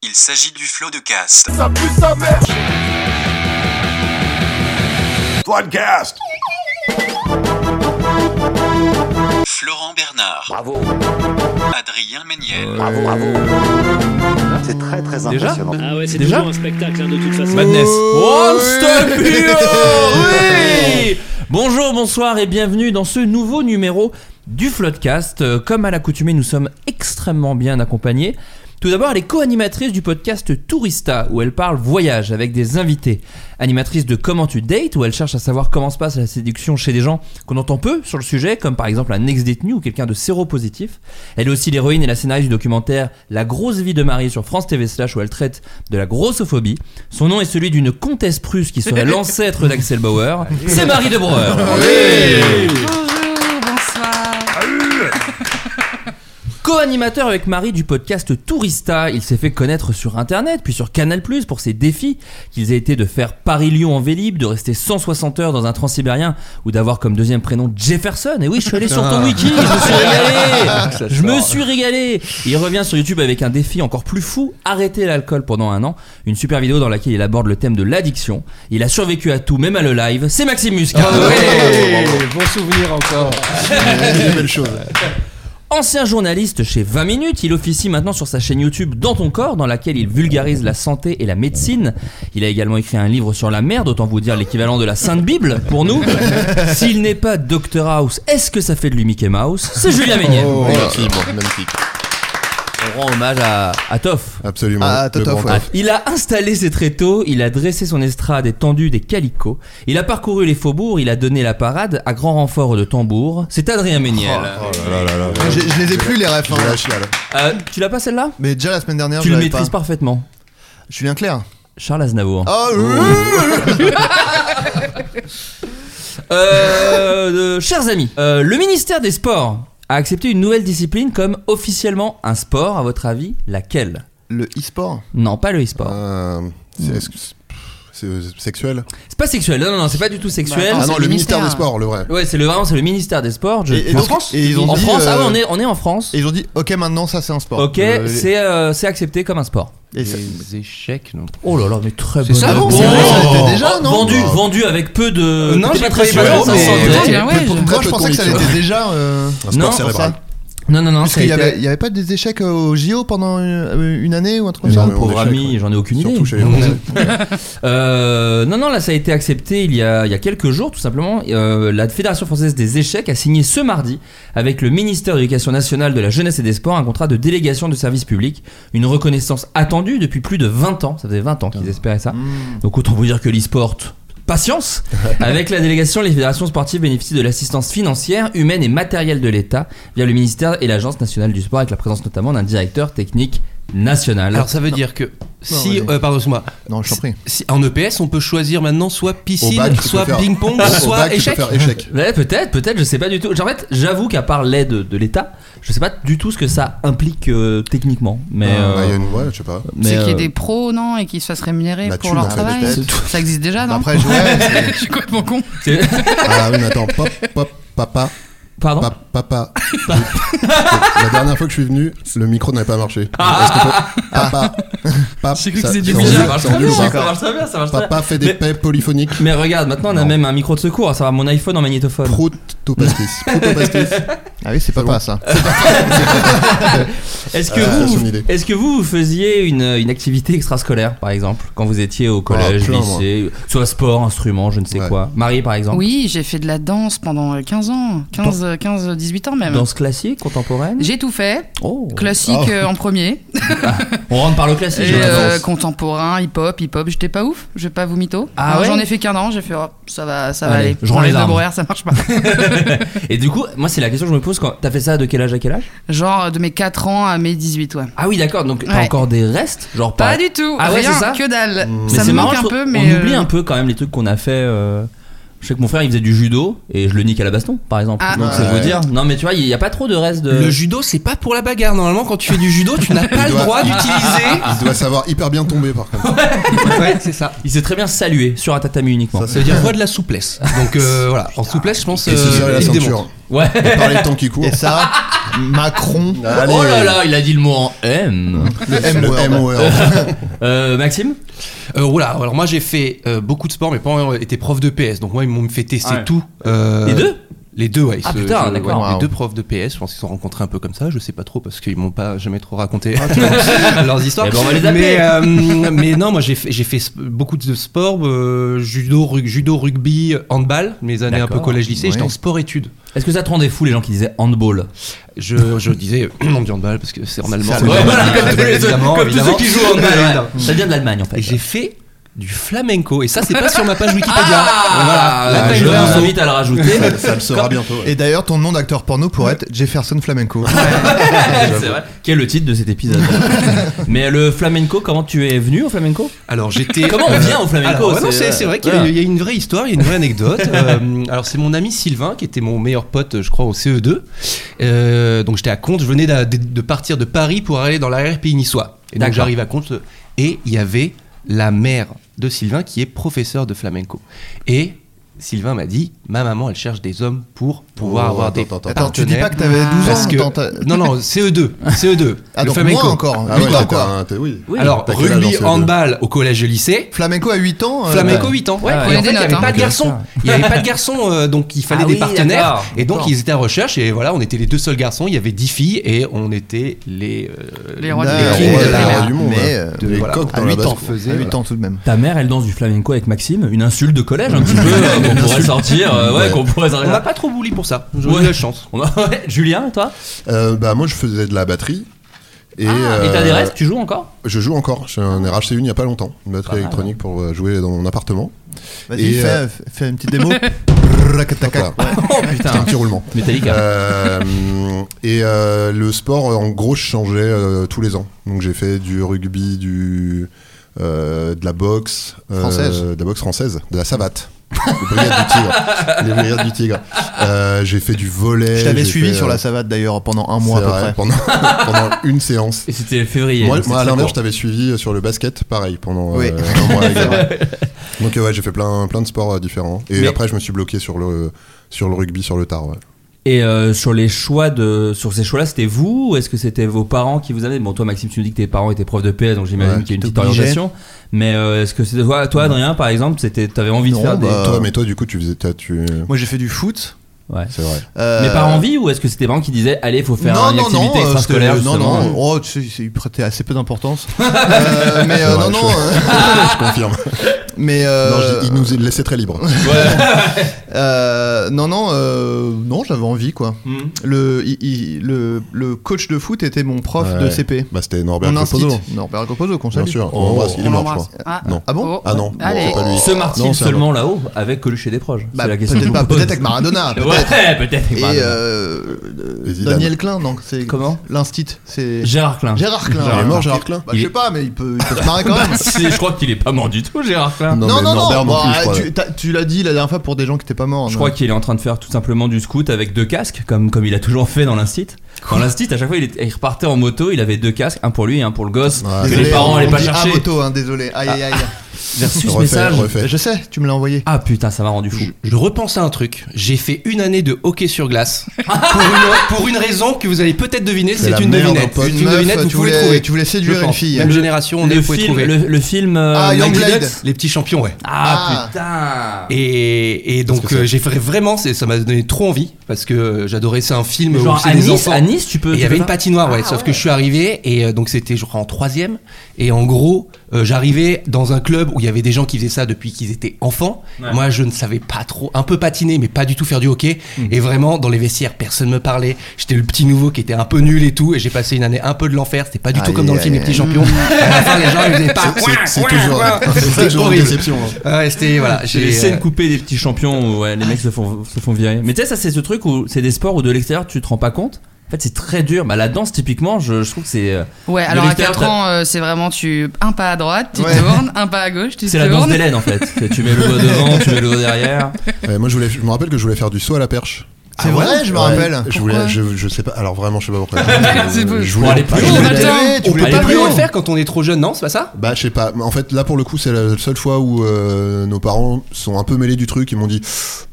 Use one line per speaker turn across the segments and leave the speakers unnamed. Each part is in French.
Il s'agit du flot de cast.
Floodcast.
Florent Bernard,
Bravo,
Adrien Méniel,
bravo, bravo.
C'est très très
Déjà
impressionnant.
Ah ouais, c'est
Déjà
toujours un spectacle hein, de toute façon.
Madness. Oh, One Stop Hero, Oui Bonjour, bonsoir et bienvenue dans ce nouveau numéro du Floodcast. Euh, Comme à l'accoutumée, nous sommes extrêmement bien accompagnés. Tout d'abord, elle est co-animatrice du podcast Tourista, où elle parle voyage avec des invités. Animatrice de Comment tu dates, où elle cherche à savoir comment se passe la séduction chez des gens qu'on entend peu sur le sujet, comme par exemple un ex-détenu ou quelqu'un de séropositif. Elle est aussi l'héroïne et la scénariste du documentaire La grosse vie de Marie sur France TV Slash, où elle traite de la grossophobie. Son nom est celui d'une comtesse prusse qui serait l'ancêtre d'Axel Bauer. C'est Marie de Breuer.
Bonjour, bonsoir.
Co-animateur avec Marie du podcast Tourista, il s'est fait connaître sur Internet, puis sur Canal+, pour ses défis, qu'ils aient été de faire Paris-Lyon en Vélib, de rester 160 heures dans un transsibérien, ou d'avoir comme deuxième prénom Jefferson. Et oui, je suis allé sur ton wiki, je me suis régalé Je me suis régalé Il revient sur YouTube avec un défi encore plus fou, arrêter l'alcool pendant un an, une super vidéo dans laquelle il aborde le thème de l'addiction. Il a survécu à tout, même à le live, c'est Maxime Muscat
bon souvenir encore.
Ancien journaliste chez 20 minutes, il officie maintenant sur sa chaîne YouTube Dans ton corps, dans laquelle il vulgarise la santé et la médecine. Il a également écrit un livre sur la merde, autant vous dire l'équivalent de la Sainte Bible pour nous. S'il n'est pas Dr House, est-ce que ça fait de lui Mickey Mouse C'est Julien Meignet. On rend hommage à, à Toff.
Absolument.
Ah,
Le
Totof,
grand
ouais.
âge.
Il a installé ses tréteaux, il a dressé son estrade et tendu des calicots, il a parcouru les faubourgs, il a donné la parade à grand renfort de tambour. C'est Adrien Méniel.
Oh là là là là.
Je, je les ai plus les refs, hein.
J'ai la chiale.
Euh, tu l'as pas celle-là
mais déjà la semaine dernière,
Tu
je
le
l'avais
maîtrises
pas.
parfaitement.
Julien Clerc.
Charles Aznavour.
Oh, euh,
Euh, euh, chers amis, euh, le ministère des Sports a accepté une nouvelle discipline comme officiellement un sport. À votre avis, laquelle
le e-sport. Hmm.
Non, pas le e-sport.
Euh, c'est- est-ce que c'est- C'est euh, sexuel
C'est pas sexuel. Non, non, non, c'est pas du tout sexuel.
Ah
c'est
non,
le
le ministère des
ministère.
Sports, le vrai.
ouais, c'est le vraiment, c'est le ministère des Sports. je-
Et- et
en
donc-
France
et ils ont
En
dit,
France, ah ouais,
euh,
on est, on est en France.
Et ils ont dit, ok, maintenant ça c'est un sport.
Ok,
Euh,
c'est euh, c'est accepté comme un sport.
et ça-
échecs, non
Oh là là, mais très
C'est ça,
réponse.
non, c'est vrai,
ça l'était déjà, non
Vendu,
Oh.
vendu avec peu
Euh,
de.
Non,
T'es
j'y
pas très
croyais pas
sûr,
trop,
ça
mais-
sentait.
Bah. Ouais,
Ah ouais, je-
Moi je pensais que ça l'était déjà. euh,
Un
Non,
sport cérébral.
ça.
Non, non, non,
Parce
ça a
qu'il y
été-
avait, il y avait pas des échecs euh, au JO pendant euh, une année ou un truc comme
Mais
ça.
non, mais on
Pauvre
échec,
ami,
ouais.
j'en ai aucune idée.
Surtout chez les Français.
Euh, non, non, là ça a été accepté il y a, il y a quelques jours tout simplement. Euh, la Fédération française des échecs a signé ce mardi avec le ministère de l'Éducation nationale, de la jeunesse et des sports un contrat de délégation de service public, une reconnaissance attendue depuis plus de 20 ans. Ça faisait 20 ans
Ah.
qu'ils espéraient ça.
Hmm.
Donc autant vous dire que l'e-sport... Patience Avec la délégation, les fédérations sportives bénéficient de l'assistance financière, humaine et matérielle de l'État via le ministère et l'Agence nationale du sport avec la présence notamment d'un directeur technique national.
Alors ça veut dire que si,
vas-y.
euh, pardon, moi
Non, je t'en prie.
en EPS, on peut choisir maintenant soit piscine,
bac, tu peux
soit
faire-
ping-pong,
Au
soit
bac, tu peux
échec.
faire échec.
Ouais, peut-être, peut-être, je sais pas du tout. Genre, en fait, j'avoue qu'à part l'aide de l'État, je sais pas du tout ce que ça implique euh, techniquement. Mais.
Ah, bah, il y a
euh,
une- ouais, je sais pas.
mais,
C'est qu'il y ait
euh,
des pros, non Et qu'ils se fassent rémunérer
La
pour
thune,
leur
en fait,
travail.
peut-être.
Ça existe déjà, non
Après, je- ouais, c'est-
Je suis complètement con.
c'est-
Ah oui, mais attends, pop, pop, papa,
Pardon
pa- papa. La dernière fois que je suis venu, le micro n'avait pas marché.
Ah.
Papa, papa.
J'ai cru que
ça- ça
c'était du
roule-
bizarre.
ça
Ça marche
roule
très bien,
ou pas
ça marche très bien, ça marche très bien.
Papa fait des
Mais-
paix polyphoniques.
Mais regarde, maintenant on a
Non.
hein, même un micro de secours, ça va, mon iPhone en magnétophone.
Prout, tout pastis. Prout, tout pastis.
Ah oui, c'est papa ça.
Est-ce que,
Euh,
Ah,
ça, c'est
vous,
une idée.
est-ce que vous, vous faisiez une, une activité extrascolaire, par exemple, quand vous étiez
Oh,
au collège,
plein, moi.
lycée, soit sport, instrument, je ne sais
Ouais.
quoi Marie, par exemple
Oui, j'ai fait de la danse pendant 15 ans, 15, euh, 15 18 ans même.
Danse classique, contemporaine
J'ai tout fait,
Oh.
classique
Oh.
euh, en premier,
On rentre par le classique,
et
je
euh,
pense.
contemporain, hip-hop, hip-hop, j'étais pas ouf, je vais pas vous mytho.
Ah
Alors,
ouais
J'en ai fait qu'un an, j'ai fait oh, ça va, ça va
Allez,
aller.
je rends les
de
armes.
Bruyères, ça marche pas.
Et du coup, moi, c'est la question que je me pose quand t'as fait ça de quel âge à quel âge
Genre de mes 4 ans à mes 18, ouais.
Ah oui, d'accord, donc t'as
Ouais.
encore des restes genre
Pas du tout,
Ah ouais,
rien,
c'est ça
que dalle.
Mais
Ça
c'est
me
marrant,
manque un
je
peu,
trouve-
mais.
On oublie
euh,
un peu quand même les trucs qu'on a fait. euh, Je sais que mon frère il faisait du judo et je le nique à la baston par exemple.
Ah.
Donc c'est
Ouais.
vous dire. Non mais tu vois, il n'y a pas trop de restes de.
Le judo, c'est pas pour la bagarre. Normalement, quand tu fais du judo, tu n'as pas le
doit-
droit d'utiliser.
Il doit savoir hyper bien tomber par contre.
ouais, c'est ça.
Il s'est très bien salué sur un tatami uniquement.
Ça veut dire quoi de la souplesse. Donc euh, voilà, en souplesse, je pense.
Et se
euh,
serrer la
il démontre.
ceinture.
ouais.
Et parler le temps qui court.
Et ça, Macron.
Allez,
Oh là là, il a dit le mot en M.
Le M-word.
Euh, Maxime
Euh, voilà, alors moi j'ai fait euh, beaucoup de sport, mais parents étaient profs de PS, donc moi ils m'ont fait tester
Ah ouais.
tout. euh,
Les deux
Les deux, ouais.
Ah,
ils se-
putain,
je-
d'accord.
ouais,
Wow.
Les deux profs de PS, je pense qu'ils se sont rencontrés un peu comme ça, je sais pas trop parce qu'ils m'ont pas jamais trop raconté leurs histoires.
Ah, Eh ben, on va les
mais,
appeler.
euh, mais non, moi j'ai fait, j'ai fait sp- beaucoup de sport, euh, judo, rug- judo, rugby, handball, mes années un peu
D'accord.
collège-lycée, j'étais en sport-études.
Est-ce que ça te rendait fou les gens qui disaient handball
Je, je disais non du handball parce que c'est en allemand.
Ça,
c'est
ouais,
le-
voilà,
comme tous les-
évidemment,
comme tous ceux
évidemment.
qui jouent au handball, ouais.
Évidemment.
Ça vient de l'l'Allemagne en fait.
Et j'ai fait du flamenco. Et ça, c'est pas sur ma page Wikipédia.
Ah,
Voilà. La taille
je
de
vous
la-
invite à le rajouter.
Ça le sera bientôt.
Et d'ailleurs, ton nom d'acteur porno pourrait être Jefferson Flamenco.
C'est vrai. Qui est le titre de cet épisode Mais le flamenco, comment tu es venu au flamenco
Alors, j'étais.
Comment on vient au flamenco,
Alors, ouais, non,
c'est- euh,
C'est c'est vrai qu'il y, a-
voilà.
il y a une vraie histoire, il y a une vraie anecdote. Euh, alors, c'est mon ami Sylvain, qui était mon meilleur pote, je crois, au CE2. Euh, donc, j'étais à Conte. Je venais d'a- de, de partir de Paris pour aller dans l'arrière-pays niçois. Et donc,
D'accord.
j'arrive à Conte. Et il y avait la mère de Sylvain qui est professeur de flamenco. Et. Sylvain m'a dit, ma maman, elle cherche des hommes pour pouvoir
Oh,
avoir des
attends, attends,
Attends, tu dis
partenaires.
pas que t'avais 12
Parce
ans
que-
dans ta-
Non, non, CE2. CE2.
Ah,
le
donc
flamenco.
moins encore.
Ah
Huit
ouais,
ans,
t'as
quoi.
un- t'es- oui.
E Alors,
T'as quel âge en
rugby,
CE2?
handball au collège et lycée.
Flamenco à 8 ans.
Oh
euh,
Flamenco 8 ans.
Ouais,
Et
ouais,
en fait,
prenez des
il n'y avait
notes, hein.
pas de
Bien
garçons.
sûr.
Il n'y avait pas de garçons, euh, donc il fallait
Ah
des
oui,
partenaires.
d'accord,
Et donc
d'accord.
ils étaient en recherche, et voilà, on était les deux seuls garçons. Il y avait 10 filles, et on était les. euh,
Les rois
de
Ah,
kings
ouais,
de la
la
mer.
du monde.
Mais,
hein.
euh,
Les
voilà,
coqs
à
dans la
8 ans
basse-cour.
faisait.
À 8
voilà.
ans tout de même.
Ta mère, elle danse du flamenco avec Maxime, une insulte de collège un petit peu euh, qu'on pourrait sortir, euh, ouais, qu'on pourrait
On m'a pas trop bouli pour ça. J'ai
Ouais.
eu la chance.
On a- ouais, Julien, toi
Euh, Bah moi je faisais de la batterie. Et,
Ah, Et t'as des
euh,
restes Tu joues encore
Je joue encore. J'en ai racheté une il y a pas longtemps, une batterie
Ah,
électronique pour euh, jouer dans mon appartement.
Vas-y,
Et,
fais,
euh,
fais une petite démo.
Voilà.
Brrracataca.
Oh
C'était un
putain
petit roulement.
Metallica.
Euh, et euh, le sport, euh, en gros, je changeais euh, tous les ans. Donc j'ai fait du rugby, du euh, de la boxe euh,
Française.
de la boxe française, de la savate. Les brigades du tigre. Les brigades du tigre. Euh, j'ai fait du volet.
Je t'avais
j'ai
suivi
fait,
sur
euh,
la savate d'ailleurs pendant un
c'est
mois à peu
vrai,
près.
Pendant, pendant une séance.
Et c'était février.
Moi,
donc c'est
moi, à
très
l'inverse, je
court.
t'avais suivi euh, sur le basket, pareil, pendant
Oui.
euh, un mois également. Donc euh, ouais, j'ai fait plein, plein de sports euh, différents. Et
Mais-
après, je me suis bloqué sur le, sur le rugby, sur le tard. ouais.
Et euh, sur les choix de, sur ces choix-là, c'était vous ou est-ce que c'était vos parents qui vous avaient Bon, toi, Maxime, tu nous dis que tes parents étaient profs de PS, donc j'imagine
Ouais,
qu'il y a une petite
obligé.
orientation. Mais euh, est-ce que c'était toi, toi, Adrien, par exemple, c'était, t'avais envie de
Non,
faire des,
bah,
Toi, mais toi, du coup, tu faisais, t'as- tu,
Moi j'ai fait du foot.
ouais.
c'est vrai.
euh,
Mais par envie ou est-ce que c'était vraiment qui disaient allez faut faire
non,
une
non, non,
activité
euh,
extrascolaire
c'était- non,
justement
non, oh, tu sais, il prêtait assez peu d'importance. Euh, mais euh,
C'est vrai,
non, non,
je-
euh,
je confirme.
mais
Non, je
euh,
dis, il nous laissait très libre.
euh, non, non, euh, non, j'avais envie quoi.
Mm.
Le, il- il- le, le coach de foot était mon prof
Ouais.
de CP.
Bah, c'était Norbert
Mon
Composo.
instite. Norbert Composo, qu'on
Bien
salue.
sûr, on
Oh.
l'embrasse, il est
on
mort, je
l'embrasse.
crois.
Ah,
Non.
Ah bon
Ah non, bon,
Allez.
c'est pas lui.
se martire
Non, c'est un
seulement là-haut avec Coluche et des proches
Bah,
c'est la question
peut-être
que je
pas,
vous
peut-être
pose.
avec Maradona. peut-être.
ouais peut-être
Et
Pardon.
euh,
Et
euh,
Zidane.
Daniel Klein, donc c'est
Comment
l'instit, c'est
Gérard Klein
Gérard Klein.
Il est mort, Gérard Klein
Bah, je
Il
sais
est-
pas, mais il peut, il peut se marrer quand même.
C'est- je crois qu'il est pas mort du tout Gérard Klein
Non,
Non,
mais
non, non,
Norbert non
bah,
plus, je crois.
tu, t'as- tu l'as dit la dernière fois pour des gens qui étaient pas morts.
je
non.
crois qu'il est en train de faire tout simplement du scout avec deux casques, comme, comme il a toujours fait dans l'instit. Dans l'instit, à chaque fois, il, était- il repartait en moto, il avait deux casques, un pour lui et un pour le gosse.
Ouais.
que
Désolé,
les parents
on-
allaient
on
pas
dit à
chercher.
Ah,
moto, hein, désolé. Aïe, aïe, aïe.
J'ai reçu ce
Refais,
message.
refais.
Je sais, tu me l'as envoyé.
Ah putain, ça m'a rendu fou.
Je repense à un truc. J'ai fait une année de hockey sur glace pour, une, pour une raison que vous allez peut-être deviner.
C'est
C'est
la
une
merde,
devinette.
un pote.
C'est
Une
une
meuf,
devinette. Vous
tu
pouvez
voulais-
trouver.
tu voulais séduire
Je pense.
une fille. hein.
Même
Le-
génération, on est
le,
pouvez
film,
trouver.
le, le film. euh,
Ah,
Mighty
Youngblood.
Ducks.
Les petits champions, ouais.
Ah, putain.
Et, et donc euh, j'ai fait vraiment, c'est- ça m'a donné trop envie parce que euh, j'adorais. C'est un film où
Genre
c'est
à
des
Nice,
enfants.
à Nice, tu peux.
Et il
tu
y avait
peux
une
pas-
patinoire, ouais.
Ah,
sauf
ouais.
que je suis arrivé et euh, donc c'était genre en troisième. Et en gros, euh, j'arrivais dans un club où il y avait des gens qui faisaient ça depuis qu'ils étaient enfants.
Ouais.
Moi, je ne savais pas trop, un peu patiner, mais pas du tout faire du hockey.
Mhm.
Et vraiment, dans les vestiaires, personne me parlait. J'étais le petit nouveau qui était un peu nul et tout. Et j'ai passé une année un peu de l'enfer. C'était pas du tout
Aïe,
comme dans le film
aïe,
Les Petits
aïe.
Champions. à la fin, les gens ils faisaient pas.
C'est- c'est- C'est toujours, c'est
C'était
toujours une
horrible.
déception. hein.
Ah
Ouais, c'était voilà.
J'ai
j'ai,
les scènes
euh,
coupées des petits champions où ouais, les mecs se font, se font virer. Mais tu sais, ça, c'est ce truc où c'est des sports où de l'extérieur tu te rends pas compte. En fait, c'est très dur. Bah, la danse, typiquement, je, je trouve que c'est. euh,
Ouais,
Le
alors à
Richter,
4
t'as-
ans, euh, c'est vraiment tu un pas à droite, tu
Ouais.
tournes, un pas à gauche, tu
C'est la danse
tournes.
d'Hélène, en fait. C'est- Tu mets le doigt devant, tu mets le doigt derrière.
Ouais, moi, je, voulais, je me rappelle que je voulais faire du saut à la perche. Ah
C'est vrai, je me
Ouais,
rappelle.
Je,
Pourquoi
voulais, je, je sais pas. Alors vraiment, je sais pas pourquoi.
C'est beau.
je
Pour aller plus
bah, je
loin,
voulais-
Attends,
lever, tu
On
voulais
peut
te
pas
lever.
plus le faire quand on est trop jeune, non C'est pas ça
Bah, je sais pas. En fait, là, pour le coup, c'est la seule fois où euh, nos parents sont un peu mêlés du truc. Ils m'ont dit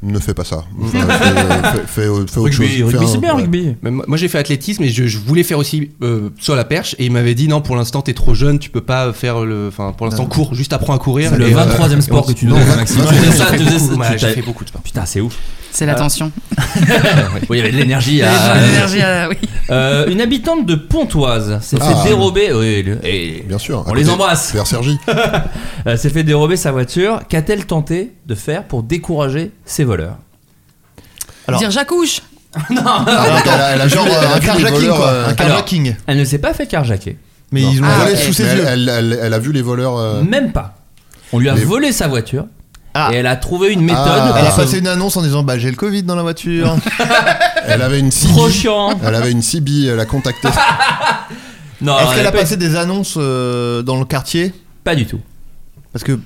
Ne fais pas ça. Enfin, fais, euh, fais- fais autre fais autre chose.
Rugby,
Fais
rugby
un-
c'est bien,
ouais.
rugby.
Mais Moi moi, j'ai fait athlétisme et je, je voulais faire aussi euh, saut à la perche et il m'avait dit non pour l'instant t'es trop jeune tu peux pas faire le enfin pour l'instant cours juste apprends à courir
C'est le
Et, euh,
23ème sport que tu
non,
donnes, Maxime. Tu faisais ça, tu faisais ça,
Ouais, j'ai
tu t'as- Oh,
fait beaucoup de sport
Putain, c'est ouf.
C'est la tension.
Oui, il y avait de l'énergie
Il y a
à.
de l'énergie à- oui.
Euh, une habitante de Pontoise s'est
Ah.
fait dérober. oui, le- et-
Bien sûr.
On les embrasse.
Vers Sergi.
Euh, s'est fait dérober sa voiture. Qu'a-t-elle tenté de faire pour décourager ses voleurs
Alors-
Dire j'accouche.
Alors, Ah, elle a- elle a genre,
Un
euh, vu les
carjacking,
voleurs,
quoi.
euh,
Un
Ah,
carjacking.
Elle ne s'est pas fait carjacker.
Mais ils ont
elle-
volé
elle-
Ah, eh,
sous ses
elle-
yeux.
Elle, elle- elle a vu les voleurs. euh,
Même pas. On lui a
Mais-
volé sa voiture.
Ah.
Et elle a trouvé une méthode.
Ah.
Elle a
Ah.
passé une annonce en disant Bah, j'ai le Covid dans la voiture.
Elle avait une CB.
Trop chiant.
Elle avait une CB, elle a contacté.
Non,
Est-ce qu'elle a
pas,
passé des annonces euh, dans le quartier
pas du tout.
Parce que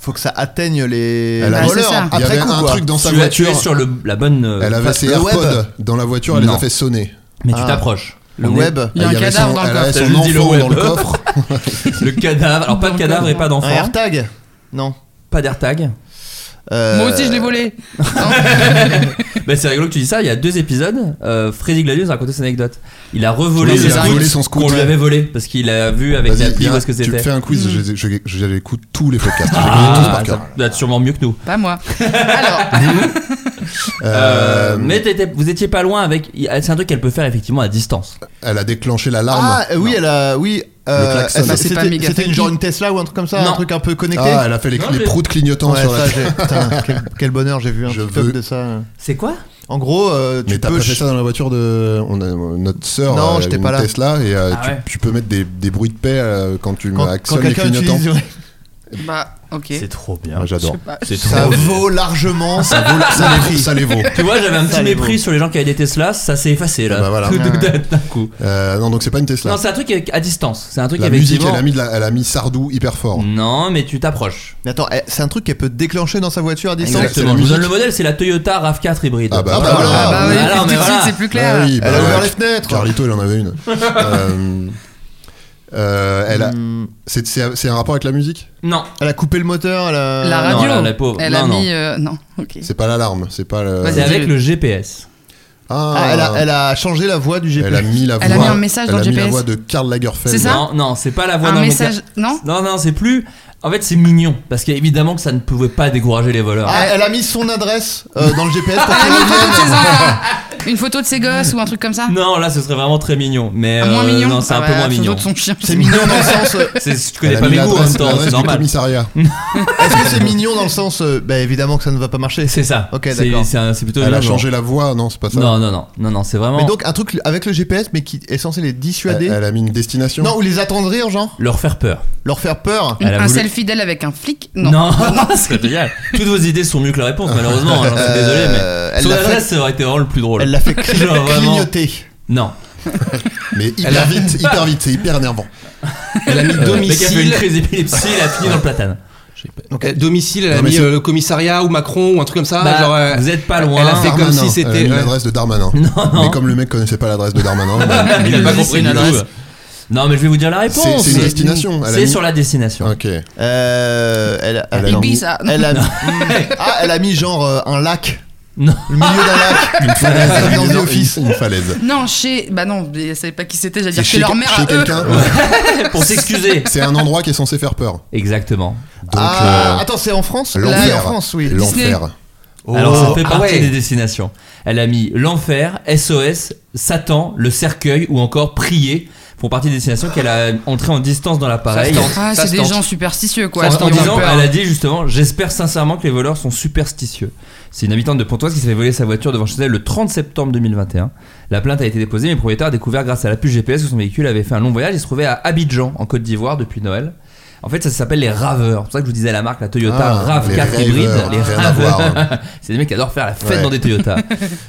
faut que ça atteigne les
Elle a- hein.
les
Ouais,
voleurs
Bah, c'est ça.
Il y
après
avait
coup.
un
quoi.
truc dans sa
tu as tué
voiture.
sur le, la bonne. euh,
Elle avait
face-
ses
le web.
AirPods dans la voiture, elle les
Non.
a fait sonner.
Mais tu
Ah.
t'approches.
Le
On est-
web.
Il y a un
Elle avait
cadavre
son-
dans le
elle avait
coffre.
Ça
son
veut dire le
enfant
web.
dans le coffre.
Le cadavre. Alors, pas de
Dans le
cadavre et
cadavre.
pas d'enfant.
Un AirTag Non.
Pas d'airtag.
Euh,
Moi aussi je l'ai volé.
Bah, c'est rigolo que tu dis ça. Il y a deux épisodes. euh, Freddy Gladius a raconté cette anecdote. Il a revolé
Oui,
ses
il a
scouts
volé son scout.
qu'on lui avait volé parce qu'il a vu avec
Vas-y,
la pluie
viens,
où est-ce que
Tu me
c'était.
fais un quiz, je- je- je- j'écoute tous les podcasts. Je les connais tous
Ah,
par cœur.
ça doit être sûrement mieux que nous.
Pas moi. Alors,
Euh,
Euh,
mais t'étais- vous étiez pas loin avec. C'est un truc qu'elle peut faire effectivement à distance.
Elle a déclenché l'alarme.
Ah euh, oui, elle a. Oui. euh,
klaxon.
elle-
Bah,
c'est pas
c'était
méga
c'était une
funky.
genre une Tesla ou un truc comme ça,
Non.
un truc un peu connecté.
Ah, elle a fait les,
Non,
les
j'ai-
proues de clignotants
Ouais,
sur la
ça, j'ai- putain, quel, quel bonheur, j'ai vu un
Je
TikTok
veux-
de ça.
C'est quoi
En gros, euh, tu
Mais t'as
peux.
pas fait ça dans la voiture de on a- notre sœur
Non,
euh,
j'étais
une
pas là.
Tesla et euh,
Ah
tu,
ouais.
tu peux mettre des, des bruits de paix euh, quand tu
quand quand
actionnes les
quelqu'un
clignotants.
utilise. ouais.
bah, ok.
C'est trop bien.
Ah,
Moi, J'adore.
C'est
Ça
trop bien.
vaut largement. Ça vaut
Ça les vaut. Ça les vaut.
Tu vois, j'avais un petit
Ça, les
mépris sur les gens qui avaient des Tesla, ça s'est effacé là.
Ah bah voilà.
Tout d'un-
Ouais.
D'un coup.
Euh, non, donc c'est pas une Tesla.
Non, c'est un truc avec- à distance. C'est un truc Mmh.
la
avec.
musique, elle a, mis de la- elle a mis Sardou hyper fort.
Non, mais tu t'approches.
Mais attends, eh, c'est un truc qu'elle peut déclencher dans sa voiture à distance.
Exact. c'est la
Exactement. Je vous donne
musique.
le modèle, c'est la Toyota RAV4 hybride.
Ah bah,
Ah bah
voilà.
voilà.
Ah bah oui,
Alors,
tout
mais
de
voilà.
suite c'est plus
Ah
clair.
oui,
Elle a
bah,
ouvert les fenêtres.
Carlito, il en avait une. Euh, euh, elle a-
Mmh.
c'est- C'est c'est un rapport avec la musique
Non.
Elle a coupé le moteur. Elle a.
La
non,
radio.
la- la pauvre.
Elle
Non,
a
non.
mis euh, non, ok.
C'est pas l'alarme, c'est pas le.
Vas-y,
C'est avec
dis-le.
le GPS.
Ah,
Ah, elle, a, elle a changé la voix du GPS.
elle a mis la voix.
Elle a mis un message
elle
dans
a
le
mis la
GPS.
voix de Karl Lagerfeld.
C'est ça
non, non, c'est pas la voix
Un
d'un
message,
mec.
non
Non, non, c'est plus. En fait, c'est mignon parce qu'évidemment que ça ne pouvait pas décourager les voleurs.
Ah, elle a mis son adresse euh, dans le GPS pour
Ah,
qu'elle
une
le
photo de ses
vienne.
enfants. Une photo de ses gosses ou un truc comme ça
Non, là, ce serait vraiment très mignon. Mais
Ah, Moins
euh,
mignon.
non, c'est
Ah
un
bah,
peu moins
la photo
mignon.
de son chien.
C'est mignon dans le sens. euh,
C'est- Tu
Elle
connais
a
pas
mis
mes goûts en
l'adresse
même temps,
l'adresse
c'est
du
normal.
commissariat.
Est-ce que c'est mignon dans le sens. euh, bah évidemment que ça ne va pas marcher.
C'est ça.
Ok,
C'est-
d'accord.
C'est un- c'est plutôt.
Elle a
mignon.
changé la voix, non, c'est pas ça.
Non, non, non, non, non, c'est vraiment.
Mais donc un truc avec le GPS mais qui est censé les
Elle,
dissuader.
elle a mis une destination.
Non, ou les attendrir, genre.
leur faire peur.
Leur faire peur.
Elle a
Un
voulu-
selfie d'elle avec un flic Non.
Non, c'est génial. Toutes vos idées sont mieux que la réponse, malheureusement. hein, J'en suis désolé, mais.
Euh, elle
Son
l'a
adresse,
fait,
ça aurait été vraiment le plus drôle.
elle l'a fait cli-
Genre, vraiment.
clignoter.
Non.
Mais hyper vite, hyper vite, c'est hyper énervant.
elle a mis
Euh,
Le mec a fait une
domicile
crise d'épilepsie, il a fini dans le platane.
Donc, euh, domicile elle
Non,
a
mais
mis
c'est-
euh, le commissariat ou Macron ou un truc comme ça
Bah,
genre, euh,
vous êtes pas loin.
elle a fait comme
Darmanin, Euh,
si
elle a
c'était
mis
ouais.
l'adresse de Darmanin. Mais comme le mec connaissait pas l'adresse de Darmanin, bah,
Il a pas compris
une
du tout.
adresse.
Non, mais je vais vous dire la réponse.
C'est- c'est une destination, elle a
C'est
mis-
sur la destination.
Ok.
Euh, elle, a- elle a-
Ibiza.
Elle a, ah, elle a mis genre euh, un lac.
Non.
Le milieu d'un lac.
Une falaise.
Ça vient
Une-
de
une-
l'office.
Une falaise.
Non, chez. Bah non, mais elle savait pas qui c'était, j'allais
C'est
dire chez leur mère
chez
à eux.
quelqu'un.
Pour s'excuser.
C'est un endroit qui est censé faire peur.
Exactement.
Donc,
Ah,
euh,
attends, c'est en France
l'enfer.
Oui, en France, oui.
L'enfer.
Alors ça fait
ah
partie
ouais.
des destinations. Elle a mis l'enfer, SOS, Satan, le cercueil ou encore prier font partie des destinations qu'elle a entrées en distance dans l'appareil.
Ça se tente.
Ah,
Ça
c'est
se
des
tente.
gens superstitieux quoi.
En-
qui
en
ont
disant,
peur.
elle a dit justement, j'espère sincèrement que les voleurs sont superstitieux. C'est une habitante de Pontoise qui s'est fait voler sa voiture devant chez elle le 30 septembre 2021. La plainte a été déposée, mais le propriétaire a découvert grâce à la puce GPS que son véhicule avait fait un long voyage et se trouvait à Abidjan, en Côte d'Ivoire, depuis Noël. En fait, ça s'appelle les raveurs. C'est pour ça que je vous disais la marque, la Toyota
Ah, les
RAV4
raveurs,
hybride. Les
rien à
raveurs.
voir, hein.
c'est des mecs qui adorent faire la fête
Ouais.
dans des Toyota.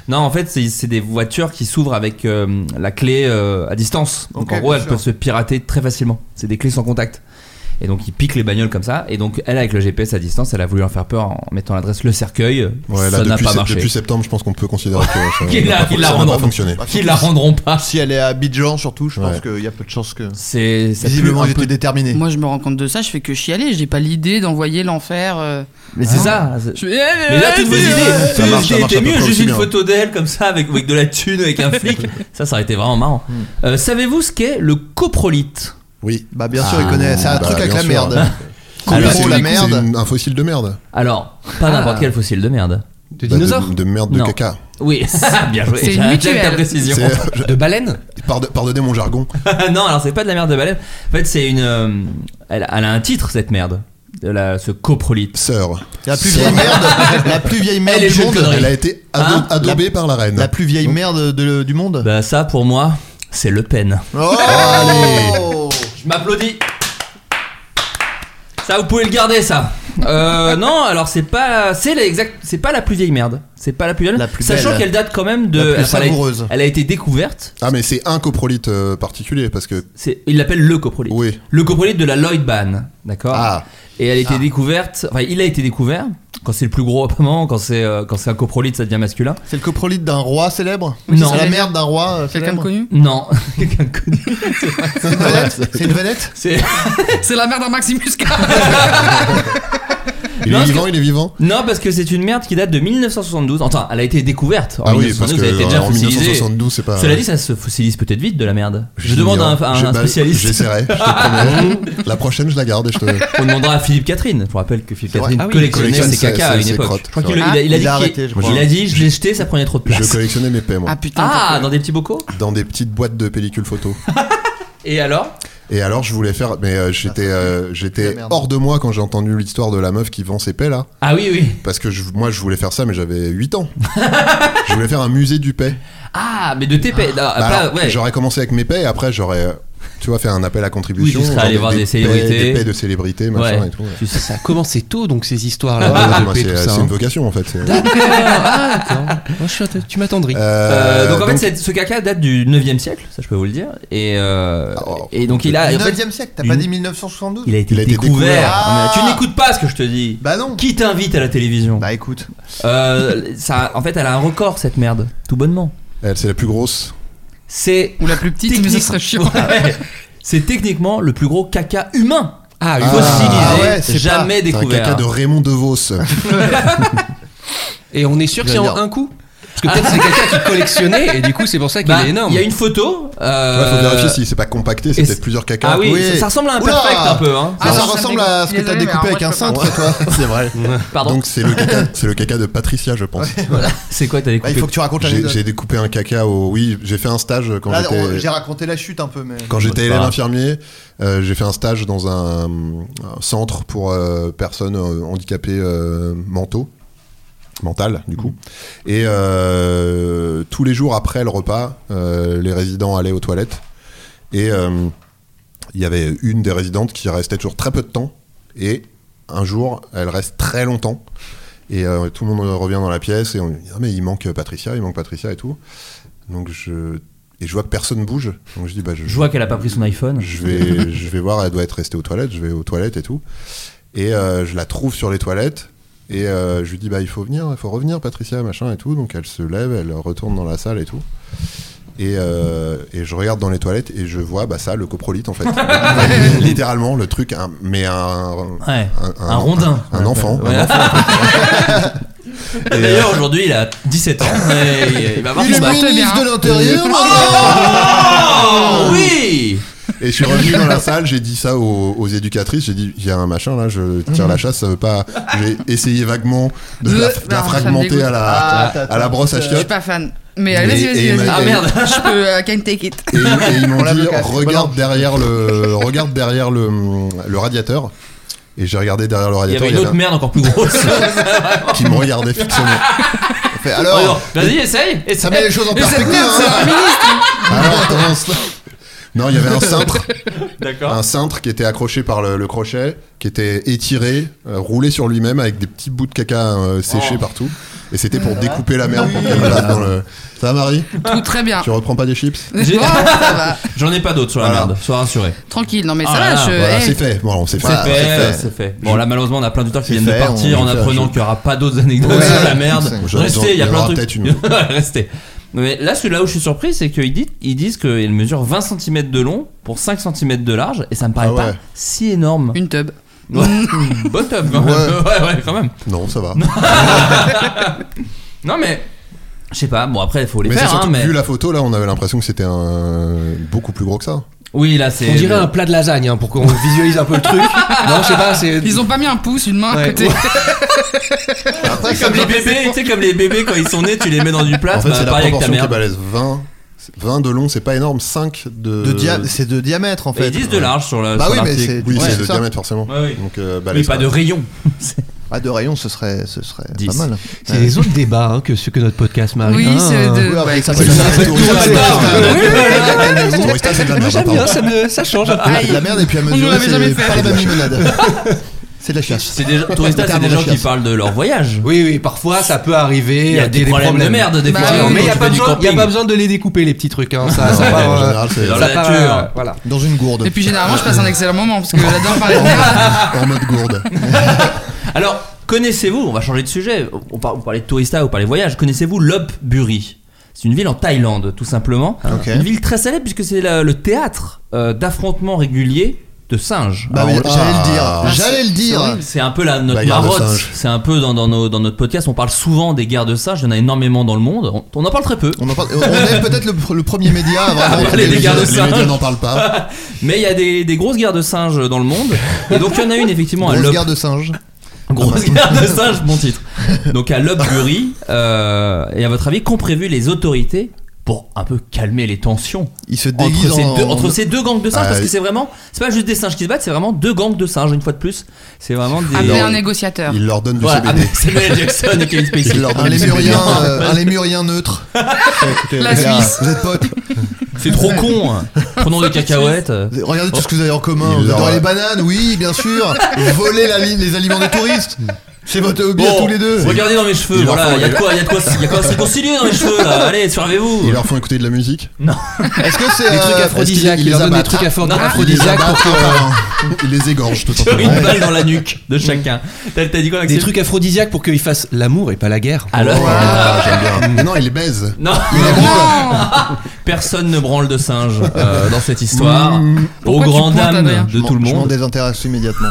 non, en fait, c'est c'est des voitures qui s'ouvrent avec euh, la clé euh, à distance. Donc
Ok,
en gros,
bien
elles
sûr.
peuvent se pirater très facilement. C'est des clés sans contact. Et donc ils piquent les bagnoles comme ça. Et donc elle avec le GPS à distance, elle a voulu en faire peur en mettant l'adresse le cercueil.
Ouais, là,
ça n'a
depuis,
pas
sept-
marché.
depuis septembre, je pense qu'on peut considérer que ça
Qu'il
n'a
la-
pas,
qu'il
ça
la
n'a pas
rendent-
fonctionné.
Qui la rendront pas.
Si elle est à Abidjan, surtout, je pense
Ouais.
qu'il y a peu de chances que.
C'est ça pue
Visiblement,
un
j'étais
peu.
déterminé.
Moi je me rends compte de ça, je fais que chialer, j'ai pas l'idée d'envoyer l'enfer. euh.
Mais c'est ça. c'est-
Je- eh,
Mais là toutes vos idées, toutes vos
marche, Ah. ça
idées
marche
étaient
à peu
mieux.
près
Juste
aussi
une
bien.
photo d'elle comme ça avec, avec de la thune avec un flic. ça, ça aurait été vraiment marrant.
Hmm.
Euh, Savez-vous ce qu'est le coprolite
Oui.
Bah, bien sûr, il
Ah,
connaît. C'est un
Bah,
truc avec
bien
la
sûr.
merde.
Cool,
Alors,
c'est
la
une-
merde.
c'est une- un fossile de merde.
Alors pas
Ah.
n'importe quel fossile de merde.
De
Bah, de-
dinosaures
de, merde de
Non.
caca.
Oui, bien joué.
C'est une
J'aime ta
mutuelle.
précision.
C'est- euh,
De baleines
Pardon- Pardonnez mon jargon.
Ah non, alors c'est pas de la merde de baleine. En fait, c'est une. euh, elle, elle a un titre cette merde. De la- ce coprolite.
Sœur.
La plus vieille merde, la plus vieille merde
Elle est
du
jeune
monde.
connerie.
Elle a été ado-
Hein
adobée par la reine.
La plus vieille merde de- du monde.
Bah ça, pour moi, c'est Le Pen.
Oh
Je m'applaudis. Ça, vous pouvez le garder, ça. Euh, non, alors c'est pas, c'est la exact, c'est pas la plus vieille merde. C'est pas la plus vieille.
La plus
Sachant
belle.
qu'elle date quand même de.
La plus
enfin, elle a-
savoureuse.
Elle a été découverte.
Ah, mais c'est un coprolite euh, particulier parce que.
C'est, il l'appelle le coprolite.
Oui.
Le coprolite de la Lloyd Ban, d'accord.
Ah.
Et elle a été découverte. Enfin, il a été découvert quand c'est le plus gros apparemment, quand c'est euh, quand c'est un coprolite, ça devient masculin.
C'est le coprolite d'un roi célèbre
Oui,
C'est
non.
la merde d'un roi euh,
eh, Quelqu'un de
célèbre
connu
Non, quelqu'un de connu. C'est vrai.
C'est une vedette C'est une vedette
C'est-
C'est la mère d'un Maximus K.
Il
Non,
est
parce
vivant, il est vivant.
Non, parce que c'est une merde qui date de 1972. Enfin, elle a été découverte en
Ah oui, parce
1972,
que
elle a été déjà
en
fossilisée.
1972, c'est pas.
Cela dit, ça se fossilise peut-être vite de la merde. Je
J'ignore.
demande à un, à un
Je- bah,
spécialiste.
J'essaierai, je te promets. la prochaine, je la garde et je te.
On demandera à Philippe Catherine. Je vous rappelle que Philippe
C'est vrai.
Catherine
Ah oui,
collectionnait
collectionne
ses
ses-
caca à
ses-
une
ses
époque.
crottes,
Je crois
c'est
qu'il
vrai.
Ah,
a, il a
il
dit
a
qu'il-
arrêté, je crois.
il a dit, je l'ai jeté, ça prenait trop de
Je
place.
collectionnais mes paix, moi.
Ah putain.
Ah,
t'as-
dans des petits bocaux
Dans des petites boîtes de pellicules photo.
Et alors
Et alors, je voulais faire. Mais euh, j'étais euh,
Ah, la
j'étais
merde.
hors de moi quand j'ai entendu l'histoire de la meuf qui vend ses paix, là.
Ah oui, oui.
Parce que je- moi, je voulais faire ça, mais j'avais 8 ans. je voulais faire un musée du paix.
Ah, mais de TP. Non,
Bah
pas-
alors,
ouais.
J'aurais commencé avec mes paix et après, j'aurais. euh, Tu vois, fait un appel à contribution.
Oui, tu serais
genre
allé voir des
paix-
célébrités.
Des paix de célébrités, machin
Ouais.
et tout. ouais.
Tu sais ça.
Ça a commencé Bah, tôt donc ces histoires là.
Ah, bah, moi, c'est c'est
hein.
une vocation, en fait. c'est-
Ah, tu m'attendris.
Euh,
Euh,
donc en fait, cette- ce caca date du 9e siècle, ça je peux vous le dire. Et, euh,
Oh.
et donc il a. en fait,
9 e siècle, t'as pas
une-
dit 1972
Il a été
Il a été
découvert.
découvert.
Ah.
Tu n'écoutes pas ce que je te dis.
Bah non
Qui t'invite à la télévision
Bah écoute,
Euh, ça, En fait, elle a un record cette merde, tout bonnement.
Elle, c'est la plus grosse.
C'est
Ou la plus petite, mais ça
technique-
serait chiant.
Ouais. C'est techniquement le plus gros caca humain.
Ah,
Ah.
fossilisé,
Ah ouais, c'est
jamais
C'est un
découvert.
caca de Raymond DeVos.
Et on est sûr que c'est
J'allais
en
dire.
un coup Parce que peut-être c'est quelqu'un qui collectionnait et du coup c'est pour ça qu'il
Bah,
est énorme.
Il y a une photo.
Il
euh,
faut vérifier si c'est pas compacté, c'est
et c'est-
peut-être plusieurs cacas.
Ah oui,
Oui.
Ça, ça ressemble à un
Oula.
perfect un peu. Hein.
ça,
Ah,
ça
ça me
ressemble
dégoûte.
à ce que t'as
Désolé, mais
découpé
alors,
avec
moi,
un
je peux
cintre, toi. C'est vrai.
Pardon.
Donc c'est le caca, c'est le caca de Patricia, je pense.
C'est quoi t'as
Bah,
découpé
il faut que tu racontes
J'ai
l'anecdote.
j'ai découpé un caca au. Oui, j'ai fait un stage quand
Là, on- J'ai
j'étais.
raconté la chute un peu, mais.
Quand j'étais
C'est pas
élève
grave.
infirmier, euh, j'ai fait un stage dans un, un centre pour euh, personnes euh, handicapées euh, mentaux, mentales du coup. Et euh, tous les jours après le repas, euh, les résidents allaient aux toilettes. Et euh, il y avait une des résidentes qui restait toujours très peu de temps. Et un jour, elle reste très longtemps. Et euh, tout le monde revient dans la pièce et on lui dit Ah, mais il manque Patricia, il manque Patricia et tout. Donc je. Et je vois que personne bouge. Donc je dis Bah, je,
Je vois qu'elle a pas pris son iPhone.
je vais, je vais voir, elle doit être restée aux toilettes, je vais aux toilettes et tout. Et euh, je la trouve sur les toilettes. Et euh, je lui dis, bah, il faut venir, il faut revenir, Patricia, machin et tout. Donc elle se lève, elle retourne dans la salle et tout. Et, euh, et je regarde dans les toilettes et je vois bah, ça, le coprolite en fait. Littéralement, le truc, un- mais un,
Ouais, un rondin.
Un, un enfant.
Ouais.
un enfant, Et, euh,
D'ailleurs, aujourd'hui, il a 17 ans. et il va avoir
Il
son
est
bac.
ministre de l'Intérieur Ah,
Oh, oui
Et je suis revenu dans la salle, j'ai dit ça aux, aux éducatrices, j'ai dit il y a un machin là, je tire
Mhm.
la chasse, ça veut pas. J'ai essayé vaguement de la,
Non,
de la
ça me
fragmenter
dégoûte.
à la,
Ah, t'as-
à la brosse à
Je suis
chiottes.
pas fan. Mais euh,
Et-
vas-y,
et
vas-y, vas-y.
ma- Ah,
merde.
Je peux. euh, I can take it.
Et, et ils m'ont
On la
dit
bloque à ce
regarde derrière le regarde derrière le, le radiateur. Et j'ai regardé derrière le
Il y
radiateur,
avait une autre
il y
merde encore plus grosse.
avait un qui me regardait fixement.
Fait,
Oh,
alors,
non. Vas-y, essaye, essaye.
ça met les choses en perspective. hein.
Alors, attends, non, il y avait un cintre,
D'accord.
un cintre qui était accroché par le, le crochet, qui était étiré, euh, roulé sur lui-même avec des petits bouts de caca euh, séchés
Oh.
partout. Et c'était pour découper la merde pour qu'elle balade dans le. Ça va, Marie
Tout très bien.
Tu reprends pas des chips
Non, ça va.
J'en ai pas d'autres sur la
Voilà.
merde, sois rassuré.
Tranquille, non mais ça
Ah
va,
là là,
je.
Voilà,
eh,
c'est fait. Bon, on s'est fait.
Voilà.
C'est fait,
c'est fait.
c'est fait. Bon, là, malheureusement, on a plein d'auditeurs qui
C'est
viennent de
fait,
partir
on
en
va faire
apprenant
chaud.
qu'il n'y aura pas d'autres anecdotes
Ouais,
sur la
c'est-
merde.
c'est-
Restez, il y a
il y
plein
aura
de
peut-être
trucs.
une.
Restez. Mais là, celui là où je suis surpris, c'est qu'ils disent, ils disent qu'elle mesure 20 cm de long pour 5 cm de large, et ça me paraît
Ah
pas
ouais.
si énorme.
Une tub.
Ouais. Bonne tub, quand même. hein. Ouais, ouais, quand même.
Non, ça va.
Non, mais. Je sais pas, bon après il faut les
mais c'est
faire,
surtout
hein,
que
mais.
vu la photo, là, on avait l'impression que c'était un... beaucoup plus gros que ça.
Oui, là c'est.
On dirait un plat de lasagne hein, pour qu'on visualise un peu le truc. non, je sais pas, c'est.
Ils ont pas mis un pouce, une main à
Ouais.
côté.
C'est comme les bébés, tu sais, comme les bébés quand ils sont nés, tu les mets dans du plat,
En fait,
bah,
c'est la
pareil avec ta
proportion qui est
mère.
balèze. 20, 20 de long, c'est pas énorme. 5 de.
De dia- c'est de diamètre en
Ils
fait.
disent de large sur la.
Bah
sur
oui, mais
l'article.
c'est-
Oui,
Ouais,
c'est
c'est
de
ça.
diamètre, forcément.
Ouais, oui.
Donc, euh,
Mais
balèze,
pas
ouais.
de rayon.
Ah, de rayon, ce serait, ce serait pas
10.
mal.
C'est les autres débats hein, que ceux que notre podcast Marie.
Oui,
Hein,
c'est
hein.
de.
Ouais,
bah,
avec ça,
écoute,
c'est-
Ça fait tourista,
Tourista,
c'est de la
ouais.
merde.
Oui,
Tourista, c'est de la
Mais
merde,
J'aime
pardon.
bien, ça, me- ça change un peu.
La merde, et puis à
nous
mesurer,
l'avait jamais
c'est
fait.
pas la même limonade. C'est de la chiasse.
C'est des gens- Tourista, c'est des gens qui parlent de leur voyage.
Oui, oui, parfois ça peut arriver.
Il y a
euh,
des problèmes, de merde des
Bah
fois.
oui,
quand
mais il
tu
n'y a,
fais
pas
du
besoin- y a
camping.
pas besoin de les découper, les petits trucs. Hein, ça, ça
Ouais,
part,
en
euh,
général, c'est-
dans
ça
la
part,
nature.
euh, voilà.
Dans une gourde.
Et puis généralement, je passe un excellent moment parce que j'adore parler de merde.
Ah,
en mode gourde.
Alors, connaissez-vous, on va changer de sujet, on, par- on parlait de tourista, on parlait de voyage, connaissez-vous Lop Buri C'est une ville en Thaïlande, tout simplement.
Ok.
Une ville très célèbre puisque c'est la- le théâtre euh, d'affrontements réguliers de singes.
Bah,
Ah,
oui,
on-
j'allais le
ah.
dire. J'allais le
C'est
dire.
horrible.
C'est un peu la, notre
La guerre de
marotte.
singes.
C'est un peu dans, dans nos- dans notre podcast, on parle souvent des guerres de singes, il y en a énormément dans le monde. On, on en parle très peu.
On, en parle- on est peut-être le, le premier média à vraiment.
Allez, les gars,
médias-
le singe.
médias n'en parlent pas.
Mais il y a des, des grosses guerres de singes dans le monde. Et donc il y en a une effectivement à
Grosse
Lop
guerre de singe.
Grosse guerre de singes, bon titre. Donc à Lopburi, euh, et à votre avis, qu'ont prévu les autorités pour un peu calmer les tensions
Il se
entre
déguise
ces,
en.
deux, entre ces deux gangs de singes
Ah,
Parce que
oui.
c'est vraiment, c'est pas juste des singes qui se battent, c'est vraiment deux gangs de singes, une fois de plus. C'est vraiment des.
Appeler
non.
un négociateur.
Ils leur donnent du
Voilà,
CBD.
ah, c'est Mel Jackson et Kevin Spacey.
Ils leur
Un
donnent du CBD.
lémurien, euh, un lémurien neutre.
La
Les gars,
Suisse.
Vous êtes potes.
C'est trop con. hein. Prenons des cacahuètes.
Vous- Regardez tout ce que vous avez en commun.
Il
Vous
leur-
adorez les bananes, oui, bien sûr. Voler la li- les aliments des touristes. C'est votre hobby à tous les deux.
Regardez dans mes cheveux,
Ils leur
voilà,
font
il y a de
des-
quoi, il y a de quoi, il y a quoi se réconcilier dans mes cheveux là. Allez, survivez-vous.
Ils leur font écouter de la musique.
Est-ce que c'est.
Des trucs
euh,
aphrodisiaques.
est-ce
Il
qu'ils
leur donne des
abattent
trucs affro-
Ah,
Ils les
aphrodisiaques pour
abattent,
que-
euh, Ils les égorgent tout
Une
simplement.
balle dans la nuque de chacun. T'as t'as dit quoi,
Des
Maxime
trucs aphrodisiaques pour qu'ils fassent l'amour et pas la guerre.
Alors. euh,
Ah, j'aime bien. Mais non, ils les baisent.
Non. Personne ne branle de singe euh, dans cette histoire. Au
Pourquoi tu
grand
pointes,
dam
Adrien
de tout le
Je m'en
monde.
désintéresse immédiatement.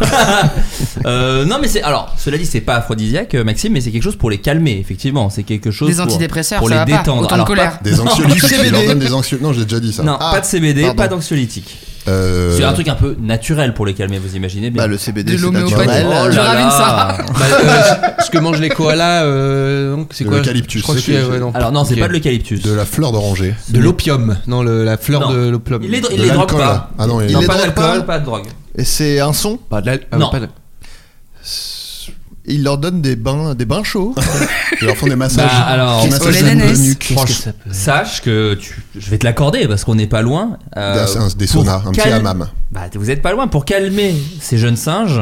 Euh, non mais c'est alors cela dit c'est pas aphrodisiaque euh, Maxime mais c'est quelque chose pour les calmer effectivement c'est quelque chose
Des
pour-
antidépresseurs,
pour,
ça va
les
pas.
détendre.
Autant de
alors,
colère.
Des anxiolytiques.
Du
Ils leur
CBD.
donnent des anxiolytiques. Non, j'ai déjà dit
pas-
ça.
non
Ah,
pas de CBD
pardon.
pas d'anxiolytique.
Euh,
C'est un truc un peu naturel pour les calmer vous imaginez bien.
Bah, le CBD,
De
c'est
l'homéopathie.
naturel.
Oh là. je ravine ça.
Bah, euh, ce que mangent les koalas, euh, donc, c'est
Le
quoi je-
eucalyptus,
Je crois que
c'est-
c'est- ouais,
Alors non c'est
Ok.
pas de l'eucalyptus.
De la fleur d'oranger.
De l'opium, non, le- la fleur
Non.
de l'opium.
Il les, il
De
les drogue
l'alcool.
pas.
Ah non, il
Il
Non,
les
pas
drogue
d'alcool
pas
pas de drogue.
Et c'est un son.
Pas de la- ah,
Non.
pas de-
Il leur donne des bains, des bains chauds.
ils leur font des massages.
Bah, alors-
Des
Qu'est-ce
massages
que les
de
nanas
nuque.
Qu'est-ce que ça peut-
Sache que tu, je vais te l'accorder parce qu'on n'est pas loin. euh,
Des- un- des
pour
saunas, un petit
cal-
hammam.
Bah, vous n'êtes pas loin. Pour calmer ces jeunes singes,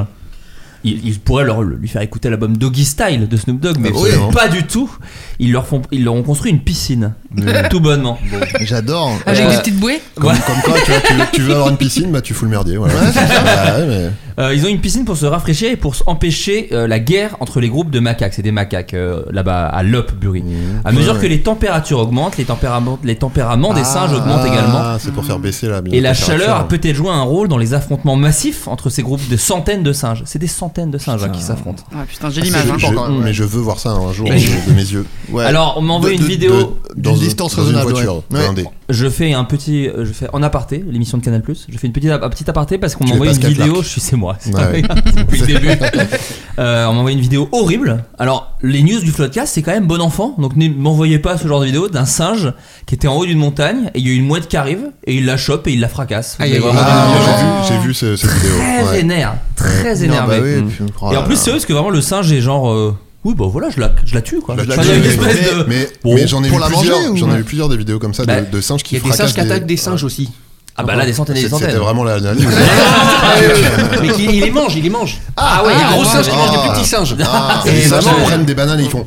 ils, ils pourraient leur, lui faire écouter l'album Doggy Style de Snoop Dogg, mais
Absolument.
pas du tout. Ils leur, font, ils leur ont construit une piscine
Mais-
Tout bonnement.
J'adore.
Avec
Ouais.
des petites bouées
Comme, comme quoi, tu, vois, tu- tu veux avoir une piscine, bah tu fous le merdier. Voilà. Ah ouais, mais-
Euh, ils ont une piscine pour se rafraîchir et pour s- empêcher euh, la guerre entre les groupes de macaques. C'est des macaques euh, là-bas à Lopburi. À mesure
Mmh. Ouais.
que les températures augmentent, les tempéraments, les tempéraments des singes augmentent
Ah,
également.
C'est pour faire baisser la
Et la chaleur a
température.
peut-être joué un rôle dans les affrontements massifs entre ces groupes de centaines de singes. C'est des centaines de singes hein, qui s'affrontent.
Ah putain, j'ai
Je-
l'image. hein.
je- Mais je veux voir ça un jour
Mais-
de de mes yeux.
Ouais.
Alors, on m'a envoyé
De-
une
de-
vidéo.
de-
Dans
d'une
un-
distance
dans une
raisonnable.
voiture,
ouais.
blindée.
Je fais un petit, euh, je fais en aparté l'émission de Canal Plus. Je fais une petite, un petit aparté parce qu'on m'a
Tu es
envoyé une
Pascal
vidéo.
Clark.
Je suis c'est moi c'est vrai,
Ouais.
depuis le début. Euh, on m'a envoyé une vidéo horrible. Alors les news du Floodcast c'est quand même bon enfant. Donc ne m'envoyez pas ce genre de vidéo d'un singe qui était en haut d'une montagne et il y a une mouette qui arrive et il la chope et il la fracasse. Vous
Aïe, aïe,
avez vraiment
Ah,
des
j'ai
images
vu- j'ai vu, ce- cette vidéo.
Très
ouais.
vénère, très
Non,
énervé.
bah oui,
Mm.
puis- oh
Et
là
en plus
là.
c'est eux parce que vraiment le singe est genre euh, oui bah voilà je la je la tue quoi.
Je la
Enfin,
tue,
il y a une
mais-
espèce de- Oh.
Mais,
Bon.
mais j'en ai,
Pour
vu
la manger,
plusieurs,
ou-
j'en ai
Ouais.
vu plusieurs des vidéos comme ça
Bah,
de, de singes
Il
qui
y a des singes
fracassent
qui attaquent des singes aussi.
ah bah là des centaines et des
C'est-
centaines.
C'était vraiment la, la news.
Mais qui- il les mange, il les mange. Ah, ouais, il y a un gros singe qui mange des petits singes.
Ah,
Et
les singes
vraiment,
ils prennent des bananes et ils font.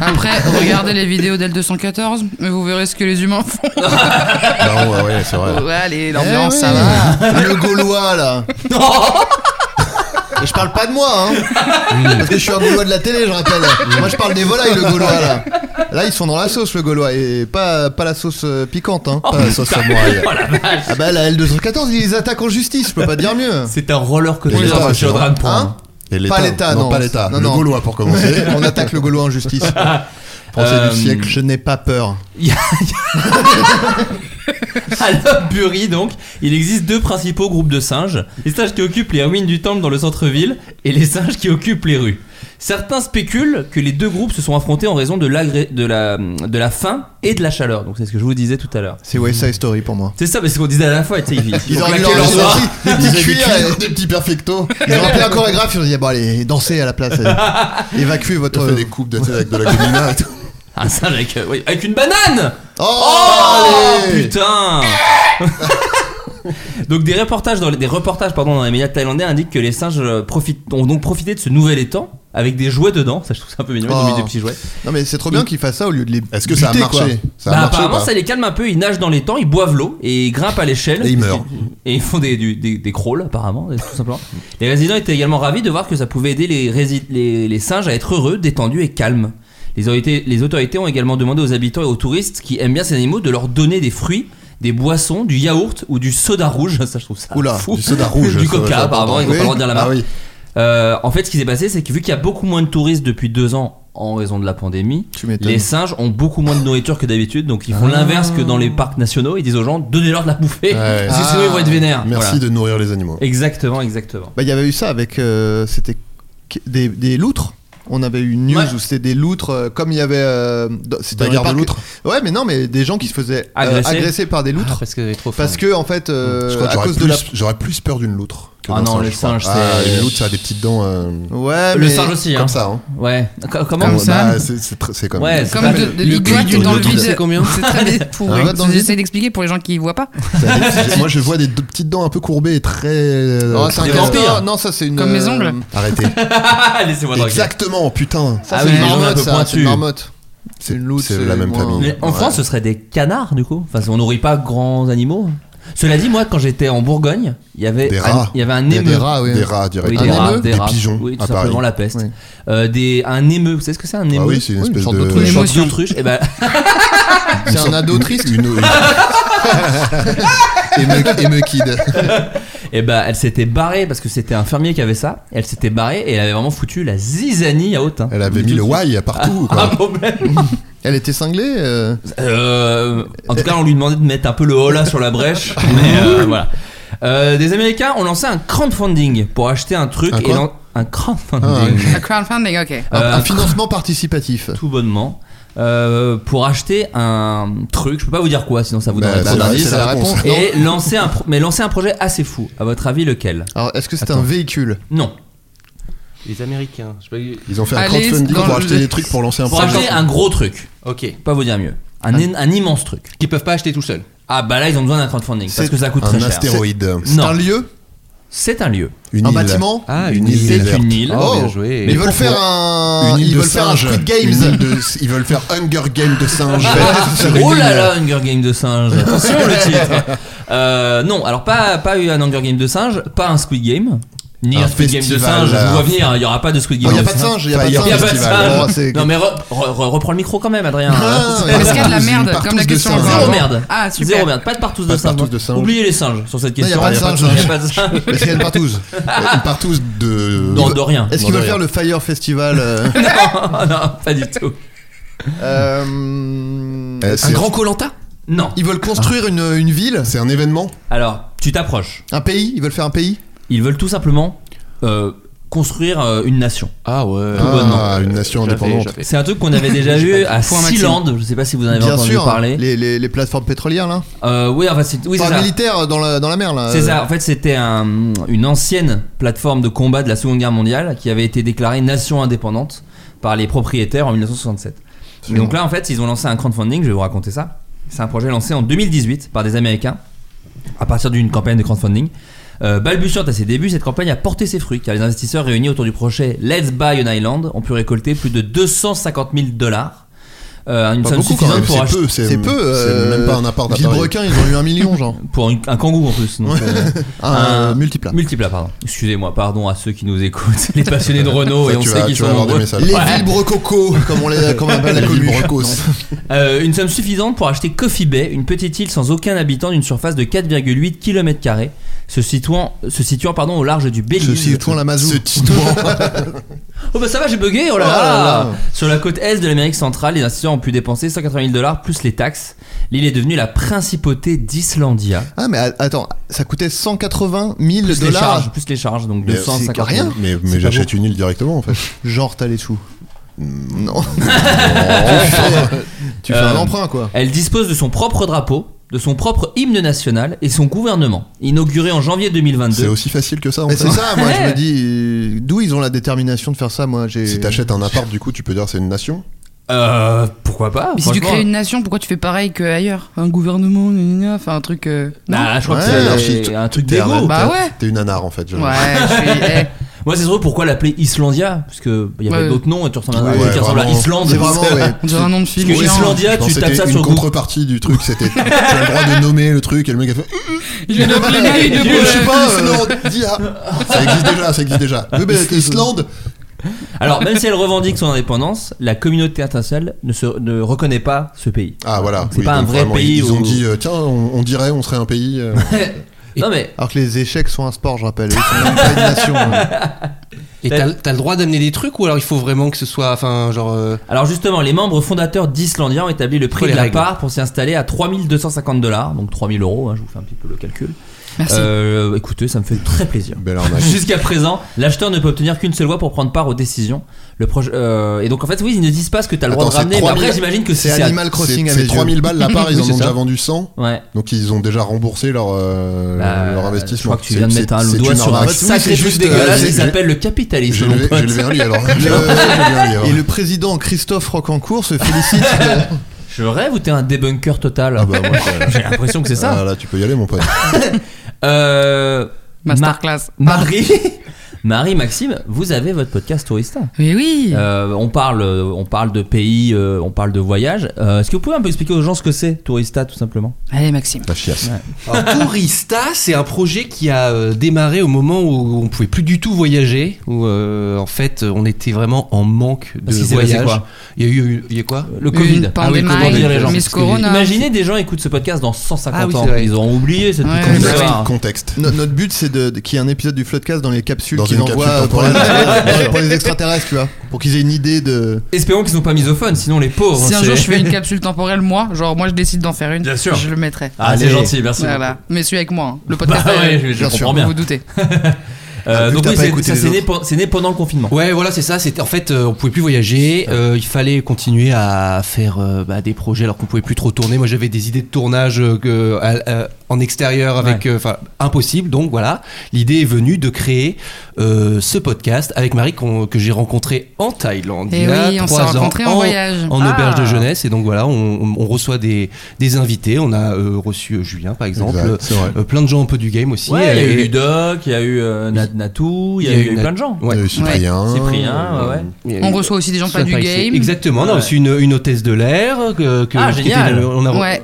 Après, regardez les vidéos d'L214, mais vous verrez ce que les humains font.
Bah ouais, ouais, c'est vrai.
Ouais, allez, l'ambiance, ça
Eh
va.
oui. Le Gaulois là. Et je parle pas de moi, hein.
Hmm.
Parce que je suis un Gaulois de la télé, je rappelle. Moi, je parle des volailles, le Gaulois là. Là, ils sont dans la sauce, le Gaulois, et pas pas la sauce euh, piquante, hein. Pas la sauce samouraï.
Oh la vache.
Ah bah la L214, ils les attaquent en justice. Je peux pas dire mieux.
C'est un roller coaster.
Et les singes,
Je suis en train de prendre.
Hein
Et
Pas l'État, non.
Pas
Ah,
l'État.
Non,
le
non.
Gaulois pour commencer.
On attaque le Gaulois en justice. Français
Euh,
du siècle, je n'ai pas peur.
Il y a- à Lopburi, donc, il existe deux principaux groupes de singes. Les singes qui occupent les ruines du temple dans le centre-ville et les singes qui occupent les rues. Certains spéculent que les deux groupes se sont affrontés en raison de, l'agré- de, la, de la faim et de la chaleur. Donc c'est ce que je vous disais tout à l'heure.
C'est West Side Story pour moi.
C'est ça, mais c'est ce qu'on disait à la fois. tu sais, Ils, ils
Ils
ont
auraient
claqué
leur
leurs doigts.
sorti des petits cuirs et-
des petits perfectos.
Ils ont appelé un chorégraphe, ils ont dit bon allez dansez à la place, allez. évacuez
On
votre.
fait des coupes de tête avec de la gomina et tout.
Un singe avec, euh, oui, avec une banane
Oh,
Oh
allez
putain Donc des reportages dans les, des reportages pardon dans les médias thaïlandais indiquent que les singes euh, profitent, ont donc profité de ce nouvel étang avec des jouets dedans. Ça je trouve ça un peu mignon. Ils ont mis
Oh.
des petits jouets.
Non mais c'est trop bien qu'ils fassent ça au lieu de les.
Est-ce que ça a
buter, quoi.
marché Ça a
Bah,
marché ou
apparemment
pas
ça les calme un peu. Ils nagent dans l'étang, ils boivent l'eau et ils grimpent à l'échelle.
Et ils meurent.
Et ils font des, du- des, des crawls apparemment tout simplement. les résidents étaient également ravis de voir que ça pouvait aider les, rési- les, les singes à être heureux, détendus et calmes. Les autorités, les autorités ont également demandé aux habitants et aux touristes qui aiment bien ces animaux de leur donner des fruits, des boissons, du yaourt ou du soda rouge. Ça, je trouve ça
Oula,
fou.
du soda rouge,
du
ça,
coca,
j'entends.
apparemment. Ils ont pas
Oui.
le droit de dire la marque.
Ah oui.
Euh, en fait, ce qui s'est passé, c'est que vu qu'il y a beaucoup moins de touristes depuis deux ans en raison de la pandémie,
Tu m'étonnes.
les singes ont beaucoup moins de nourriture que d'habitude. Donc, ils font
Ah.
l'inverse que dans les parcs nationaux. Ils disent aux gens, donnez-leur de la bouffée,
Ouais.
parce que sinon ils vont être vénères.
Merci
Voilà.
de nourrir les animaux.
Exactement, exactement.
Bah il y avait eu ça avec euh, c'était qu- des, des loutres. On avait eu une news
Ouais.
où c'était des loutres euh, comme il y avait euh, dans- c'était
Bagarre
dans les
de
parcs- Ouais mais non mais des gens qui se faisaient euh,
Agresser.
agresser par des
Ah,
Ah,
loutres
bah,
parce qu'elle est trop
parce
forte.
que en fait euh,
Je crois que
à
j'aurais
cause
plus,
de la
j'aurais plus peur d'une loutre. que
Ah
d'un
non, le
je crois.
singe,
Ah,
c'est-
une loutre, ça a des petites dents euh,
ouais
Le
mais-
singe aussi, hein.
comme ça. hein.
Ouais. Co- Comment
Comme
Bah,
ça.
c'est- c'est tr- C'est comme.
Ouais, c'est pas-
Comme de, de,
Le
il doit
cul
être dans
de
le
l'autre,
vide.
c'est
combien
C'est très bien pour
Ah,
Un doigt dans le vide.
J'essaie d'expliquer pour les gens qui voient pas.
Ça a des-
Moi, je vois des deux petites dents un peu courbées et très. euh,
Non, Oh, c'est un
Des
castor.
vampires.
Non, ça c'est une
Comme mes
euh,
ongles.
Arrêtez.
Ah, laissez-moi tranquille.
Exactement, putain.
Ça,
Ah
c'est
oui,
une
les gens un
marmotte,
peu
ça, c'est une
pointus.
marmotte. C'est une loutre,
C'est la
c'est
même
moins-
famille.
Mais en
Ouais.
France, ce serait des canards du coup. Enfin, on nourrit pas grands animaux. Cela dit, moi, quand j'étais en Bourgogne, il y avait
Des
un,
rats.
il y avait un
Il y a
émeu.
des rats, oui.
Des rats
Oui,
directement.
des
Un
rats,
émeu
des,
Des
rats.
pigeons
Oui, tout
à
simplement
Paris.
la peste.
Oui.
Euh, des, un émeu. Vous savez ce que c'est un émeu
Ah oui, c'est une
Oui, une
espèce
sorte
de.
d'autruche.
Une sorte
émotion.
d'autruche. Et ben,
C'est un ado triste.
Une, une-
Émeu- émeu kid.
Et bah elle s'était barrée parce que c'était un fermier qui avait ça. Elle s'était barrée et elle avait vraiment foutu la zizanie à haute. hein. Ah
Elle avait mis le Y à partout.
Un
quoi.
problème.
Elle était cinglée. euh,
Euh, en tout cas, on lui demandait de mettre un peu le hola sur la brèche. mais euh, voilà. Euh, des Américains ont lancé un crowdfunding pour acheter un truc
Un
et
quoi
lan- un
Ah,
crowdfunding
Un crowdfunding, ok.
un,
Euh,
un financement participatif.
tout bonnement euh, pour acheter un truc. Je peux pas vous dire quoi, sinon ça vous
Bah,
donnerait pas
c'est la-
d'indice.
c'est la réponse.
Et lancer un pro- mais lancer un projet assez fou. À votre avis, lequel
Alors, est-ce que c'est
Attends.
un véhicule
Non.
Les Américains. je sais
Ils ont fait un
Allez,
crowdfunding
dans
pour
le-
acheter des trucs pour lancer un
Pour
projet.
acheter
hein.
un gros truc.
pas. Ok.
Pas vous dire mieux. Un, é- un immense truc.
Qu'ils peuvent pas acheter tout seuls.
Ah bah là ils ont besoin d'un crowdfunding parce
C'est
que ça coûte
Un
très cher.
astéroïde.
C'est
Non.
un lieu
C'est un lieu.
Une
Un
île.
bâtiment
Ah,
Une
une
île
île. C'est
déserte.
une île.
Oh,
bien
joué.
Ils veulent faire un.
Une île
Ils
de
veulent faire un
singe.
Squid
Une île
Games.
de- Ils veulent faire Hunger Game de singe.
Oh là là, Hunger Game de singe. Attention le titre. Euh, non, alors pas, pas un Hunger Game de singe, pas un Squid Game. Ni un,
Un
Squid Game de
festival,
singe, je
là.
vous vois venir, il n'y aura pas de Squid
Il
Game
n'y a
de
pas de singe, il n'y a pas de
Fire
singe.
Il y a pas de
Festival.
singe.
Oh, c'est-
Non mais re- re- re- reprends le micro quand même, Adrien.
Ah,
Mais
Est-ce qu'il y a de la
Partous,
merde,
partous
comme la
de
question
singe.
avant
Zéro merde.
Ah, super.
Zéro merde. Pas de partous
Pas
de
de
singe.
partous de singe.
Oubliez les singes sur cette
Non, il n'y
question.
a pas de singe.
Il n'y a pas de singe.
Est-ce qu'il y a une partouze
Une partouze de.
Non, de rien.
Est-ce qu'ils veulent faire le Fire Festival euh,
Non, non, pas du tout.
euh,
Eh,
Un
c'est-
grand Colanta
Non.
Ils veulent construire une, une ville,
C'est un événement
Alors, tu t'approches.
un pays Ils veulent faire un pays
Ils veulent tout simplement euh, construire euh, une nation.
Ah ouais.
Tout bonnement.
Ah, une nation
J'avais-
indépendante.
j'avais-
C'est un truc qu'on avait déjà
J'ai
vu
pas
à
Point Maxime.
Sealand. Je sais pas si vous en avez
Bien
entendu
hein.
sûr, hein.
parler.
les, les, les plateformes pétrolières là
Euh, oui, enfin, c'est oui, c'est
Enfin,
ça.
militaires dans la, dans la mer
Ah
là
C'est ça. En fait, c'était un- une ancienne plateforme de combat de la Seconde Guerre mondiale qui avait été déclarée nation indépendante par les propriétaires en 1967. Et donc là, en fait, ils ont lancé un crowdfunding. Je vais vous raconter ça. C'est un projet lancé en 2018 par des Américains à partir d'une campagne de crowdfunding. Euh, balbutiante à ses débuts, cette campagne a porté ses fruits car les investisseurs réunis autour du projet Let's Buy an Island ont pu récolter plus de 250 000 dollars, euh, une somme
beaucoup, quand
suffisante
même,
pour
c'est
acheter
peu.
C'est peu. euh,
même pas un appart à Paris.
Villebrequin, ils ont eu un million, genre.
pour une- un kangourou en plus. donc, euh,
Un,
Un-
multiple.
Multipla, pardon. Excusez-moi, pardon à ceux qui nous écoutent, les passionnés de Renault,
Ça,
et on
tu
sait
vas-
qu'ils
tu
sont
vas avoir des
nombreux.
messages.
Les
Ouais.
Villebrecocos, comme on les comme on appelle la
Les
commune.
Villebrecos.
Euh, une somme suffisante pour acheter Coffee Bay, une petite île sans aucun habitant d'une surface de 4,8 km, se situant, se situant pardon, au large du Belize.
Je suis tout en Amazou.
Ce titouan.
Oh bah ça va, j'ai bugué, oh là
Oh
là,
là là.
Sur la côte est de l'Amérique centrale, les institutions ont pu dépenser 180 000 dollars plus les taxes. L'île est devenue la principauté d'Islandia.
Ah, mais a- attends, ça coûtait 180 000
Plus les charges,
dollars.
plus les charges, donc
Mais hein.
250 000.
rien.
Mais, mais
pas
j'achète une île directement en fait. Mm.
Genre, t'as les sous. Non. tu fais
Euh,
un emprunt, quoi.
Elle dispose de son propre drapeau, de son propre hymne national et son gouvernement. Inauguré en janvier
C'est
2022.
aussi facile que ça en
Mais
fait.
c'est ça, moi, je me dis, euh, d'où ils ont la détermination de faire ça, moi, j'ai.
Si t'achètes un appart, du coup, tu peux dire c'est une nation.
Euh, pourquoi pas
Mais si tu
franchement.
crées une nation, pourquoi tu fais pareil qu'ailleurs Un gouvernement, gna gna gna, enfin un truc. euh, non
Bah, je crois
Ouais,
que c'est
anarchiste.
un truc
T'es
d'ego.
un-
Bah
t'es-
ouais.
T'es une anard en fait. je-
Ouais, je suis. eh,
Moi, c'est drôle pourquoi l'appeler Islandia Parce que bah, il y avait
Ouais.
d'autres noms et tu ressembles à un
Ouais,
truc qui ressemble à
vraiment.
Islande.
C'est vraiment, ouais.
on dirait un nom de film.
Parce que
géant.
Islandia,
Non,
tu tapes
C'était
ça
une
sur Google.
contrepartie du truc, c'était tu as le droit de nommer le truc et le mec a fait Eh,
Il vient de plier, il est de
Je sais
plier.
pas, euh,
Islande, dia. ça existe déjà, ça existe déjà. Oui, mais Islande,
Alors, même si elle revendique son indépendance, la communauté internationale ne, se, ne reconnaît pas ce pays.
ah voilà,
C'est
oui,
pas un
donc
vrai
vraiment,
pays
Ils, ils
où-
ont dit euh, tiens, on, on dirait, on serait un pays. euh,
Non, mais
Alors que les échecs sont un sport, je rappelle. Ils sont même pas une nation. hein.
Et t'as t'as le droit d'amener des trucs ou alors il faut vraiment que ce soit, enfin, genre. euh,
Alors justement, les membres fondateurs d'Islandia ont établi le prix
Faut les
de la
règles.
part pour s'y installer à 3250 dollars, donc 3000 euros, hein, je vous fais un petit peu le calcul.
Merci.
Euh, écoutez, ça me fait très plaisir.
Belle arnaque.
Jusqu'à présent, l'acheteur ne peut obtenir qu'une seule voix pour prendre part aux décisions. Le projet, euh, et donc en fait, oui, ils ne disent pas ce que t'as le droit
Attends,
de ramener.
c'est
Mais
3000,
après, j'imagine que
C'est
si à-
Animal Crossing
C'est
avec
c'est 3000 balles la part, ils
Oui,
en
c'est
ont
ça.
déjà vendu 100.
Ouais.
Donc ils ont déjà remboursé leur, euh,
Bah,
leur
Je
investissement.
crois que tu
C'est-
viens de
c'est-
mettre un
c'est
doigt
une
sur un
arnaque.
Oui,
sacré
c'est euh,
truc
juste,
dégueulasse
euh,
qui
j'ai-
s'appelle le capitalisme.
J'ai
mon
levé,
pote.
j'ai levé un lit alors. J'ai- euh, j'ai levé un lit, alors.
Et le président Christophe Rocancourt se félicite. que-
Je rêve ou t'es un débunker total hein.
Ah bah, moi, ça-
J'ai l'impression que c'est ça.
Ah, là, tu peux y aller, mon pote.
Euh,
Masterclass.
Ma- Marie, Marie Maxime, vous avez votre podcast Tourista.
Mais oui
Euh, on parle, euh, on parle de pays, euh, on parle de voyage. Euh, Est-ce que vous pouvez un peu expliquer aux gens ce que c'est Tourista tout simplement
Allez, Maxime.
La chiasse.
Alors, Tourista, hein, c'est un projet qui a euh, démarré au moment où on pouvait plus du tout voyager, où euh, en fait on était vraiment en manque de
Parce qu'il s'est passé
voyage.
quoi
Il y a eu, il y a quoi
Le
Une
Covid.
pandémie,
comment dire les gens.
Miss Corona.
Imaginez des gens écoutent ce podcast dans 150
Ah oui, c'est
ans,
vrai.
ils auront oublié cette
Ouais.
petite
Contexte,
histoire.
Contexte.
No- notre but, c'est de, de- qu'il y ait un épisode du Floodcast dans les capsules
Dans
qu'ils
une capsule
envoient euh, pour, les, pour les extraterrestres, tu vois. Pour qu'ils aient une idée de.
Espérons qu'ils sont pas misophones, sinon les pauvres.
Si un
c'est-
jour je fais une capsule temporelle, moi, genre moi je décide d'en faire une,
Bien sûr.
je le mettrai.
Ah, c'est
Allez.
gentil, merci.
Voilà. Mais celui avec moi, hein. le
beaucoup. Bah
podcast.
ouais,
euh,
je, je
Bien sûr,
comprends
vous
bien.
vous doutez.
Euh,
Vu
donc
que t'as
oui,
pas
c'est-
écouté
ça,
les
c'est né,
autres.
pen- c'est né pendant le confinement.
Ouais, voilà, c'est ça. C'était en fait, euh, on pouvait plus voyager. euh, il fallait continuer à faire euh, bah, des projets alors qu'on pouvait plus trop tourner. Moi, j'avais des idées de tournage euh, que- à- à- en extérieur avec euh, enfin impossible donc voilà l'idée est venue de créer euh, ce podcast avec Marie qu'on- que j'ai rencontré en Thaïlande
Eh
il y a
oui, on s'est
trois ans Oh.
rencontrés en voyage.
en
Ah.
auberge de jeunesse et donc voilà on, on- on reçoit des, des invités on a euh, reçu euh, Julien par exemple
Exact, c'est vrai.
euh, plein de gens un peu du game aussi
Ouais, il y a
Et-
eu Ludoc, il y a eu euh, Nat- Natou, il y a eu, il y a eu plein de gens.
Ouais.
Il y a eu Euh, Cyprien.
Cyprien, ouais, ouais.
Il y a eu-
On reçoit aussi des gens pas du
Enfin,
game.
Exactement, on a
Ouais.
reçu une, une hôtesse de l'air. Que, que-
Ah,
qui
génial.
était- on a-
Ouais.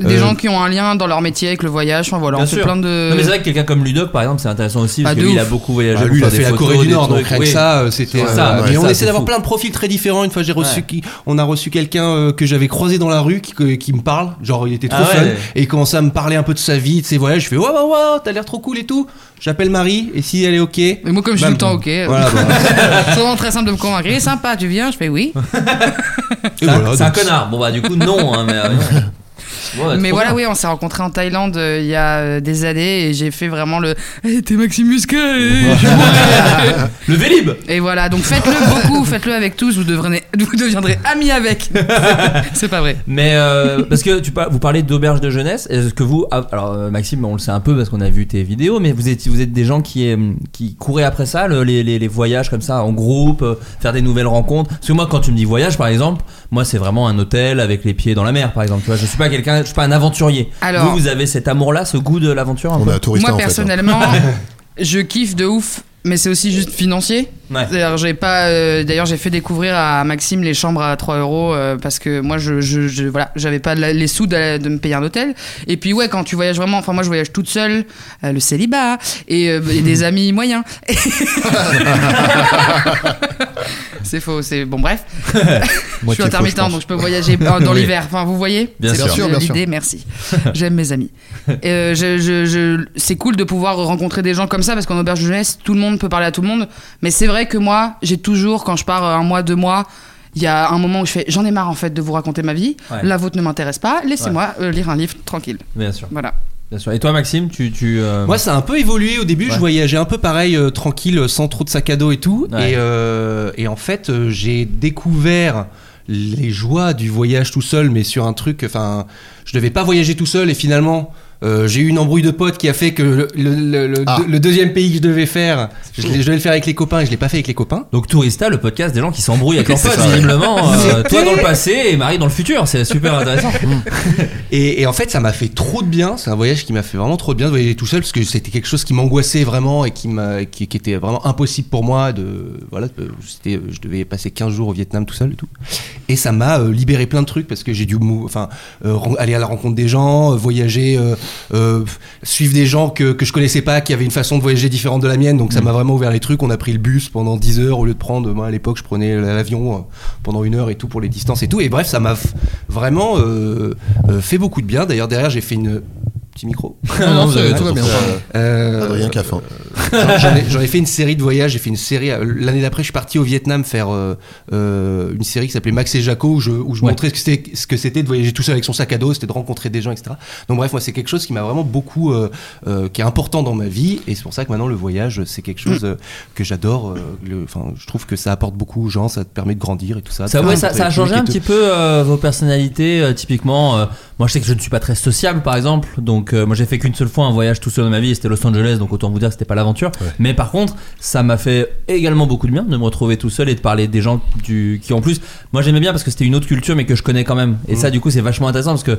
Des
Euh,
gens qui ont un lien dans leur métier avec le voyage. Enfin, voilà,
Bien
on fait
sûr.
plein de.
Non, mais c'est vrai que quelqu'un comme Ludoc, par exemple, c'est intéressant aussi
Ah,
parce
Euh, de
que lui, il a
ouf.
beaucoup voyagé.
Bah,
pour
lui, il a
faire
fait
des
la
photos,
Corée du
des
Nord,
trucs,
donc rien que
oui. Ah,
ça, euh, c'était.
C'est ça,
euh,
ouais,
mais
ça,
on
c'est
essaie d'avoir
fou.
plein de profils très différents. Une fois, j'ai reçu
Ouais.
qui, on a reçu quelqu'un euh, que j'avais croisé dans la rue qui, que- qui me parle. Genre, il était trop
Ah
fun
ouais.
et il commençait à me parler un peu de sa vie, de ses voyages. Je fais, waouh, waouh, waouh, t'as l'air trop cool et tout. J'appelle Marie et si elle est ok.
Mais moi, comme je suis tout le temps,
Bah,
ok.
Voilà, bah,
C'est vraiment très simple de me convaincre. Il est sympa, tu viens Je fais oui.
et
C'est un-
voilà,
c'est un
donc-
connard. Bon, bah, du coup, non. hein, mais euh, ouais,
Mais
trop
voilà, oui,
bien.
on s'est rencontrés en Thaïlande euh, il y a euh, des années et j'ai fait vraiment le. Eh, T'es Maxime Muscat eh, je suis bourré.
Le Vélib
Et voilà, donc faites-le beaucoup, faites-le avec tous, vous devenez- vous deviendrez amis avec. C'est pas vrai.
Mais euh, parce que tu par- vous parlez d'auberge de jeunesse, est-ce que vous, ah, alors euh, Maxime, on le sait un peu parce qu'on a vu tes vidéos, mais vous êtes, vous êtes des gens qui, euh, qui couraient après ça, le- les, les- les voyages comme ça en groupe, euh, faire des nouvelles rencontres. Parce que moi, quand tu me dis voyage, par exemple, moi c'est vraiment un hôtel avec les pieds dans la mer, par exemple. Tu vois, je suis pas quelqu'un, je suis pas un aventurier.
Alors-
vous, vous avez cet amour-là, ce goût de l'aventure. Un
On
peu.
est à Touristin,
Moi,
en fait. hein.
personnellement, je kiffe de ouf, mais c'est aussi juste financier.
Ouais.
D'ailleurs, j'ai pas. euh, D'ailleurs, j'ai fait découvrir à Maxime les chambres à 3 euros euh, parce que moi, je, je, je- voilà, j'avais pas la- les sous de, de me payer un hôtel. Et puis ouais, quand tu voyages vraiment, enfin moi, je voyage toute seule, euh, le célibat et, euh, et des amis moyens. c'est faux, c'est bon. Bref, je suis
Moitié faux,
intermittent,
pense.
donc je peux voyager euh, dans
Oui.
l'hiver. Enfin, vous voyez,
Bien
C'est parti
sûr.
de
Bien sûr, bien
l'idée. Merci. J'aime mes amis. Et, euh, je- je- je- c'est cool de pouvoir rencontrer des gens comme ça parce qu'en auberge de jeunesse, tout le monde peut parler à tout le monde. Mais c'est vrai que moi, j'ai toujours, quand je pars euh, un mois, deux mois, il y a un moment où je fais j'en ai marre en fait de vous raconter ma vie.
Ouais.
La vôtre ne m'intéresse pas. Laissez-moi euh, lire un livre tranquille.
Bien sûr,
Voilà.
bien sûr. Et toi, Maxime, tu, tu euh,
Moi, ça a un peu évolué au début.
Ouais.
Je voyageais un peu pareil, euh, tranquille, sans trop de sac à dos et tout.
Ouais.
Et, euh, et en fait, euh, j'ai découvert les joies du voyage tout seul, mais sur un truc. Enfin, je devais pas voyager tout seul et finalement. euh, j'ai eu une embrouille de potes qui a fait que le, le- le- le-
Ah.
le deuxième pays que je devais faire, je, l'ai- je devais le faire avec les copains et je l'ai pas fait avec les copains.
donc Tourista, le podcast des gens qui s'embrouillent avec leurs
C'est
potes,
ça, ouais.
visiblement. euh,
C'était-
toi dans le passé et Marie dans le futur, c'est super intéressant.
Et, et en fait, ça m'a fait trop de bien. C'est un voyage qui m'a fait vraiment trop de bien de voyager tout seul parce que c'était quelque chose qui m'angoissait vraiment et qui, m'a, qui, qui était vraiment impossible pour moi. De, voilà, de- c'était, je devais passer 15 jours au Vietnam tout seul et tout. Et ça m'a euh, libéré plein de trucs parce que j'ai dû mou- enfin, euh, ren- aller à la rencontre des gens, euh, voyager, euh, euh, suivre des gens que, que je connaissais pas, qui avaient une façon de voyager différente de la mienne. Donc ça m'a vraiment ouvert les trucs. On a pris le bus pendant 10 heures au lieu de prendre. Moi, à l'époque, je prenais l'avion euh, pendant une heure et tout pour les distances et tout. Et bref, ça m'a f- vraiment euh, euh, fait beaucoup de bien. D'ailleurs, derrière, j'ai fait une. Petit micro.
Non, non, ça- tout va bien.
Euh,
Adrien Caffin.
J'en- J'en ai, j'en ai fait une série de voyages, j'ai fait une série. euh, L'année d'après, je suis parti au Vietnam faire euh, euh, une série qui s'appelait Max et Jaco, où je, où je
Ouais.
montrais ce que c'était- ce que c'était de voyager tout seul avec son sac à dos, c'était de rencontrer des gens, etc. Donc, bref, moi, c'est quelque chose qui m'a vraiment beaucoup. euh, euh, qui est important dans ma vie, et c'est pour ça que maintenant, le voyage, c'est quelque
Mm.
chose euh, que j'adore. euh, le- Enfin, je trouve que ça apporte beaucoup aux gens, ça te permet de grandir et tout ça. de
Ça,
faire
ouais, ça,
des
ça a
trucs
changé
et
un
tout.
petit peu euh, vos personnalités, euh, typiquement. euh, moi, je sais que je ne suis pas très sociable, par exemple. Donc, euh, moi, j'ai fait qu'une seule fois un voyage tout seul dans ma vie, et c'était Los Angeles, donc autant vous dire que c'était pas l'aventure. Mais par contre, ça m'a fait également beaucoup de bien de me retrouver tout seul et de parler des gens du, qui, en plus, moi, j'aimais bien parce que c'était une autre culture, mais que je connais quand même. Et ça, du coup, c'est vachement intéressant parce que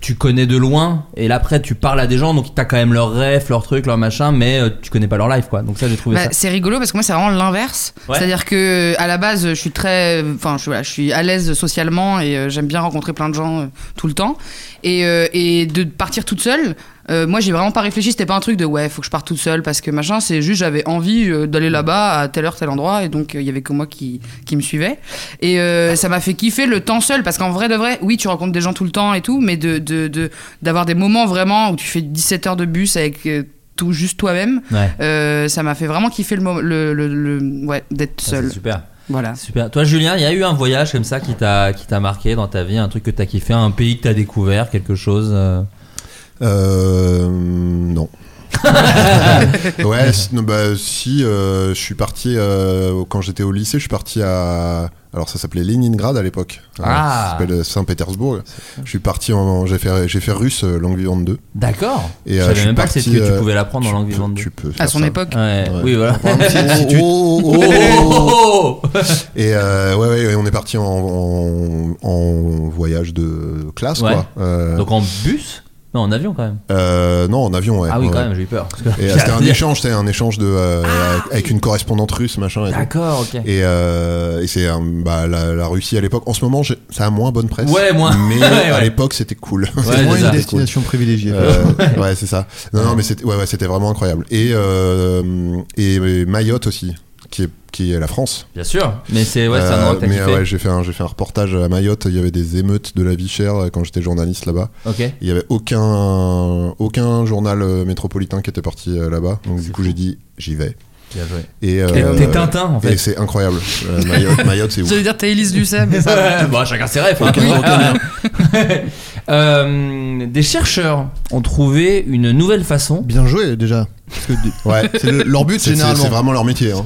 tu connais de loin, et là, après, tu parles à des gens, donc t'as quand même leurs rêves, leurs trucs, leurs machins, mais euh, tu connais pas leur life, quoi. Donc, ça, j'ai trouvé
Bah,
ça.
c'est rigolo parce que moi c'est vraiment l'inverse.
Ouais.
C'est-à-dire que à la base je suis très, enfin je, voilà, je suis à l'aise socialement et euh, j'aime bien rencontrer plein de gens euh, tout le temps. Et, euh, et de partir toute seule, euh, moi j'ai vraiment pas réfléchi. C'était pas un truc de ouais faut que je parte toute seule parce que machin. C'est juste j'avais envie euh, d'aller là-bas à telle heure tel endroit et donc euh, il y avait que moi qui qui me suivait. Et euh, ça m'a fait kiffer le temps seul parce qu'en vrai de vrai, oui tu rencontres des gens tout le temps et tout, mais de de- de- d'avoir des moments vraiment où tu fais 17 heures de bus avec euh, tout juste toi-même.
Ouais.
Euh, ça m'a fait vraiment kiffer le, mo- le, le, le- ouais, d'être
Ça,
seul.
Ah, c'est super.
Voilà.
Super. Toi, Julien, il y a eu un voyage comme ça qui t'a qui t'a marqué dans ta vie, un truc que t'as kiffé, un pays que t'as découvert, quelque chose. euh,
Euh, non. ouais, si- non, bah, si, euh, je suis parti, euh, quand j'étais au lycée, je suis parti à. Alors, ça s'appelait Leningrad à l'époque. Euh,
Ah.
Ça s'appelle Saint-Pétersbourg. Je suis parti en. J'ai fait, j'ai fait russe, euh, langue vivante 2.
D'accord.
Et,
Je
euh,
savais
je suis
même pas que
parti,
c'est que tu
euh,
pouvais l'apprendre en
tu
langue
peux-
vivante.
tu peux
À
faire
son
ça.
époque. oh,
Ouais. Oui, voilà.
Si tu-
Oh, oh, oh.
Et euh, ouais, ouais, ouais, on est parti en, en, en voyage de classe,
Ouais.
quoi. Euh,
Donc en bus Non, en avion quand même.
euh, non, en avion, ouais.
ah oui,
Ouais.
quand même, j'ai eu peur. Parce que-
Et, euh, c'était un échange, c'était un échange de euh, avec une correspondante russe, machin. Et, tout.
Ah, D'accord, ok.
Et, euh, et c'est euh, bah, la, la Russie à l'époque. En ce moment, j'ai- ça a moins bonne presse.
Ouais, moins.
Mais
Ouais,
à
ouais.
l'époque, c'était cool.
Ouais,
C'est moins
c'est
une
ça.
destination privilégiée.
Euh, ouais, c'est ça. Non, non, mais c'était ouais, ouais, c'était vraiment incroyable. Et, euh, et, et Mayotte aussi, qui est, qui est la France.
Bien sûr. Mais c'est ouais, c'est un
Euh,
endroit que t'as
mais
kiffé.
euh, ouais, j'ai fait un j'ai fait un reportage à Mayotte. Il y avait des émeutes de la vie chère euh, quand j'étais journaliste là-bas.
Ok.
Il y avait aucun aucun journal euh, métropolitain qui était parti euh, là-bas. Donc du coup j'ai dit j'y vais.
Bien joué.
Et euh,
T'es- t'es Tintin, en fait.
Et c'est incroyable. Euh, Mayotte, Mayotte, c'est ouf.
J'allais dire, t'as Élise Lucet, mais ça. va.
Ouais, bon, chacun ses rêves. hein. Euh, des chercheurs ont trouvé une nouvelle façon.
Bien joué déjà. Parce que du-
Ouais.
c'est le- leur but
C'est- C'est
généralement.
c'est vraiment leur métier.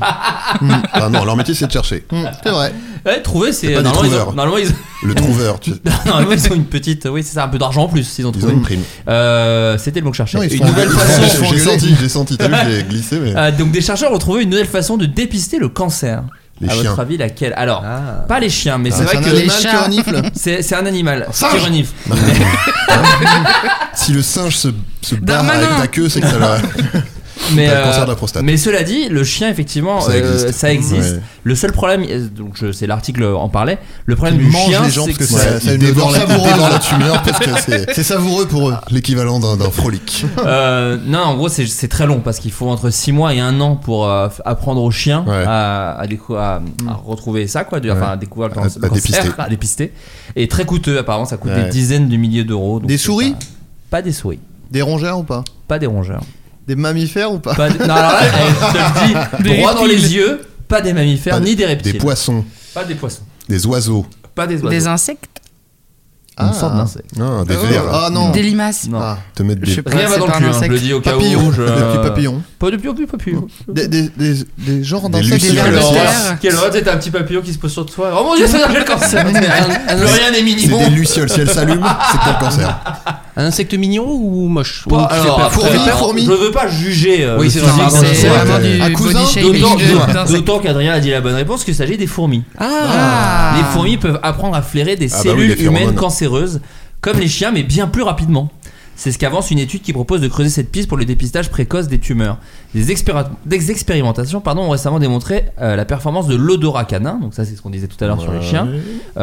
Hein. Enfin, non, leur métier c'est de chercher.
Mm, C'est vrai.
Ouais, trouver, c'est.
C'est pas des
normalement, ils ont-
trouveurs.
normalement, ils ont...
Le trouveur. tu-
normalement, ils ont une petite. Oui, c'est ça, un peu d'argent en plus, s'ils ont
Ils ont
trouvé.
une prime.
Euh, C'était le mot que je cherchais.
Non, ils se
une
font-
nouvelle
ils se font-
façon.
ils se font
J'ai
engueuler. Ah,
senti, j'ai senti. T'as vu, j'ai glissé. Mais...
Euh, donc des chercheurs ont trouvé une nouvelle façon de dépister le cancer.
Les
à
chiens.
votre avis, laquelle Alors,
Ah.
pas les chiens, mais c'est
C'est
vrai
un
que
animal
les
qui
chats-
renifle.
c'est c'est un animal qui
Singe.
renifle.
Si le singe se, se barre
Darmanin.
avec ta queue, c'est que ça l'a.
Mais, euh,
T'as le
euh,
cancer de la prostate.
mais cela dit, le chien, effectivement,
Ça
euh,
existe.
ça existe.
Ouais.
Le seul problème, euh, donc je- c'est l'article en parlait, le problème
Qui
du
mange
chien,
les gens
c'est
parce
que
que ça-
c'est-
Ouais,
ça a
ils
une
dévorent
odeur
la,
savoureuse.
ils dévorent la tumeur parce que c'est
C'est savoureux pour eux.
l'équivalent d'un d'un frolic.
Euh, non, en gros, c'est c'est très long parce qu'il faut entre 6 mois et 1 an pour euh, f- apprendre au chien
Ouais.
à, à, décou- à- à
Mm.
retrouver ça, quoi, de- enfin à découvrir le,
À-
cancer-
à
le cancer,
dépister.
à dépister. Et très coûteux, apparemment, ça coûte
Ouais.
des dizaines de milliers d'euros. donc
Des
c'est
souris
pas, pas des souris,
Des rongeurs ou pas
pas des rongeurs.
Des mammifères ou pas
Pas des- non, alors là, je te le dis,
Des
droit dans
reptiles.
les yeux, pas des mammifères,
Pas
ni des reptiles.
Des poissons,
Pas des poissons,
des oiseaux,
pas des oiseaux.
Des insectes,
Une sorte d'insecte.
non, des
Ah,
vers.
ah non.
des limaces.
Non.
Ah.
Te mettre
Je
des.
sais pas,
Rien va
c'est
dans le
pas un
cul, hein, je
insecte.
le dis au cas
Papillon.
où. je-
Des petits papillons.
Pas de papillon, papillon.
Des, des, des, des genres
Des
d'insectes. qui
lucioles.
Des
volent.
lucioles.
Quel autre t'es un petit papillon qui se pose sur toi Oh mon dieu, c'est un le cancer Rien n'est
C'est
minimum
des lucioles, si elles s'allument, c'est pour le
Ah,
cancer.
Un insecte mignon ou moche
Pas-
Ou qui fait
alors,
peur
après,
Fourmi,
alors,
fourmi.
Je veux pas juger. euh,
Oui,
le
c'est
physique
vrai,
d'un
pardon,
C'est
insecte.
vrai.
vraiment
Un
du
cousin
body
D'autant-
shaming
d'autant-
d'insectes.
D'autant qu'Adrien a dit la bonne réponse qu'il s'agit des fourmis.
Ah.
Les fourmis peuvent apprendre à flairer des
Ah bah oui,
cellules
les phéromones.
humaines cancéreuses, comme les chiens, mais bien plus rapidement. C'est ce qu'avance une étude qui propose de creuser cette piste pour le dépistage précoce des tumeurs. Des, expéri- des expérimentations pardon, ont récemment démontré euh, la performance de l'odorat canin, donc ça c'est ce qu'on disait tout à l'heure sur les chiens,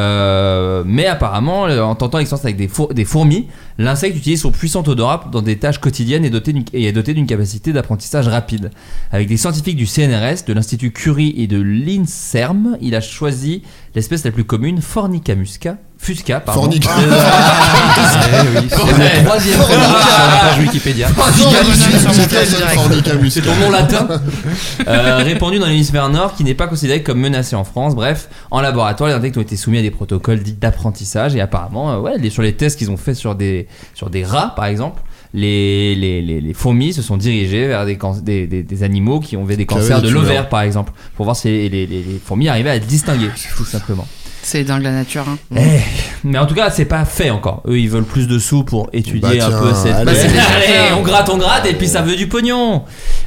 Euh, mais apparemment, euh, en tentant l'expérience avec des, four- des fourmis, l'insecte utilise son puissant odorat dans des tâches quotidiennes et, doté d'une- et est doté d'une capacité d'apprentissage rapide. Avec des scientifiques du CNRS, de l'Institut Curie et de l'INSERM, il a choisi l'espèce la plus commune, Fornica musca. Fusca, pardon.
Fornica.
Désolé.
C'est le troisième prénom sur la page Wikipédia.
Fornica musca.
Fornicamus.
C'est ton nom latin Euh, répandu dans l'hémisphère nord qui n'est pas considéré comme menacé en France. Bref, en laboratoire, les insectes ont été soumis à des protocoles dits d'apprentissage et apparemment, euh, ouais, les- sur les tests qu'ils ont fait sur des, sur des rats par exemple, les, les, les, les fourmis se sont dirigées vers des, can- des, des, des animaux qui ont des cancers
des
de
tumeurs.
l'ovaire par exemple pour voir si les, les, les- les fourmis arrivaient à distinguer tout simplement.
C'est dingue la nature. hein.
Eh, mais en tout cas, c'est pas fait encore. Eux, ils veulent plus de sous pour étudier
Bah
un
tiens,
peu cette.
allez.
Bah, c'est déjà
Allez,
fait.
on gratte, on gratte, et puis ça veut du pognon.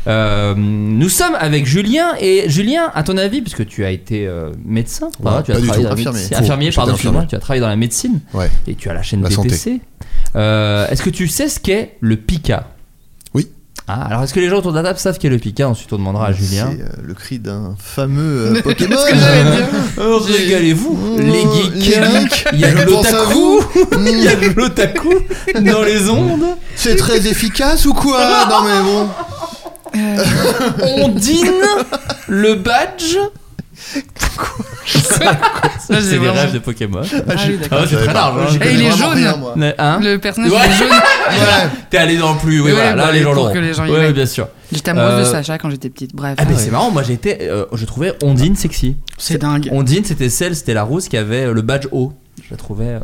Euh, nous sommes avec Julien et Julien, à ton avis, puisque tu as été euh, médecin,
Ouais,
tu as
pas du
travaillé dans
tout.
la
Infirmier.
médecine-
Faux.
infirmier,
J'étais
pardon,
infirmier.
excuse-moi, tu as travaillé dans la médecine
Ouais.
et tu as la chaîne
La
BTC. Euh, est-ce que tu sais ce qu'est le pica
Oui.
Ah, alors est-ce que les gens autour de la table savent qu'est le pica Ensuite, on demandera à Julien.
C'est euh, le cri d'un fameux euh, Pokémon.
C'est ce que j'allais dire.
Oh, Régalez-vous,
J'ai-
les
Les
geeks.
geeks.
Il y a
Je
de
pense à vous.
l'otaku.
Hmm.
Il y a de l'otaku dans les ondes.
C'est très efficace ou
Ah,
quoi Non mais bon.
Ondine, le badge.
Ça, j'ai
C'est des
vraiment-
rêves de Pokémon.
Ah oui, d'accord.
Ah, c'est très large.
Et il est jaune.
moi.
hein. Hein
Le personnage
Ouais.
est jaune.
Voilà, T'es allé dans le plus, oui,
Ouais,
voilà, là
bah,
les gens
pour
l'auront.
que les gens y
Ouais,
aillent.
bien sûr.
J'étais amoureuse de
Euh,
Sacha quand j'étais petite. Bref.
Ah, mais
Ouais.
c'est marrant, moi j'étais, euh, je trouvais Ondine sexy.
C'est dingue.
Ondine, c'était celle, c'était la rousse qui avait euh, le badge haut. Je la trouvais. euh,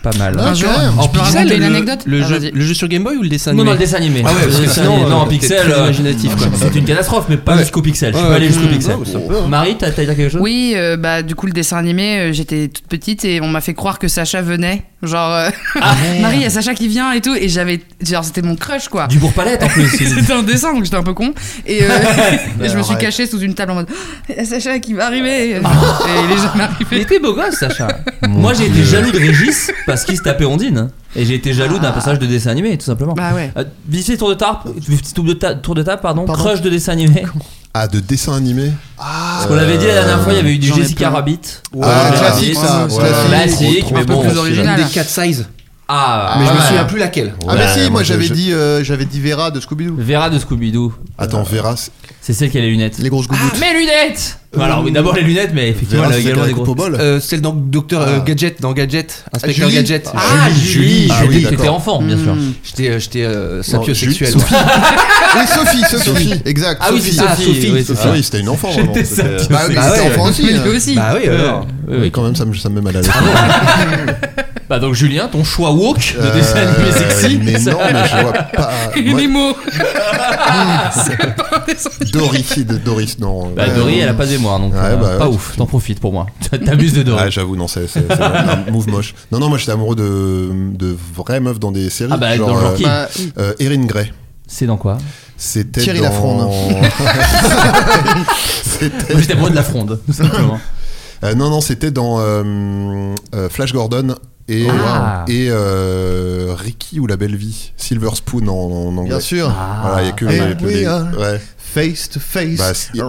Pas mal.
Ah, quand même. Tu peux
pixel,
raconter une
le-
anecdote
le,
Ah,
jeu,
vas-y.
le jeu sur Game Boy ou le dessin
Non,
animé
non, le dessin animé.
Ah ouais, parce
Le
que
dessin
sinon,
animé,
euh,
non, en
t'es
pixel.
très
euh,
imaginatif, quoi.
C'est une catastrophe, mais pas
Ouais.
jusqu'au pixel. Je suis
Ouais,
pas
ouais.
allé jusqu'au
Mmh,
pixel.
ouais, ça peut, hein.
Marie, t'as t'as dit quelque chose
Oui, euh, bah du coup le dessin animé, euh, j'étais toute petite et on m'a fait croire que Sacha venait, genre euh, Marie, il y a Sacha qui vient et tout, et j'avais, genre c'était mon crush quoi.
Ah. Du Bourg-Palette en plus.
c'était un dessin donc j'étais un peu con et, euh, et je me suis
Ouais.
cachée sous une table en mode Ah, il y a Sacha qui va arriver et il est jamais arrivé.
Il était beau gosse, Sacha. Moi, j'ai été jaloux de Régis parce qu'il se tapait Ondine. Et j'ai été jaloux d'un passage de dessin animé, tout simplement.
Bah ouais.
Euh, vite fait, tour de table, petit tour de, ta- tour de table, pardon, crush de dessin animé.
Ah, de dessin animé
Parce qu'on l'avait dit la dernière fois, il y avait eu du Jessica Rabbit.
Ah,
Jessica
classique,
Rabbit.
ça,
Ouais.
classique.
Classique,
Trop,
mais
trop
bon.
plus original.
Des 4 sizes.
hein. Ah,
Mais je me
ouais.
souviens plus laquelle.
Ah, mais si, moi j'avais
je-
dit, euh, j'avais dit Vera de Scooby-Doo.
Vera de Scooby-Doo.
Attends, Vera.
C'est celle qui a les lunettes.
Les grosses
Ah,
gougouttes.
mes lunettes Bah, Alors, oui, d'abord les lunettes, mais effectivement,
Vera,
elle a
c'est
également
celle
des
avec
gros.
le pot-ball
Euh, celle dans Docteur euh, Gadget, dans Gadget, Inspecteur
Julie.
Gadget.
Ah, Julie, Mmh.
Ah oui,
Julie, t'étais
d'accord.
enfant, bien sûr.
J'étais, euh, j'étais euh,
Non, Julie,
sapiosexuel.
Sophie.
Oui, Sophie, Sophie,
Sophie.
Exact.
Ah oui,
Sophie.
c'est Sophie.
Sophie,
oui, c'est Ah,
Ah
ça.
oui, c'était une enfant. vraiment,
J'étais
c'était-
sapiosexuel.
Bah oui, mais
Bah
c'était
ouais.
enfant aussi.
Mais
hein.
lui aussi.
Bah oui, alors.
Oui,
Oui,
oui.
quand même, ça me, ça me met mal à l'aise.
Bah donc Julien, ton choix woke Ah de
Euh,
dessin animé sexy.
Mais non, mais je vois pas.
Et
Moi,
les mots. C'est pas un dessin animé.
Doris, de Doris, non.
Bah
Euh,
Dory, elle a pas de mémoire, donc
Ouais,
euh,
bah,
pas
ouais.
ouf. T'en profites pour moi. T'abuses de Dory.
Ah, j'avoue, non, c'est c'est- c'est un move moche. Non, non, moi j'étais amoureux de, de vraies meufs dans des séries.
Ah bah, dans
euh,
Lorky.
Bah,
euh, Erin Grey.
C'est dans quoi
C'était
Thierry
dans...
Lafronde.
C'était-
Moi, J'étais amoureux de la fronde, tout simplement.
Euh, non, non, c'était dans euh, euh, Flash Gordon et,
Ah.
et euh, Ricky ou La Belle Vie. Silver Spoon en, en anglais.
Bien sûr.
Voilà, il y a que
Ah.
les- que
Oui,
les-
hein.
ouais.
Face to face.
Bah, c'est-
Je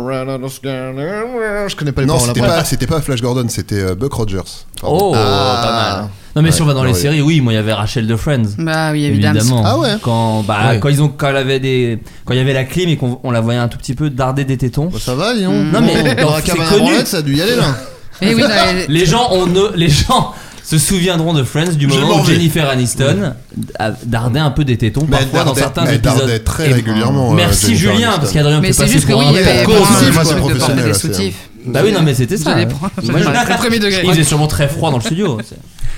connais pas les
Non,
paroles
c'était
après.
pas, c'était pas Flash Gordon, c'était euh, Buck Rogers. Pardon.
Oh,
Ah.
pas mal. Non mais si on va dans les
ouais.
séries, oui, moi il y avait Rachel de Friends.
bah oui, évidemment.
Évidemment.
Ah ouais.
Quand bah
Ouais.
quand ils ont quand elle avait des quand il y avait la clim et qu'on on la voyait un tout petit peu darder des tétons.
Bah, ça va, Lyon.
Non, mais dans-
la
c'est
cabane à
connu.
branlette, ça a dû y aller là.
Et Eh oui, dans les-
Les gens ont ne- les gens se souviendront de Friends du
Je
moment
m'en
où
vais.
Jennifer Aniston a- dardait un peu des tétons
Mais elle
parfois dans
dardait-
certains
elle
épisodes.
dardait très
Et-
régulièrement, euh,
Merci
Jennifer
Julien
Aniston.
parce qu'Adrien
Mais
fait
c'est
passer
juste que
pour
oui,
un
il y avait
con.
pas un
c'est moi, c'est
truc de porter
professionnel,
des
c'est-
soutifs.
Bah oui non mais c'était ça.
J'allais prendre-
Moi, je-
Au premier degré.
Il faisait sûrement très froid dans le studio. c'est-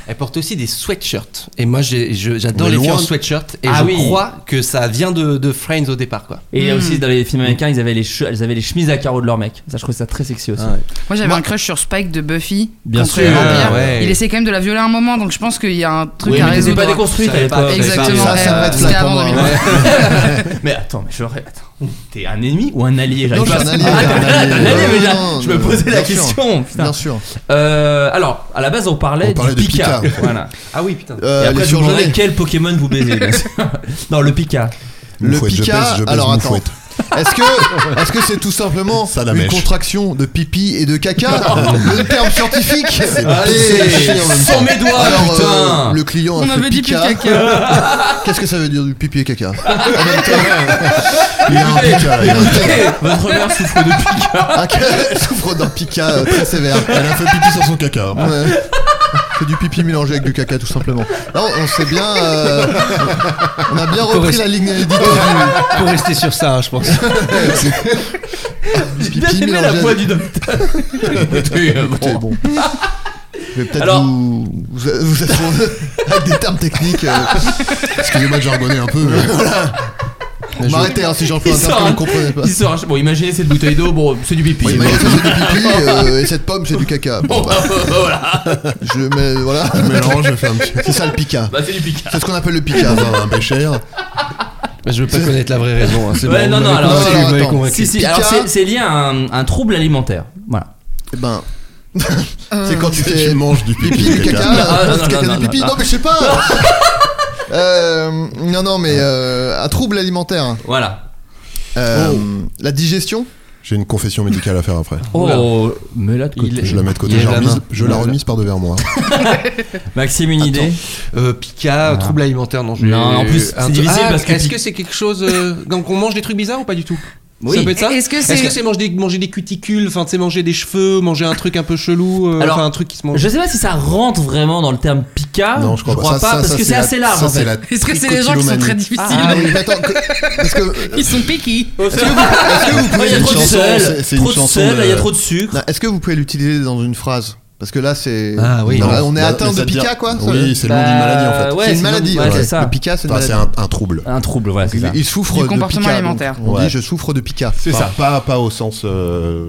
Elle porte aussi des sweatshirts. Et moi, j'ai- je- j'adore
Mais
les filles
loin.
en sweatshirt. Et
Ah
je
oui.
crois que ça vient de, de Friends au départ, quoi.
Et
Hmm.
aussi dans les films américains, ils avaient les che- elles avaient les chemises à carreaux de leur mec. Ça je trouvais ça très sexy aussi.
Ah ouais.
Moi j'avais un crush sur Spike de Buffy.
Bien
contre
sûr,
les vampires.
ouais.
Il essaie quand même de la violer un moment, donc je pense qu'il y a un truc
Oui,
à
mais t'étais
résoudre.
pas déconstruite à
Ça avait pas-
l'époque.
Exactement.
Ça, ça
ouais,
va être
c'était
flac pour
avant
moi,
hein.
2000.
ouais.
Mais attends, mais je ré- attends. T'es un ennemi ou un allié J'arrive
Non, je
pas
suis
à-
un allié,
Ah,
t'es un
t'es
allié.
un allié,
Non,
mais
non,
j'ai-
non,
je me
non,
posais la
bien sûr.
question. putain.
Bien sûr.
Euh, alors, à la base, on parlait,
On parlait
du
de
Pika.
Pika.
Voilà.
Ah oui, putain.
Et
Euh,
après,
les
je vous demanderai
surgelés.
quel Pokémon vous baisez. bien sûr. non, le Pika.
Mou
Le
fouette, je
Pika,
baise, je baise,
alors
mou
attends.
fouette.
Est-ce que est-ce que c'est tout simplement
Ça, la
une
mèche.
contraction de pipi et de caca Le terme scientifique
Allez,
C'est chier en même
sans
temps.
mes doigts,
Alors,
putain.
euh, Le client a
On
fait
avait dit plus
Pika.
caca.
Qu'est-ce que ça veut dire du pipi et caca
Il y a un Pika, il y a un Pika.
Votre mère souffre de Pika.
Ah, qu'elle souffre d'un Pika euh, très sévère.
Elle a fait pipi sur son caca. hein.
Ouais. C'est du pipi mélangé avec du caca tout simplement. Là on, on s'est bien euh, on a bien repris la ligne éditoriale
Pour rester sur ça, hein, je pense.
du
J'ai
pipi
bien aimé la
mélangé
voix
avec-
du docteur. Écoutez, euh,
Écoutez,
bon.
bon. Je vais peut-être
Alors-
vous, vous, vous assurer avec des termes techniques. euh,
Excusez-moi de jargonner un peu. mais-
M'arrêtez hein, si
Il
j'emploie un terme
sort,
que vous
un-
ne comprenez pas.
il sort un- Bon, imaginez cette bouteille d'eau, bon, c'est du pipi.
Oui, mais ça, c'est du pipi euh, et cette pomme c'est du caca. Bon,
Bon,
bah,
bah, voilà.
je mets, voilà.
Je mélange, je fais un petit.
C'est ça le pica.
Bah, c'est du Pika.
C'est ce qu'on appelle le pica.
Dans un bécher.
hein.
Je veux pas connaître la vraie raison. hein, c'est
Ouais,
bon,
non,
vous
non,
m'avez
alors,
convaincu,
alors,
vous m'avez
attends.
convaincu.
Si, si,
Pika.
alors c'est- c'est lié à un, un trouble alimentaire. Voilà.
Eh ben, c'est quand tu fais
Tu manges du pipi.
pipi du
caca.
caca,
Non, non,
euh,
non, non,
caca du
non,
pipi.
non.
Non, mais je sais pas. Euh, non, non, mais euh, un trouble alimentaire.
Voilà.
Euh, La digestion
Oh. J'ai une confession médicale à faire après.
Oh, mais là de côté.
Je la mets de côté,
Il
je
lève
la
la
remise,
main.
je la remise par devers moi.
Maxime, une idée
Euh, Pika, trouble alimentaire, non. je vais-
Non, en plus,
un
c'est
tru-
difficile
Ah,
parce que
Est-ce
Pika-
que c'est quelque chose. euh, donc, on mange des trucs bizarres ou pas du tout
Oui.
Ça peut être ça
Est-ce que
Est-ce
c'est-
que c'est manger des, manger des cuticules, enfin, tu sais, manger des cheveux, manger un truc un peu chelou, euh,
Alors,
enfin, un truc qui se mange.
Je sais pas si ça rentre vraiment dans le terme Pika.
Non, je crois pas. Ça, ça,
parce
ça,
que c'est
la-
assez large
ça,
en
c'est
fait.
la
Est-ce que c'est les gens qui sont très
trichotillomanie.
difficiles
Ah, oui, mais attends, que- parce que
Ils sont piqués.
Est-ce que vous- est-ce que vous Ah,
pouvez-
Il y a
C'est Oh, une
trop de
chanson,
sel,
c'est- c'est
trop
une
de
chanson
sel,
de-
il y a trop de sucre.
Non, Est-ce que vous pouvez l'utiliser dans une phrase
Parce que là, c'est.
Ah, oui.
Là,
Non,
on est
là-
atteint
mais
de
ça devient-
pica, quoi.
Oui, c'est le nom
Bah,
d'une maladie en fait.
ouais,
c'est une
le nom-
maladie.
ouais,
ouais.
c'est ça.
Le pica, c'est une
Enfin, c'est
maladie.
un, un trouble.
Un trouble, voilà, c'est
Il,
ça.
il souffre
Du
de
comportement
pica,
alimentaire.
donc on
Ouais.
dit je souffre de pica.
C'est
Enfin,
ça. Pas, pas au sens euh,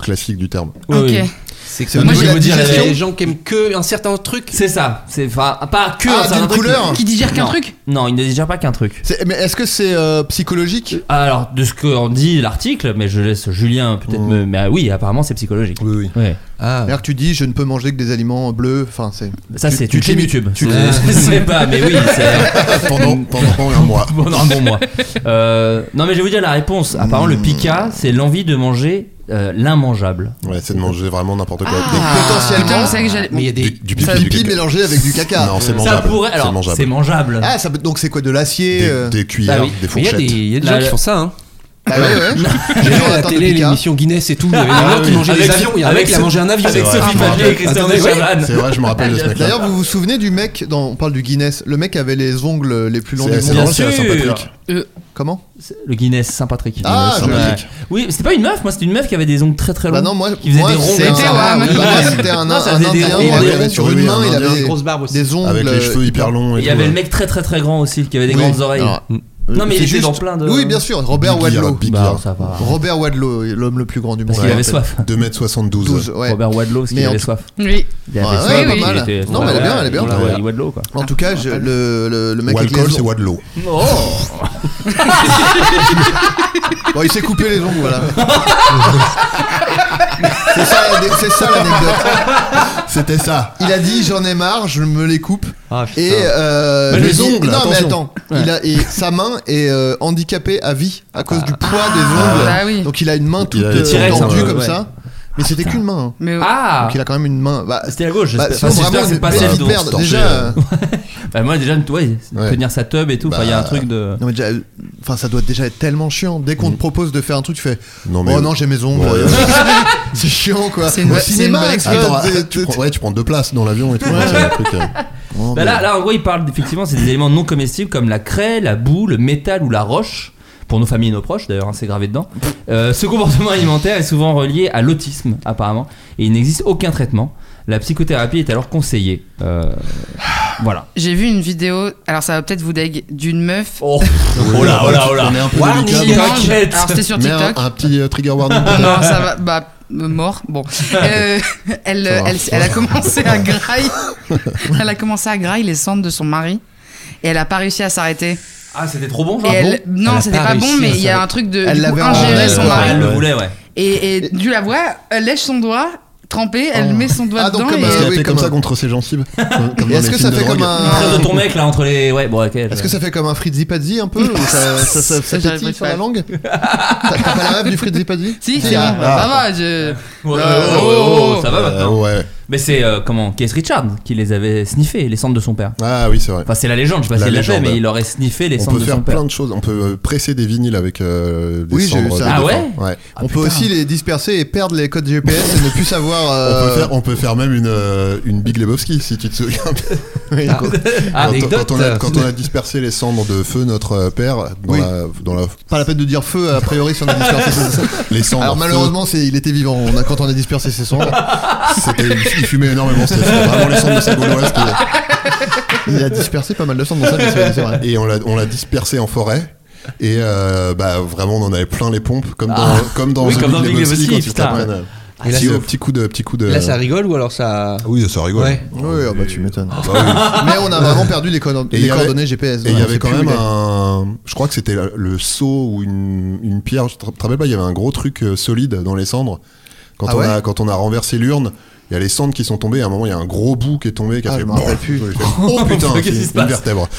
classique du terme.
Oui,
Ok.
oui.
C'est
C'est
que
au
moi,
niveau
je
de
veux
la
dire, il y a
digestion.
des gens qui aiment que un certain truc.
C'est ça, c'est enfin pas que
Ah,
un certain
d'une
truc.
couleur.
Qui digère qu'un
Non.
truc
Non, il ne digère pas qu'un truc.
c'est- Mais est-ce que c'est euh, psychologique
Alors de ce qu'en dit l'article, mais je laisse Julien peut-être me. Mais ah oui, apparemment c'est psychologique.
Oui, oui.
Ouais.
Ah.
C'est-à-dire que tu dis je ne peux manger que des aliments bleus. Enfin, c'est.
Ça
tu-
c'est
tu
une
te
chaîne
limites.
YouTube.
Tu-
C'est- C'est pas, mais oui, c'est
pendant, pendant un mois.
pendant un bon mois. Euh, non mais je vais vous dire la réponse. Apparemment le pica, c'est l'envie de manger euh, l'immangeable.
Ouais, c'est de manger vraiment n'importe quoi.
Ah,
potentiellement-
Putain, c'est vrai que j'allais-
Mais il y a
Des-
des.
du, du pipi,
Ça-
du
pipi
caca.
mélangé avec du caca.
Non, c'est
Ça
mangeable.
Ça pourrait. Alors
c'est mangeable.
c'est mangeable.
Ah, ça peut- donc c'est quoi de
Des,
l'acier euh,
des cuillères,
Ah oui.
des
Bah Mais il y a
fourchettes.
des, il y a des
La-
gens qui font ça, hein.
Ah ouais, ouais.
J'ai vu
gens
à la
atteints de
télé
pica.
l'émission Guinness et tout. Il y avait des
Ah
gens qui
oui.
mangeaient des
Avec-
avions. Il y en a un
avec
mec qui a
ce-
mangé un avion.
Avec
C'est vrai,
Sophie
je me
Favier et
rappelle.
Christian
Attendez, ouais.
Deschavannes.
C'est vrai, je me rappelle de ce mec-là.
D'ailleurs, vous vous souvenez du mec, dans, on parle du Guinness, le mec avait les ongles les plus longs
C'est
du
c'est
monde.
Bien
l'ancien
sûr.
Saint-Patrick.
Comment
C'est Le Guinness Saint-Patrick.
Ah,
Ouais.
je l'ai.
Oui, mais c'était pas une meuf, moi c'était une meuf qui avait des ongles très très longs.
Bah non, moi,
qui Ah faisait
moi,
des ronds
c'était
comme ça.
un-
Ouais,
bah,
ouais.
moi, c'était un-
Non, ça
un
faisait des
Indien,
ronds,
il
des
avait
ronds.
sur une
Oui,
main,
un
il
Indien.
avait
Grosse barbe aussi.
des ongles. euh,
Avec les cheveux hyper longs et
Il y
tout,
avait le
ouais.
mec très très très grand aussi qui avait des
Oui.
grandes oreilles. Mm.
Alors, euh,
non mais il
c'est
était
juste-
dans plein de.
Oui, bien sûr, Robert
Big Beer,
Wadlow.
Big
Bah,
Beer.
ça va.
Robert Wadlow, l'homme le plus grand du monde.
Parce qu'il
Ouais,
avait
en fait.
soif.
2m72.
12, ouais.
Robert Wadlow, parce
Mais
qu'il
en
avait
tout-
soif.
Oui.
Il
Ouais,
avait
ouais,
soif.
pas
il
mal.
était-
Non, mais elle est bien, elle est bien.
On l'a-
Ouais.
ouais, Wadlow quoi.
En tout cas, je- le, le, le mec avec
Walcol,
les
c'est
ongles.
Wadlow.
Oh. Bon, il s'est coupé les ongles, voilà. c'est ça, la- c'est ça l'anecdote.
C'était ça.
Il a dit j'en ai marre, je me les coupe.
Ah,
Et
putain.
euh,
Bah,
le
les
dit-
ongles,
Non, mais
attention.
attends. Il a, et sa main est euh, handicapée à vie à cause du poids des
Ah,
ongles.
bah oui.
Donc il a une main toute
Il a les
euh,
T-Rex,
tendue
un peu,
comme
ouais.
ça. Mais c'était qu'une main. hein.
Mais
Ah
Donc il a quand même une main. Bah,
C'était à gauche.
bah,
j'espère-
sinon,
enfin, j'espère
vraiment,
que c'est
une
pas
belle
celle dont-
merde.
se torcher,
Déjà, euh,
Bah, moi déjà, ouais,
Ouais.
tenir sa teub et tout. Enfin, il y a un
Bah,
truc de.
non, mais déjà, euh, enfin, ça doit déjà être tellement chiant. Dès qu'on te propose de faire un truc, tu fais
Non, mais-
Oh non, j'ai mes ongles.
Ouais.
c'est chiant quoi.
C'est une-
Au
c'est une
cinéma,
bonne
avec
Attends,
ça,
ah,
t'es-
tu
t'es-
prends- ouais, tu prends deux places dans l'avion et tout. c'est un truc, euh,
Oh,
Bah
mais-
là, là, en gros, il parle effectivement, c'est des éléments non comestibles comme la craie, la boue, le métal ou la roche. Pour nos familles et nos proches, d'ailleurs, hein, c'est gravé dedans. Euh, ce comportement alimentaire est souvent relié à l'autisme, apparemment, et il n'existe aucun traitement. La psychothérapie est alors conseillée. Euh, voilà.
J'ai vu une vidéo, alors ça va peut-être vous deg, d'une meuf.
Oh, là, oh là, oh là.
On est un peu
Warning.
délicat.
Qui mange- Alors c'était sur
Mais un,
TikTok.
un petit euh, trigger warning.
Ah,
peut-être.
Non, ça va. Bah, euh, mort. Bon. Euh, elle,
Ça va.
elle, elle a commencé à grailler. elle a commencé à grailler les cendres de son mari. Et elle a pas réussi à s'arrêter.
Ah, c'était trop bon,
Et
genre
elle-
Elle
non,
a
c'était
pas
pas, bon,
réussi
mais
à
il y a
s'arrêter.
un truc de
Elle
du coup,
l'avait en-
ingérer son
Ouais,
Ah,
mari.
elle le voulait, ouais.
Et, et tu la vois, elle lèche son doigt trempé, elle met son doigt
Ah, donc
dedans.
comme
et-
un-
Parce qu'il a
oui,
fait comme
comme
ça
un-
contre ses gencives. Comme dans
Et Est-ce
les
que
films
ça
de
fait comme
drogue.
Très
un.
de ton mec, là, entre les. Ouais, bon, ok.
Est-ce que ça fait comme un fritzi pazzi un peu ou Ça, ça, ça, ça
J'arrive
pétille sur
pas.
la langue T'as t'as pas la rêve du fritzi pazzi
Si,
Si,
si,
ah,
bon, bah, ça va. Je...
Ouais,
Euh,
oh, oh, oh,
oh.
ça va
Euh,
maintenant.
Ouais.
Mais c'est euh, comment Keith Richard qui les avait sniffés, les cendres de son père.
Ah oui, c'est vrai.
Enfin, c'est la légende, je sais pas
La
si elle l'a fait,
légende.
mais il aurait sniffé les
On
cendres
peut
de son
faire
père.
plein de choses. On peut euh, presser des vinyles avec euh, des
Oui, j'ai eu
cendres.
ça.
de
Ah
défunts.
ouais
On peut
putain.
aussi les disperser et perdre les codes GPS et ne plus savoir.
On peut,
euh,
faire, on peut faire même une, euh, une Big Lebowski si tu te souviens.
oui,
Ah.
quoi.
Quand-
Anecdote.
quand, on
euh,
a, quand on a dispersé les cendres de feu, notre euh, père, dans
Oui.
la, dans la-
Pas la peine de dire feu, a priori, si on a dispersé ses cendres.
les cendres.
Alors
feu,
malheureusement, c'est- il était vivant on a, quand on a dispersé ses cendres.
c'était- il fumait énormément. C'était c'était vraiment les cendres de sa gauloise. qui-
Il a dispersé pas mal de cendres dans sa vie, c'est c'est vrai.
Et on l'a on l'a dispersé en forêt. Et euh, bah, vraiment, on en avait plein les pompes, comme dans,
Ah.
comme dans,
Oui,
The
comme dans
Big
Big
Lebowski,
Lebowski,
quand ils
putain.
t'apprennent, euh,
Ah,
Et Ah, là,
petit-
c'est-
petit coup de. Petit coup de
Là, ça rigole ou alors ça.
Oui, ça rigole.
Ouais.
Oui, ah bah tu m'étonnes.
Ah bah oui.
Mais on a vraiment perdu les, coordon-
Et
les
il y avait-
coordonnées
Et
GPS.
il y
voilà,
avait
c'est
quand
plus
même
où il est.
un. Je crois que c'était la- le seau ou une, une pierre. Je te te rappelle pas, il y avait un gros truc euh, solide dans les cendres. Quand,
Ah
on,
ouais
a, quand on a renversé l'urne, il y a les cendres qui sont tombées. À un moment, il y a un gros bout qui est tombé qui a
Ah,
fait.
je m'en rappelle plus.
J'ai fait, Oh putain,
Qu'est-ce qui se
c'est une
passe
vertèbre.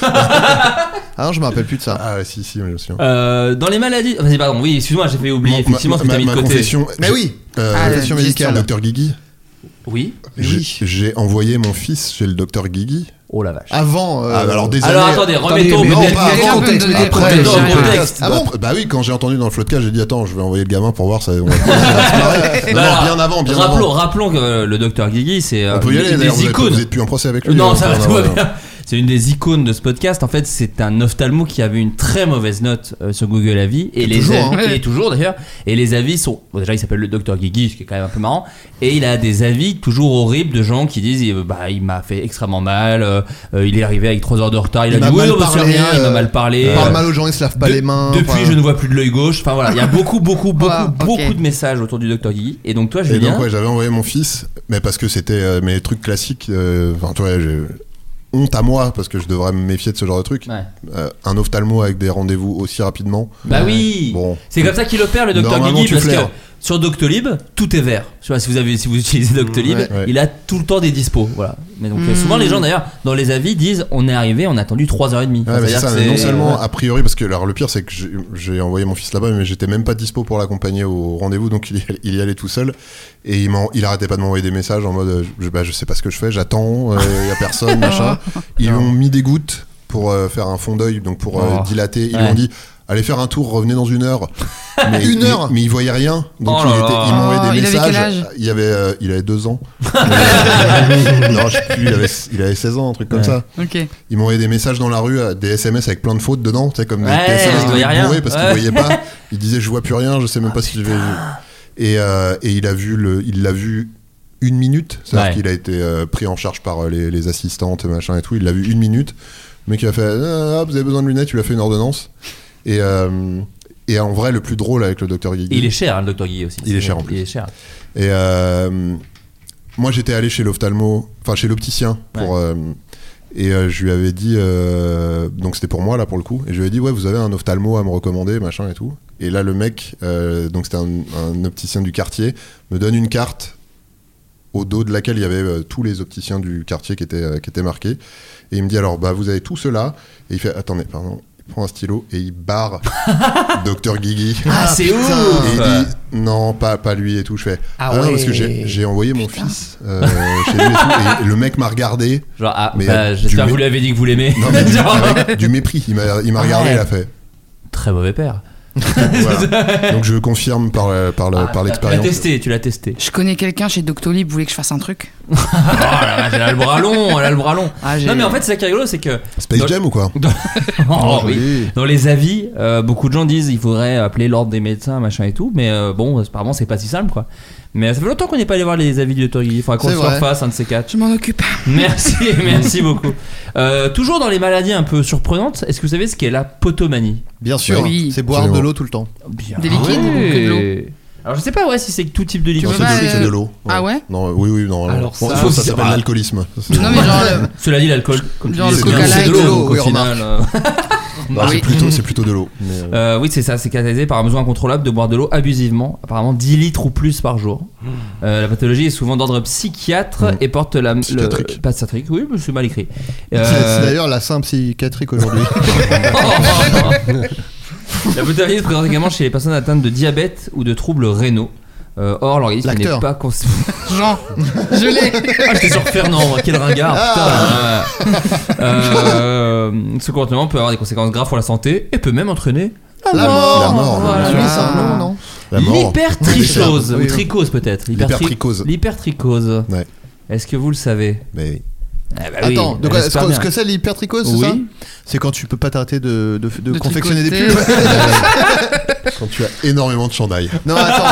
Ah non, je me rappelle plus de ça.
Ah ouais, si, si, mais je me souviens.
Euh, dans les maladies. Vas-y, pardon, oui, excuse-moi, j'ai fait oublier,
Mon-
effectivement,
ma,
ce que t'as
ma-
mis de
ma
côté.
confession.
Mais
j'ai-
oui.
euh,
Ah,
Confession
la
médicale.
gestion.
Docteur Guigui,
Oui.
j'ai j'ai envoyé mon fils chez le docteur Guigui.
Oh la vache.
Avant. euh,
Ah, alors des
Alors
années.
attendez,
attendez,
remettons
mais
mais
non,
peut-être-
pas-
remettons
Quelqu'un peut me donner des
le
Après,
contexte.
j'ai
Remettons le
rien.
contexte.
Ah bon
Bah, bah oui, quand j'ai entendu dans le flotcast, j'ai dit attends, je vais envoyer le gamin pour voir ça. on va- on va se marrer. Non,
Voilà.
non, bien avant, bien avant.
rappelons, rappelons que euh, le docteur Guigui, c'est euh,
On peut y aller,
une
d'ailleurs,
des
vous êtes, vous
icônes.
êtes plus en procès avec lui.
Non,
hein,
ça va,
enfin,
tout va
voilà.
bien. c'est une des icônes de ce podcast. En fait, c'est un ophtalmo qui avait une très mauvaise note euh, sur Google Avis et les
toujours,
avis,
hein.
et toujours d'ailleurs. Et les avis sont bon, déjà il s'appelle le docteur Guigui, ce qui est quand même un peu marrant. Et il a des avis toujours horribles de gens qui disent il- bah il m'a fait extrêmement mal, euh, euh, il est arrivé avec 3 heures de retard, il,
Il
a
m'a
dit oui
mal
non, bah, c'est
parlé,
rien, il m'a
euh,
mal parlé.
il parle
Euh,
mal aux gens, il se lave pas
de-
les mains,
Depuis
enfin.
je ne vois plus de l'œil gauche. Enfin voilà, il y a beaucoup beaucoup beaucoup
Ah, ok.
beaucoup de messages autour du docteur Guigui. Et donc toi
Et
Julien,
donc, ouais, j'avais envoyé mon fils, mais parce que c'était euh, mes trucs classiques. euh, Enfin, tu vois, j'ai honte à moi parce que je devrais me méfier de ce genre de truc. Euh, un ophtalmo avec des rendez-vous aussi rapidement.
Bah oui
Bon.
C'est comme ça qu'il opère le docteur
Normalement,
Guigui
tu
parce
flaires.
que sur Doctolib, tout est vert. Je sais pas si vous avez si vous utilisez Doctolib,
Ouais. Ouais.
il a tout le temps des dispos, voilà. Mais donc euh,
Mm.
souvent les gens d'ailleurs dans les avis disent on est arrivé, on a attendu 3h30.
Ouais, mais c'est ça, mais non seulement a priori, parce que alors, le pire c'est que j'ai- j'ai envoyé mon fils là-bas, mais j'étais même pas dispo pour l'accompagner au rendez-vous, donc il y, allait- il y allait tout seul. Et il, m'en- il arrêtait pas de m'envoyer des messages en mode euh, je, bah, je sais pas ce que je fais, j'attends, euh, il y a personne, machin. Ils lui ont mis des gouttes pour euh, faire un fond d'œil, donc pour euh,
Oh.
dilater. Ils lui
Ouais.
ont dit allez faire un tour, revenez dans une heure. Mais,
Une
mais-
heure
Mais, il voyait rien, donc
Oh
il
là
était-
là.
ils m'ont
Oh,
envoyé
il
des
avait
messages.
quel âge
il, avait, euh, il avait deux ans. non, je sais plus, il avait, il avait 16 ans, un truc comme
Ouais.
ça.
Ok.
Ils m'envoyaient des messages dans la rue, euh, des SMS avec plein de fautes dedans, tu sais, comme des
Ouais,
des
je
SMS de
voyais
mecs
rien.
bourrés parce
Ouais. Ah,
qu'ils voyaient pas. Ils disaient je vois plus rien, je sais même pas si je vais. Et, euh, et il a vu le, il l'a vu une minute, c'est-à-dire
Ouais.
qu'il a été euh, pris en charge par euh, les, les assistantes, machin et tout. Il l'a vu une minute, mais qui a fait, Ah, vous avez besoin de lunettes, il a fait une ordonnance. Et euh, et en vrai, le plus drôle avec le docteur Guigui.
Et il est cher hein, le docteur Guigui aussi.
Il est cher en
Il est cher.
Ah,
Et euh, moi, j'étais allé chez l'ophtalmo, enfin chez l'opticien, pour, euh, et euh, je lui avais dit, euh, donc c'était pour moi là pour le coup, et je lui ai dit, ouais, vous avez un ophtalmo à me recommander, machin et tout. Et là, le mec, euh, donc c'était un, un opticien du quartier, me donne une carte au dos de laquelle il y avait euh, tous les opticiens du quartier qui étaient, euh, qui étaient marqués. Et il me dit, alors, bah, vous avez tout cela. Et il fait, attendez, pardon. Il prend un stylo et il barre Docteur Guigui.
Ah, c'est
Putain.
ouf
Et il dit, non, pas, pas lui et tout. Je fais,
Ah
non,
ouais.
parce que j'ai j'ai envoyé mon fils euh, chez lui et tout. Et le mec m'a regardé.
Genre ah,
Mais,
bah,
euh,
j'espère
du
que vous
mé-
l'avez dit que vous l'aimez.
Non, mais du, avec du mépris. Il m'a il m'a regardé,
Ouais.
il a fait.
Très mauvais père.
Voilà. Donc je confirme par, la- par, la- Bah,
Ah,
par
Tu l'as
l'expérience.
testé, tu l'as testé.
Je connais quelqu'un chez Doctolib, voulait que je fasse un truc.
Oh là là, elle a le bras long, elle a le bras long.
Ah, j'ai-
non mais en fait c'est ça qui est rigolo, c'est que
Space
dans-
Jam ou quoi
Oh,
Oh,
oui.
joli.
Dans les avis, euh, beaucoup de gens disent il faudrait appeler l'ordre des médecins, machin et tout, mais euh, bon, apparemment c'est pas si simple quoi. Mais ça fait longtemps qu'on n'est pas allé voir les avis du docteur Guigui, il faudra qu'on
C'est
se
vrai.
refasse un de ces quatre.
Je m'en occupe.
Merci, merci beaucoup. Euh, toujours dans les maladies un peu surprenantes, est-ce que vous savez ce qu'est la potomanie
Bien sûr,
Oui.
c'est boire
Absolument.
de l'eau tout le temps.
Bien.
Des liquides
Ouais.
ou que de l'eau
Alors je sais pas ouais si c'est tout type de liquide.
Non, c'est de- c'est de l'eau.
Ah ouais
Non, oui, oui, non. euh,
Alors
Bon,
ça-
ça, ça s'appelle
Ah.
l'alcoolisme. Ça, c'est-
Non mais genre, le-
Cela dit l'alcool, comme tu
Genre
dis,
le
c'est bien,
Coca
c'est de
Light,
l'eau,
de l'eau,
donc, au
oui,
final,
remarque.
euh,
Non,
Ah
Bah, c'est
oui.
plutôt, c'est plutôt de l'eau. mais, euh,
Euh, oui, c'est ça, c'est catalysé par un besoin incontrôlable de boire de l'eau abusivement, apparemment 10 litres ou plus par jour. Euh, la pathologie est souvent d'ordre psychiatre et porte la. Le,
Hmm. Psychiatrique.
pas psychiatrique, oui, mais c'est mal écrit.
C'est-
Euh,
C'est d'ailleurs la simple psychiatrique aujourd'hui.
la pathologie se présente également chez les personnes atteintes de diabète ou de troubles rénaux. Euh, or, l'organisme n'est
L'acteur.
pas cons-
Jean, je l'ai.
Ah, j'étais sur Fernand, moi, quel ringard,
Ah.
putain. ouais. Euh, ce comportement peut avoir des conséquences graves pour la santé et peut même entraîner
La
mort.
la mort, non,
Voilà.
bien sûr.
C'est un nom, non
La mort.
L'hypertrichose,
Oui,
ou
oui.
trichose peut-être.
L'hypertrichose.
L'hypertrichose.
Ouais.
Est-ce que vous le savez
Mais oui.
Eh ben oui,
Attends, donc,
j'espère
ce que-
bien.
ce que c'est l'hypertrichose, c'est
Oui.
ça C'est quand tu peux pas t'arrêter de, de- de
De
confectionner
tricoter.
des pulls.
Quand tu as énormément de chandail.
non, attends,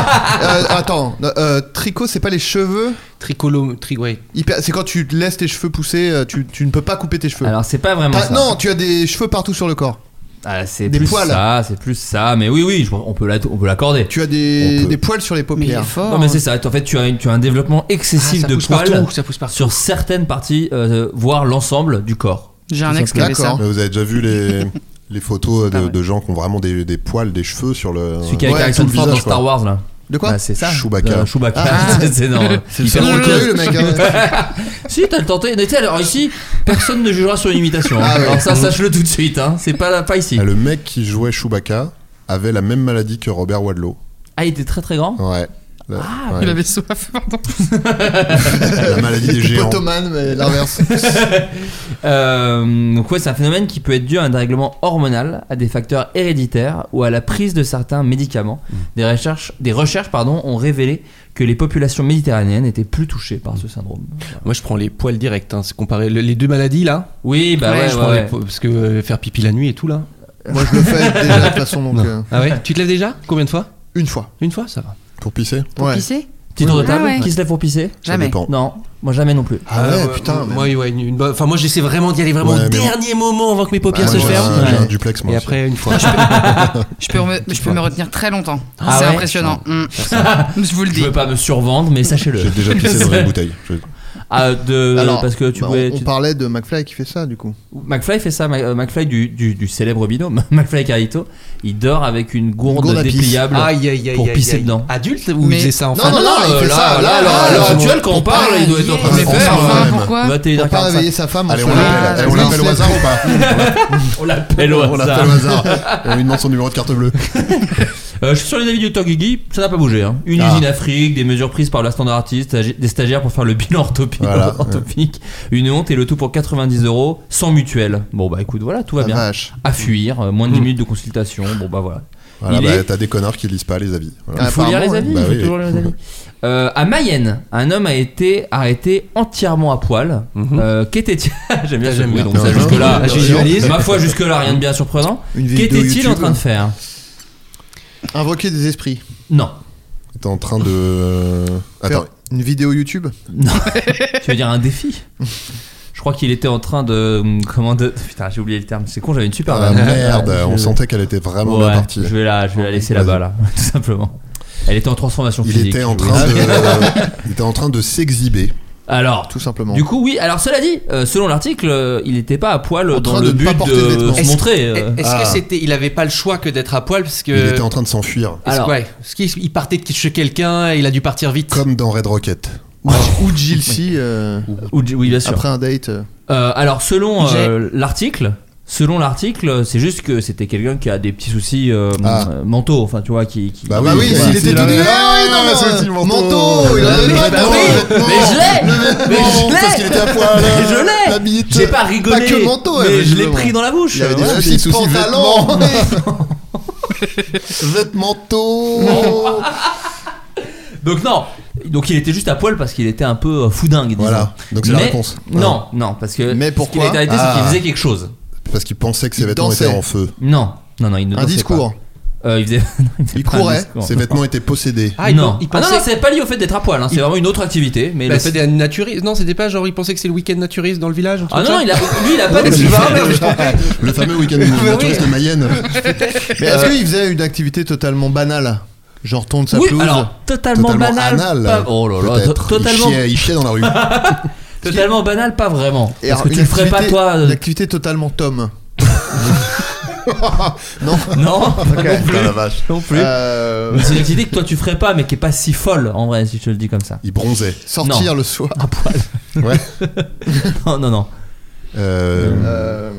euh, attends. euh, tricot, c'est pas les cheveux
Tricolo. Tri... ouais. Ah,
Hyper- C'est quand tu te laisses tes cheveux pousser, euh, tu, tu ne peux pas couper tes cheveux.
Alors c'est pas vraiment
T'as-
ça.
Ah, non, tu as des cheveux partout sur le corps.
Ah, c'est
des
plus
poils.
ça, c'est plus ça. Mais oui, oui, je- on peut la- on peut l'accorder.
Tu as des,
On peut.
des poils sur les
Mais il est
paupières.
fort.
Non mais c'est ça. En fait, tu as, une- tu as un développement
Oh. Ah,
excessif
ça
de
pousse
poils
partout, ça pousse partout.
sur certaines parties, euh, voire l'ensemble du corps.
J'ai un ex qui avait ça. Ah
D'accord. Mais vous avez déjà vu les, les photos euh,
pas
de,
vrai.
de gens qui ont vraiment des, des poils, des cheveux sur le.
Celui qui a avec
Ouais,
Harrison
tout le
Ford dans
visage, quoi.
Star Wars là.
De quoi
Bah, c'est ça.
Chewbacca.
Euh, Chewbacca.
Ah.
c'est- c'est dans. euh,
le
Hyper
seul rôle qu'il a eu, le mec, hein.
si t'as le tenté. Mais tu sais, alors ici, personne ne jugera sur une imitation. hein.
Ah, ouais.
Alors ça, sache-le tout de suite. hein. C'est pas pas ici.
Ah, Le mec qui jouait Chewbacca avait la même maladie que Robert Wadlow.
Ah, il était très très grand.
Ouais. La-
Ah,
ouais.
il avait soif, pardon.
Euh,
La maladie des
J'étais
géants.
potomane, mais l'inverse.
Euh, donc ouais, c'est un phénomène qui peut être dû à un dérèglement hormonal, à des facteurs héréditaires ou à la prise de certains médicaments. Des recherches, des recherches pardon, ont révélé que les populations méditerranéennes étaient plus touchées par ce syndrome.
Moi, je prends les poils directs. Hein. C'est comparé le- les deux maladies là.
Oui, bah
Ouais,
ouais,
je
ouais,
prends les
ouais.
po- parce que euh, faire pipi la nuit et tout là.
Moi, je le fais déjà de toute façon, donc.
Non.
euh,
Ah ouais. tu te lèves déjà Combien de fois
Une fois.
Une fois, ça va.
Pour pisser
Pour
Ouais.
pisser
Petit tour de table,
Ah ouais.
qui se lève pour pisser
Ça
Jamais.
dépend.
Non, moi jamais non plus.
Ah ouais,
Euh,
putain. mais-
Moi, ouais, une- une bonne- enfin, moi, j'essaie vraiment d'y aller vraiment
Ouais,
au
mais bon.
dernier moment avant que mes paupières
bah, Moi,
se
j'ai
ferment.
un- j'ai un
Ouais.
duplex, moi.
Et
aussi.
après, une fois.
Je peux, me, je peux me retenir très longtemps.
Ah
c'est
ouais
impressionnant. Mm. Je vous le
Je
dis.
veux pas me survendre, mais sachez-le.
J'ai déjà pissé dans une bouteille. Je-
Ah, de,
Alors,
parce que tu
bah, on-
pouvais.
on,
tu-
parlait de McFly qui fait ça, du coup.
McFly fait ça, Ma- euh, McFly du, du, du célèbre binôme, McFly et Carlito. Il dort avec une gourde,
Une gourde à pisse.
dépliable
Aïe, aïe, aïe,
pour
aïe,
pisser
aïe.
dedans.
Adulte ou
Mais-
il faisait ça en
Non,
fait
non, non,
euh,
il fait ça, là,
là, à l'heure
là,
actuelle, quand on parle, il doit être en train de
le
faire.
faire,
euh,
Enfin,
ouais,
pourquoi
21h45.
Pour pas réveiller sa femme.
Allez,
en
on
soirée.
l'appelle. Allez, on l'appelle au hasard ou pas
On l'appelle au
On
hasard.
l'appelle au hasard. Et on lui demande son numéro de carte bleue.
Euh, je suis sur les avis du Togigi, ça n'a pas bougé. hein. Une
Ah.
usine Afrique, des mesures prises par la standard artiste, des stagiaires pour faire le bilan orthopi-
Voilà.
orthophique, une honte et le tout pour 90 euros sans mutuelle. Bon bah écoute, voilà, tout va
La
bien.
vache.
À fuir, euh, moins de 10 minutes de consultation. Bon bah voilà.
Voilà,
Il
bah,
est-
t'as des connards qui lisent pas les avis. Voilà.
Il faut lire
Apparemment,
les
ouais.
avis,
Bah
il faut
oui.
toujours lire les avis. Euh, à Mayenne, un homme a été arrêté entièrement à poil.
Mhm.
Euh, Qu'était-il J'aime bien
Ah,
ce
j'aime
bruit,
bien.
donc ça
Non,
jusque là.
non, je visualise.
Ma foi, jusque là, rien de bien surprenant.
Une vidéo
Qu'était-il en
YouTube.
train de faire
Invoquer des esprits.
Non,
T'es en train de. euh, Attends.
Faire une vidéo YouTube.
tu veux dire un défi Je crois qu'il était en train de hum, comment de putain, j'ai oublié le terme. C'est con, j'avais une super.
Ah,
vanne.
merde,
Je-
on sentait qu'elle était vraiment
Ouais,
bien partie.
Je vais la, je vais la laisser
Vas-y.
là-bas là, tout simplement. Elle était en transformation
Il
physique.
était en
oui.
train de. Il était en train de s'exhiber.
Alors,
Tout simplement.
Du coup, oui. Alors, cela dit, euh, selon l'article, euh, il n'était pas à poil euh,
En
dans
train
le
de ne
but
pas porter de
de
vêtements.
se montrer. euh.
Est-ce
Ah.
que c'était. Il avait pas le choix que d'être à poil parce que.
Il était en train de s'enfuir.
Parce que,
Alors.
ouais, parce qu'il il partait de chez quelqu'un et il a dû partir vite.
Comme dans Red Rocket.
Ou de Gilles C, euh,
Ou- oui, bien sûr.
après un date. euh.
Euh, alors, selon
J'ai-
euh, l'article. Selon l'article, c'est juste que c'était quelqu'un qui a des petits soucis euh,
Ah.
euh, mentaux, enfin tu vois, qui. qui-
Bah
Bah oui,
Ouais,
s'il
s'il
était tout nu.
avait-
Ah oui,
Ah,
non,
c'est
mais
aussi le manteau.
manteau, il en avait
Le
pas,
vêtement,
non,
le
mais- bah
vêtement.
mais je l'ai Mais je l'ai
Parce qu'il était à poil. hein.
Mais je l'ai
La bite.
J'ai pas rigolé
Pas que le manteau, elle,
mais je l'ai
visiblement.
pris dans la bouche
Il avait des
Voilà.
des
soucis de
soucis de
pantalon.
Vêtementaux.
Donc non Donc il était juste à poil parce qu'il était un peu euh, foudingue, disons.
Voilà. Donc c'est la
Mais-
réponse.
Non, non, parce que
Mais
ce qu'il
pourquoi
a été arrêté, c'est qu'il
Ah.
faisait quelque chose.
Parce qu'il pensait que ses
Il
vêtements étaient
dansait.
en feu.
Non, non, non, il ne
Un
dansait Ah, pas.
discours.
Euh, il faisait. non, il faisait
Il
pas un
courait,
discours.
Ses vêtements étaient possédés.
Ah, il
non,
pen- il
Ah non,
pensait-
non, c'est pas lié au fait d'être à poil, hein, c'est
Il-
vraiment une autre activité. Mais
Bah,
le fait
c'était un naturiste. Non, c'était pas genre il pensait que c'est le week-end naturiste dans le village. un truc
Ah
comme
non,
ça
il a... lui il a pas
Le
d'excuse.
le fameux week-end naturiste de Mayenne.
Mais est-ce qu'il faisait une activité totalement banale Genre tourne sa
Oui,
pelouse
alors totalement, banal.
anal,
pas- Oh là là,
peut-être.
to- totalement,
Il chiait, il chiait dans la rue.
totalement banal, pas vraiment.
Et alors,
Parce que tu
une
le ferais pas
activité-
toi. euh,
Une activité totalement Tom. non
Non, pas
Ok.
non plus.
Putain, la vache.
Non plus.
Euh,
Mais c'est une activité que toi tu ferais pas, mais qui est pas si folle en vrai, si je te le dis comme ça.
Il bronzait.
Sortir le soir.
À poil.
Ouais.
Non, non, non.
Euh,
Euh,
bah,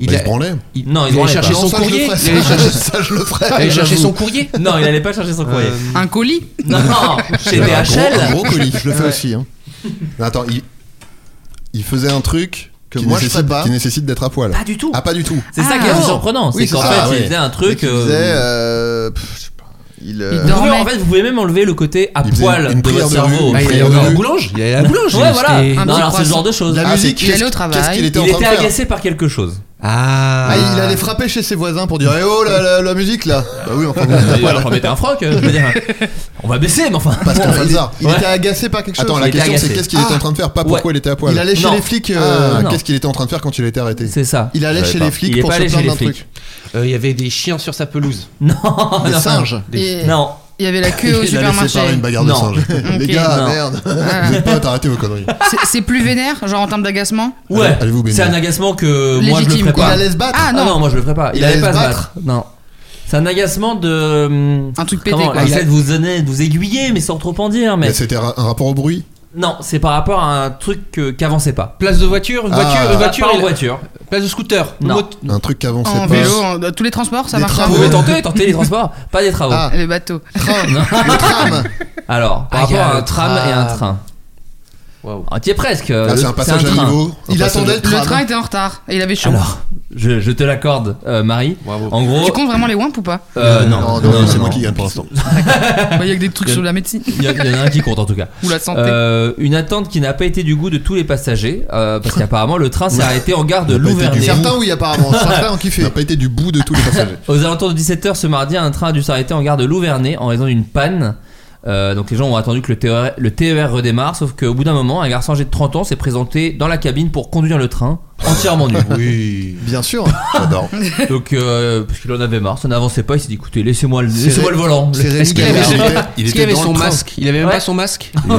Il
il
a-
se branlait.
il-
Non, il
il allait
branlait
chercher
pas.
son
non, ça, je le
courrier.
ferais,
Il allait
ça,
chercher-
ça, je le ferais.
il allait chercher
j'avoue.
son Euh, courrier.
Non, il allait pas chercher son courrier.
Un colis
Non, Euh, non, chez
Un gros- Un
DHL.
gros colis.
Je le fais aussi. hein.
Non, Attends, il, il faisait un truc
Que
qui,
moi, je
nécessite,
ferais pas.
qui nécessite d'être à poil.
Pas du tout.
Ah, pas du tout.
C'est ça
Ah,
qui est assez
non.
surprenant, c'est
Oui,
qu'en
c'est
fait
ça,
il
ouais.
faisait un truc.
Il
euh,
faisait. euh, pff, je sais pas. Il. euh,
Il
vous pouvez-
dormait.
en fait, vous pouvez même enlever le côté à
Il faisait
poil
une- une
de
prière
votre
de
cerveau.
rue.
Ah,
Ah,
il allait
est
à la
revenu.
boulange. Il allait à la boulange.
Ouais,
Il
voilà.
achetait-
Un
Non,
petit
alors c'est ce genre de choses.
La
Ah,
musique.
c'est
Il allait au
qu'est-ce-
travail.
Qu'est-ce qu'il était en
Il
train de
était
faire
agacé par quelque chose.
Ah.
Ah, il allait frapper chez ses voisins pour dire Eh oh la, la, la musique là Bah oui, enfin bon.
Il va leur remettre un froc, euh, je veux dire. On va baisser, mais enfin.
Parce qu'en
Il,
Falzar.
il
Ouais.
était agacé par quelque chose. Ah.
Attends, la
Il était
question c'est
agacé.
qu'est-ce qu'il était en train de faire, pas pourquoi
Ouais.
il était à poil.
Il allait chez
Non.
les flics. euh,
Ah,
Non.
Qu'est-ce qu'il était en train de faire quand il a été arrêté
C'est ça.
Il allait
Je
chez
savais
les
pas.
flics
Il est
pour
pas
se
allé chez
plaindre
les
d'un
flics.
truc.
Euh, il y avait des chiens sur sa pelouse.
Non,
Des
Ah,
non.
singes.
Et-
Non.
Il y avait la queue au
Il a laissé
supermarché.
séparer une bagarre de
Non.
singe.
Les
Ok.
gars,
Non.
merde.
Vous êtes pas arrêtez vos conneries.
C'est- C'est plus vénère, genre en termes d'agacement
Ouais,
Allez- allez-vous baigner.
c'est un agacement que moi je le
Légitime,
ferais
Il
quoi.
pas.
allait se battre.
Ah,
Ah non.
non.
moi je le ferais pas. Il,
Il
allait
allait
pas
se
se battre. Non. C'est un agacement de. hum,
Un truc pété
Comment
quoi.
le fait de vous donner, de vous aiguiller, mais sans trop en dire. Mais
Mais C'était ra- un rapport au bruit
non, c'est par rapport à un truc que- qu'avançait pas.
Place de voiture, une
Ah.
voiture, une
Ah,
voiture,
pas en
il-
voiture.
Place de scooter.
Non.
Mot-
Un truc qu'avançait
En
pas.
vélo, en- tous les transports, ça
Des
marche
Vous
travaux.
Ah.
pouvez tenter, tenter les transports, pas des travaux.
Ah.
Le bateau.
Train. Le tram.
Alors, par
Ah, il y
rapport
a
à un
le
tram et un
tram.
train.
Waouh.
Ah, t'y es presque.
Ah,
le-
c'est un passage à
train.
niveau.
Un
Il
passage
attendait le
à-
train.
Le train était en retard et il avait chaud.
Alors, je, je te l'accorde, euh, Marie.
Bravo.
En gros,
tu comptes vraiment les wimps ou pas
euh, non,
Non, non,
non,
c'est
non,
moi
non.
qui gagne pour l'instant.
Bah, Il y a que des trucs sur la médecine
Il y, en- il y en a un qui compte en tout cas.
ou la santé.
Euh, une attente qui n'a pas été du goût de tous les passagers, euh, parce qu'apparemment le train s'est arrêté en gare de
Il n'a pas été du
Louvernay.
Certains, oui, apparemment. Certains ont kiffé.
n'a pas été du bout de tous les passagers.
Aux alentours de 17h ce mardi, un train a dû s'arrêter en gare de Louvernay en raison d'une panne. Euh, donc les gens ont attendu que le TER, le TER redémarre, sauf qu'au bout d'un moment, un garçon âgé de 30 ans s'est présenté dans la cabine pour conduire le train entièrement nu.
Oui.
Bien sûr.
J'adore.
Donc euh, parce qu'il en avait marre, ça n'avançait pas, il s'est dit écoutez laissez-moi le,
C'est
laissez-moi
Ré-
le volant.
c'est Rémi
Est-ce qu'il avait-
Gaillard.
Il était- il
Est-ce
était
qu'il avait
dans
son
le train.
masque Il avait même
Ouais.
pas son masque
Ouais.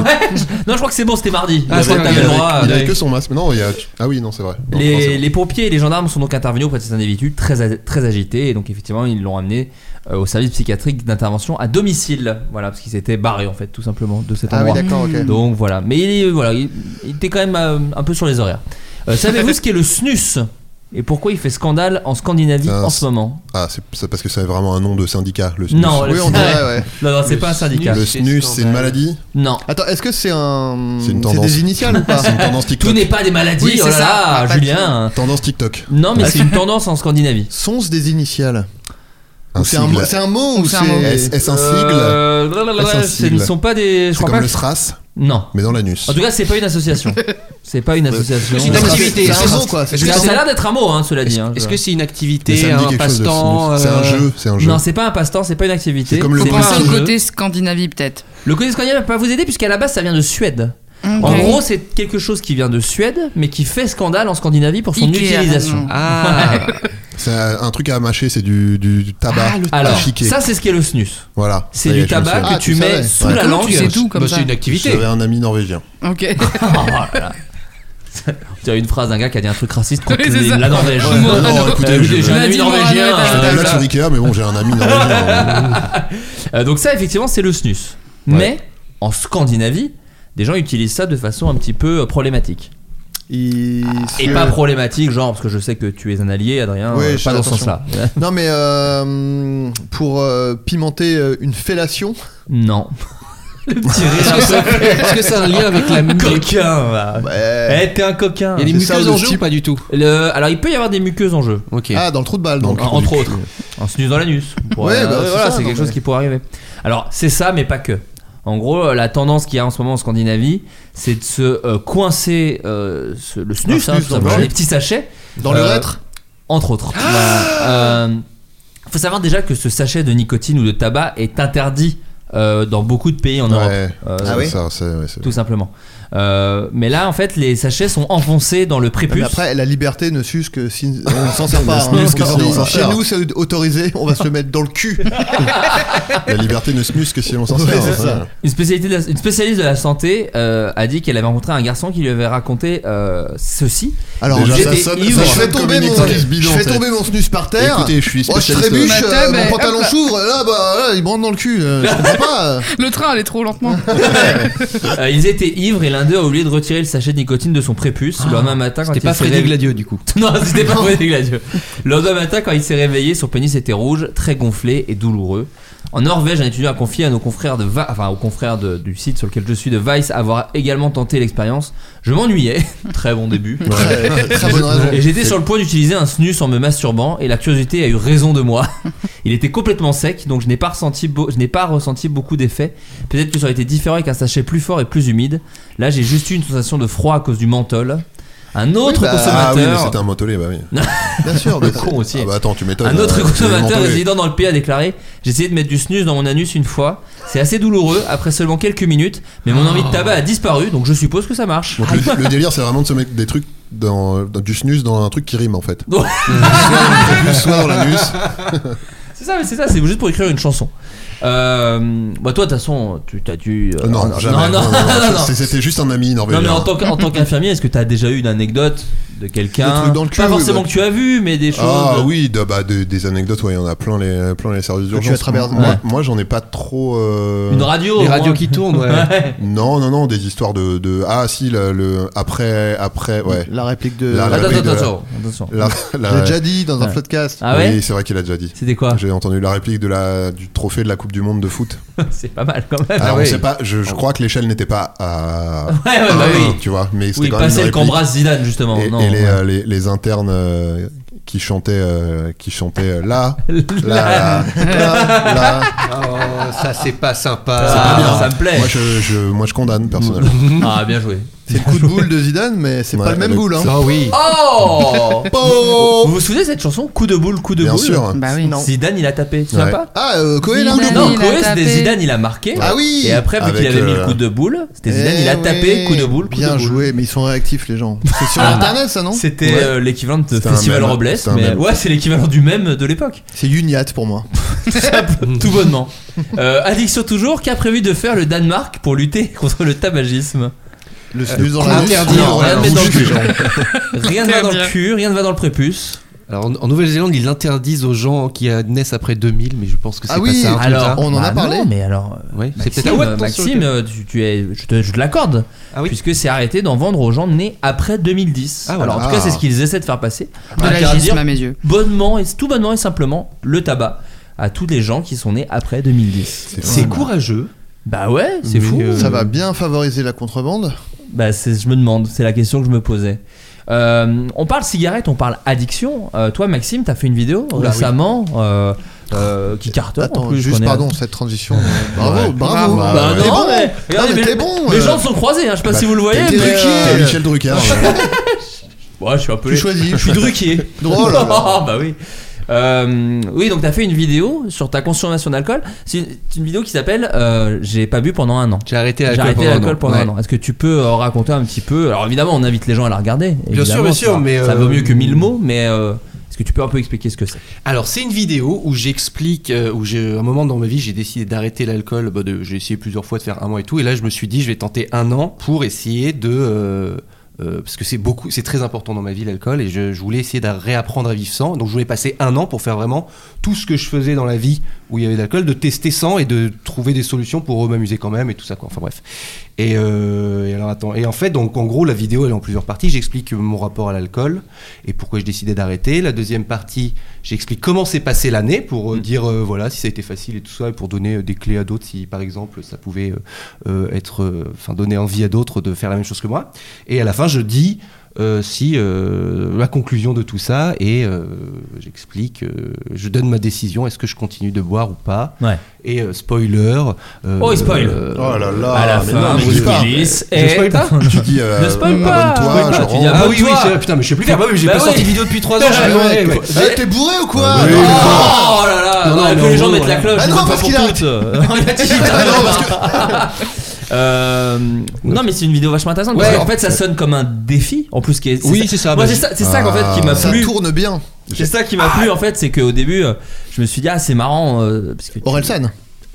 Non je crois que c'est bon, c'était mardi.
Ah, c'est
T'avais
vrai,
Il
le
avait-
droit.
il avait
Ouais.
que son masque. Mais non, il y a... Ah oui, non, c'est vrai. Non, non,
Les,
c'est bon.
les pompiers et les gendarmes sont donc intervenus auprès de cet individu très, a- très agité et donc effectivement ils l'ont amené euh, au service psychiatrique d'intervention à domicile. Voilà, parce qu'il s'était barré en fait tout simplement de cet
Ah oui,
endroit.
d'accord, ok.
donc voilà, mais il, est- voilà, il, il était quand même euh, un peu sur les horaires. Euh, Savez-vous ce qu'est le snus et pourquoi il fait scandale en Scandinavie
Ah,
en
c'est-
ce moment
Ah, c'est c'est parce que c'est vraiment un nom de syndicat, le SNUS.
Non,
Oui,
le-
on dirait, ouais.
Non, non, c'est
le
pas un syndicat.
Le
c'est
SNUS,
scandale.
c'est une maladie
Non,
Attends, est-ce que c'est un.
C'est une tendance.
des initiales ou pas
C'est une tendance
tout
TikTok.
n'est pas des maladies.
Oui,
oh
c'est
là
ça,
là,
on va pas
Julien.
Tendance TikTok.
Non, mais c'est une tendance en Scandinavie.
Sont-ce des initiales
Un
Ou C'est un,
sigle.
mo- c'est un mot ou
Ou c'est un mot.
Est-ce
c'est.
est-ce un sigle
Euh, blablabla,
Est-ce un
c'est-
sigle
Ils sont pas des. Je
C'est
crois
comme
pas.
le
que- Ah,
SRAS,
Non.
mais dans l'anus.
En tout cas, c'est pas une association. C'est pas une association.
C'est une
Non, mais
activité.
c'est un
Est-ce
mot,
que-
quoi, c'est
est-ce que
Ça, ça a
c'est-
l'air d'être un mot, hein, cela dit. hein,
Est-ce
je-
que c'est une
Mais
activité,
ça me dit
un
quelque chose de
passe-temps
SNUS. C'est un
euh,
jeu, c'est un jeu.
Non, c'est pas un passe-temps, c'est pas une activité.
C'est comme le
Faut
les
penser
masques.
au côté Scandinavie peut-être.
Le côté scandinave va pas vous aider, puisqu'à la base, ça vient de Suède. En
Ok.
gros, c'est quelque chose qui vient de Suède, mais qui fait scandale en Scandinavie pour son
Ikea,
utilisation.
non.
Ah,
C'est un un truc à mâcher, c'est du, du tabac
Ah, le-
à
Alors,
chiquer.
ça, c'est ce qu'est le snus.
voilà.
C'est
Ça y est,
du
je me
tabac
souviens.
que
Ah,
tu
tu
mets
savais.
sous
Ouais.
la
Comment
langue.
tu sais tout comme
bah,
ça
c'est une activité.
J'avais un ami norvégien.
Ok.
Oh là là. Tu as une phrase d'un gars qui a dit un truc raciste contre
Oui, c'est
les-
ça.
la Norvège.
Ouais, non,
non, écoutez,
Euh,
je-
j'ai un ami
Nadine
norvégien.
Morano est
Je fais
euh,
des blagues
là.
sur Ikea, mais bon, j'ai un ami norvégien.
Euh, donc ça, effectivement, c'est le snus. Mais en Scandinavie, des gens utilisent ça de façon un petit peu euh, problématique.
Il-
Et
se-
pas problématique, genre parce que je sais que tu es un allié, Adrien.
Oui,
euh,
Euh. je
pas
fais
dans ce sens-là.
Non, mais euh, pour euh, pimenter euh, une fellation.
non. Le petit rire.
Est-ce que ça- est-ce que ça a un lien avec la muqueuse
coquin. va. Eh,
Bah,
t'es un coquin.
Il y a des
C'est ça,
muqueuses
le
en jeu ou
type.
pas du tout
Le- alors, il peut y avoir des muqueuses en jeu.
Ok.
Ah, dans le trou de balle, donc.
Dans le
Eh. entre
du
autres. Un snus dans l'anus. On pourrait-
Ouais, bah,
euh,
c'est
voilà,
ça,
c'est
non,
quelque chose
mais-
qui pourrait arriver. Alors, c'est ça, mais pas que. En gros, euh, la tendance qu'il y a en ce moment en Scandinavie, c'est de se euh, coincer euh, ce- le snus,
Le
hein,
snus
tout
dans le
simplement,
jeu.
les petits sachets,
Dans le Ah
Euh,
rétre
entre autres. Il faut savoir déjà que ce sachet de nicotine ou de tabac est interdit euh, dans beaucoup de pays en Europe.
Ouais.
Euh,
Ça,
Ah oui
ça, c'est- ouais, c'est-
Tout simplement. Euh, mais là, en fait, les sachets sont enfoncés dans le
Non, mais
prépuce.
Ah bah après, la liberté ne s'use que si on s'en sert pas. hein.
Ne s'use que si on s'en
Chez
sert.
nous, c'est autorisé, on va se le mettre dans le cul.
La liberté ne snus que si on s'en
Ouais,
sert. hein.
c'est
Ouais.
ça.
Une, spécialité de la- une spécialiste de la santé euh, a dit qu'elle avait rencontré un garçon qui lui avait raconté euh, ceci.
Alors,
Déjà,
j'ai-
ça
j'étais
sonne-
ivre.
ça
je
sonne
fais
comme
tomber
une
mon,
excuse
je
bidon,
fais
ça.
tomber mon snus par terre.
Écoutez, je suis
Oh, je
spécialiste.
trébuche,
Ma
euh,
table,
mon
hop
pantalon
là.
s'ouvre, là, bah, là, il me rentre dans le cul. euh, je comprends pas. euh.
Le train allait trop lentement.
Euh, ils étaient ivres et l'un d'eux a oublié de retirer le sachet de nicotine de son prépuce le lendemain matin quand
C'était
il
pas
s'est
Freddy
réveillé-
Gladieux du coup.
Non, c'était pas Freddy Gladieux. Le lendemain matin, quand il s'est réveillé, son pénis était rouge, très gonflé et douloureux. En Norvège, un étudiant a confié à nos confrères de Va- enfin, aux confrères de- du site sur lequel je suis de Vice avoir également tenté l'expérience. Je m'ennuyais, très bon début.
Très, très bonne raison.
Et j'étais sur le point d'utiliser un snus en me masturbant et la curiosité a eu raison de moi. Il était complètement sec, donc je n'ai pas ressenti, beau- je n'ai pas ressenti beaucoup d'effets. Peut-être que ça aurait été différent avec un sachet plus fort et plus humide. Là, j'ai juste eu une sensation de froid à cause du menthol. Un autre
Oui, bah,
Ah oui, mais
consommateur,
c'était un motolé, bah oui.
Bien sûr,
Le
mais
con aussi.
Ah bah attends, tu m'étonnes.
Un autre
euh, c'est
consommateur
mentolé.
résident dans le pays a déclaré J'ai essayé de mettre du snus dans mon anus une fois. C'est assez douloureux après seulement quelques minutes, mais mon envie de tabac a disparu, donc je suppose que ça marche.
Ah.
Ah,
Donc le, le délire, c'est vraiment de se mettre des trucs dans, dans- du snus dans un truc qui rime en fait.
Ouais.
Ah,
Soit- soit dans l'anus.
C'est ça, mais c'est ça, c'est juste pour écrire une chanson. Euh, bah toi, de toute façon, tu t'as dû. euh,
Ah,
Non, jamais.
non, non, non, non, non.
C'est- C'était juste un ami
Non,
norvégien.
mais en tant que- en tant qu'infirmier, est-ce que t'as déjà eu une anecdote de quelqu'un.
Des trucs dans le cul,
Pas
oui,
forcément
bah.
que tu as vu, mais des choses.
Ah oui, de- bah, de- des anecdotes, ouais, il y en a plein les, plein les services d'urgence.
as traversé-
Moi,
Ouais.
moi, j'en ai pas trop. euh,
Une radio, Les au radios moins. qui tournent, Oh, ouais. Ouais.
Non, non, non, des histoires de. de- Ah si, le, le- après, après, ouais.
La réplique de-
La Euh,
Attends,
réplique de-
attends,
attention.
la- la-
Je l'ai déjà dit dans un
Ouais.
podcast.
Ah ouais
Oui, c'est vrai qu'il a déjà dit.
C'était quoi
J'ai entendu la réplique de la, du trophée de la Coupe du Monde de foot.
c'est pas mal quand même. Ah
Alors, Ah, on sait pas, je, je crois que l'échelle n'était pas à.
Ouais, ouais, bah
à
oui.
un, Tu vois, mais c'était
Oui, bah,
quand
pas
même une
celle
réplique.
qu'embrasse Zidane, justement,
Et,
non,
et les,
ouais.
euh, les- les internes euh, qui chantaient, euh, qui chantaient euh, là, là, là, là.
Oh, ça c'est pas sympa.
C'est pas Ah, bien.
Ah, ça me plaît.
Moi je, je- moi, je condamne personnellement.
Ah, bien joué.
C'est le coup de boule de Zidane, mais c'est pas
Ouais,
le même
le-
boule. Hein.
Ah oui.
Oh Vous vous souvenez de cette chanson Coup de boule, coup de
Bien
boule
sûr.
Bah oui.
Non.
Zidane, il a tapé, tu
Ouais.
vois pas
Ah, euh, Cohen, hein
Zidane,
Non,
il a
Coé, c'était
tapé.
Zidane, il a marqué.
Ah oui
Et après, vu
Avec,
qu'il avait mis le
euh,
coup de boule, c'était
Eh
Zidane, il a
ouais.
tapé, coup de boule, coup
Bien
de boule. Ah.
joué, mais ils sont réactifs les gens. C'est sur internet ça non
C'était
Ouais.
euh, l'équivalent de
C'était un
Festival
mème.
Robles,
C'était un
mais
mème.
ouais, c'est l'équivalent du même de l'époque.
C'est Uniat pour moi.
Simple, Tout bonnement. Euh, addiction toujours, qu'a prévu de faire le Danemark pour lutter contre le tabagisme
Le snus dans la
interdit,
nuit.
on
Ouais,
Euh, rien ne met dans le
bouge
cul.
les gens.
Rien ne va dans le cul, rien ne va dans le prépuce.
Alors en, en Nouvelle-Zélande, ils l'interdisent aux gens qui euh, naissent après 2000, mais je pense que c'est
Ah oui,
pas ça. un truc
alors,
comme ça.
on en a
Bah
parlé.
non, mais alors. euh,
Ouais, c'est
Maxime,
peut-être- Ah ouais,
euh,
attention,
Maxime,
ok.
euh, tu, tu es, je te, je te l'accorde,
Ah oui.
puisque c'est arrêté d'en vendre aux gens nés après 2010.
Ah, voilà.
Alors en tout cas,
Ah.
c'est ce qu'ils essaient de faire passer.
De l'agisme à mes yeux.
bonnement et tout bonnement et simplement le tabac à tous les gens qui sont nés après 2010.
C'est courageux.
Bah ouais,
Mais,
c'est fou.
euh,
Ça va bien favoriser la contrebande.
Bah c'est- je me demande, c'est la question que je me posais. Euh, on parle cigarette, on parle addiction. Euh, toi, Maxime, t'as fait une vidéo
Oula,
récemment euh, euh, qui cartonne. en
Bah Attends,
plus,
juste
qu'on est-
pardon cette transition. Bravo, bravo.
Bravo.
Bah
ouais.
euh, T'es
non,
bon.
mais, regardez,
Non, mais
mais
t'es
le-
bon.
les
euh,
gens sont croisés, hein, je sais pas
Bah,
si vous le voyez.
T'es
mais,
Drucker,
euh,
t'es Michel Drucker.
Ouais, je suis un peu.
Tu choisis.
Je suis druquier.
Drôle.
Ah, bah oui. Euh, oui, donc t'as fait une vidéo sur ta consommation d'alcool. C'est une, c'est une vidéo qui s'appelle euh, J'ai pas bu pendant un an.
J'ai arrêté
J'ai
l'alcool
arrêté
pendant,
l'alcool pendant
Ouais.
un an. Est-ce que tu peux euh, raconter un petit peu Alors évidemment, on invite les gens à la regarder.
Bien sûr,
évidemment,
bien sûr,
ça-
mais,
ça
euh,
vaut mieux que mille mots. Mais euh, est-ce que tu peux un peu expliquer ce que c'est
Alors c'est une vidéo où j'explique euh, où j'ai un moment dans ma vie j'ai décidé d'arrêter l'alcool. Bah, de- j'ai essayé plusieurs fois de faire un mois et tout et là je me suis dit je vais tenter un an pour essayer de euh, euh, parce que c'est beaucoup c'est très important dans ma vie l'alcool et je, je voulais essayer de réapprendre à vivre sans donc je voulais passer un an pour faire vraiment tout ce que je faisais dans la vie où il y avait de l'alcool de tester sans et de trouver des solutions pour m'amuser quand même et tout ça quoi enfin bref et, euh, et alors attends et en fait donc en gros la vidéo elle est en plusieurs parties j'explique euh, mon rapport à l'alcool et pourquoi j'ai décidé d'arrêter la deuxième partie j'explique comment s'est passée l'année pour euh,
Mm.
dire euh, voilà si ça a été facile et tout ça et pour donner euh, des clés à d'autres si par exemple ça pouvait euh, euh, être euh, enfin donner envie à d'autres de faire la même chose que moi et à la fin je dis euh, si euh, la conclusion de tout ça et euh, j'explique euh, je donne ma décision est-ce que je continue de boire ou pas
Ouais.
et euh, spoiler euh,
Oh, il spoil.
Oh là là.
Ah,
À la
mais
fin,
non, mais
Bruce
je-
Willis
Je
est.
spoil pas
Tu dis, euh,
Ne spoil pas.
abonne-toi,
Spoil pas,
je
bah, tu dis
rends-
Ah
Abonne-toi.
oui, oui, c'est- putain, mais je sais plus faire. Bah oui, j'ai
Bah
pas
oui.
sorti de vidéo depuis 3 ans.
Ah,
je-
Ah ouais,
ouais,
quoi.
quoi.
Eh, T'es bourré ou quoi
Oui.
Oh là là
Non, non,
ouais,
mais
que
en
les gens
gros,
mettent la
ouais.
cloche.
Ah non,
pas
parce
pour
qu'il
toutes. Il a dit,
Ah,
t'as
non,
raison. Euh, non mais c'est une vidéo vachement intéressante. parce
Ouais.
que, en fait, ça sonne comme un défi. En plus, qui est,
Oui, c'est ça,
Moi,
bah,
c'est ça, c'est ça qu'en fait qui m'a
Ça
plu.
tourne bien.
C'est ça qui m'a plu en fait, c'est qu'au début, euh, je me suis dit ah c'est marrant euh, parce que tu-
Orelsan.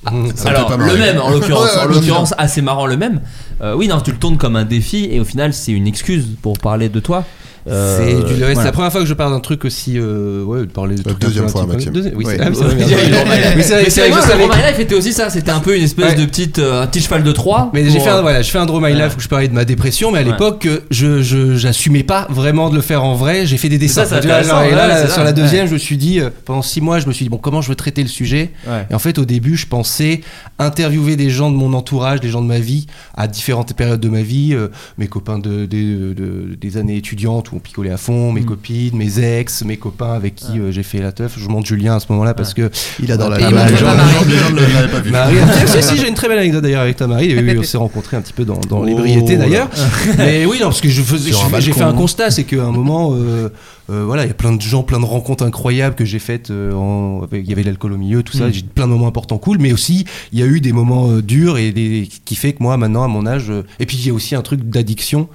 Ça me fait
alors
pas
le
marrer.
même en l'occurrence,
Ouais, ouais,
en
bien
l'occurrence assez marrant le même. Euh, oui non, tu le tournes comme un défi et au final c'est une excuse pour parler de toi. Euh,
C'est du- ouais, c'est
voilà.
la première fois que je parle d'un truc aussi. Euh, ouais, de parler de
La
trucs
deuxième
un peu
fois,
intimes.
Maxime.
Deuxième- Oui,
Ouais.
c'est ah oui, c'est vrai,
Ouais, mais
merde.
c'est vrai,
Mais c'est
mais c'est vrai que
moi,
le
je savais.
Roman Life était aussi ça, c'était un peu une espèce
Ouais.
de petite, euh, un petit cheval de Troie.
Mais j'ai
pour,
fait un,
euh,
voilà, je fais un Draw My Life où je parlais de ma dépression, mais à
Ouais.
l'époque, euh, je, je, j'assumais pas vraiment de le faire en vrai. J'ai fait des dessins.
ça, c'est
Tu vois,
intéressant,
genre, et là,
ouais,
là,
c'est
sur
ça,
la
ouais.
deuxième, je me suis dit, euh, pendant six mois, je me suis dit, bon, comment je veux traiter le sujet?
Ouais.
Et en fait, au début, je pensais interviewer des gens de mon entourage, des gens de ma vie, à différentes périodes de ma vie, euh, mes copains de, des- de- des années étudiantes où on picolait à fond, mes copines, mes ex, mes copains avec qui euh, j'ai fait la teuf. Je monte Julien à ce moment-là parce que
Il adore la
Et
Ah
il
bah,
montre
les
pas
gens-
Marie.
Les gens ne l'avaient pas vu.
Marie, si, si, j'ai une très belle anecdote d'ailleurs avec ta Marie. Et oui, on s'est rencontrés un petit peu dans, dans l'ébriété d'ailleurs. Mais oui, non, parce que je faisais-
Oh. Sur un
je fais- j'ai
balcon.
fait un constat, c'est qu'à un moment, euh, euh, voilà, il y a plein de gens, plein de rencontres incroyables que j'ai faites. euh, en- avec- il y avait de l'alcool au milieu, tout
Mm.
ça. J'ai eu plein de moments importants, cool. Mais aussi, il y a eu des moments euh, durs et des, qui fait que moi, maintenant, à mon âge, euh, et puis il y a aussi un truc d'addiction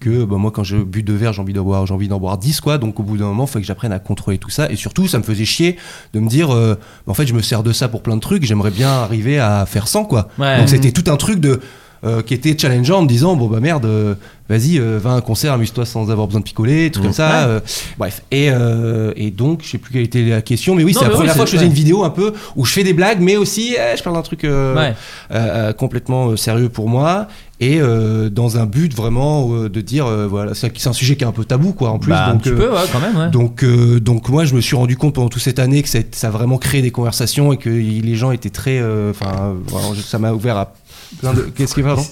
que bah, moi quand je bu deux verres j'ai envie d'en boire j'ai envie d'en boire 10 quoi donc au bout d'un moment il faut que j'apprenne à contrôler tout ça et surtout ça me faisait chier de me dire euh, en fait je me sers de ça pour plein de trucs j'aimerais bien arriver à faire sans quoi
Ouais. Mmh.
donc c'était tout un truc de euh, qui était challengeant en me disant bon bah merde, euh, vas-y, euh, va à un concert, amuse-toi sans avoir besoin de picoler, trucs
Mhm.
comme ça.
Ouais.
euh, bref. Et, euh, et donc, je sais plus quelle était la question, mais oui,
Non,
c'est la
mais oui,
première
c'est-
fois que je faisais
ouais.
une vidéo un peu où je fais des blagues, mais aussi eh, je parle d'un truc euh,
Ouais.
euh, euh, complètement euh, sérieux pour moi. Et euh, dans un but vraiment euh, de dire, euh, voilà, c'est c'est un sujet qui est un peu tabou, quoi, en plus.
Bah, un
donc,
petit
euh,
peu, ouais, quand même, ouais.
donc, euh, donc moi, je me suis rendu compte pendant toute cette année que ça, ça a vraiment créé des conversations et que y- les gens étaient très. euh, Enfin, voilà, je- ça m'a ouvert à plein de. Qu'est-ce qui va pardon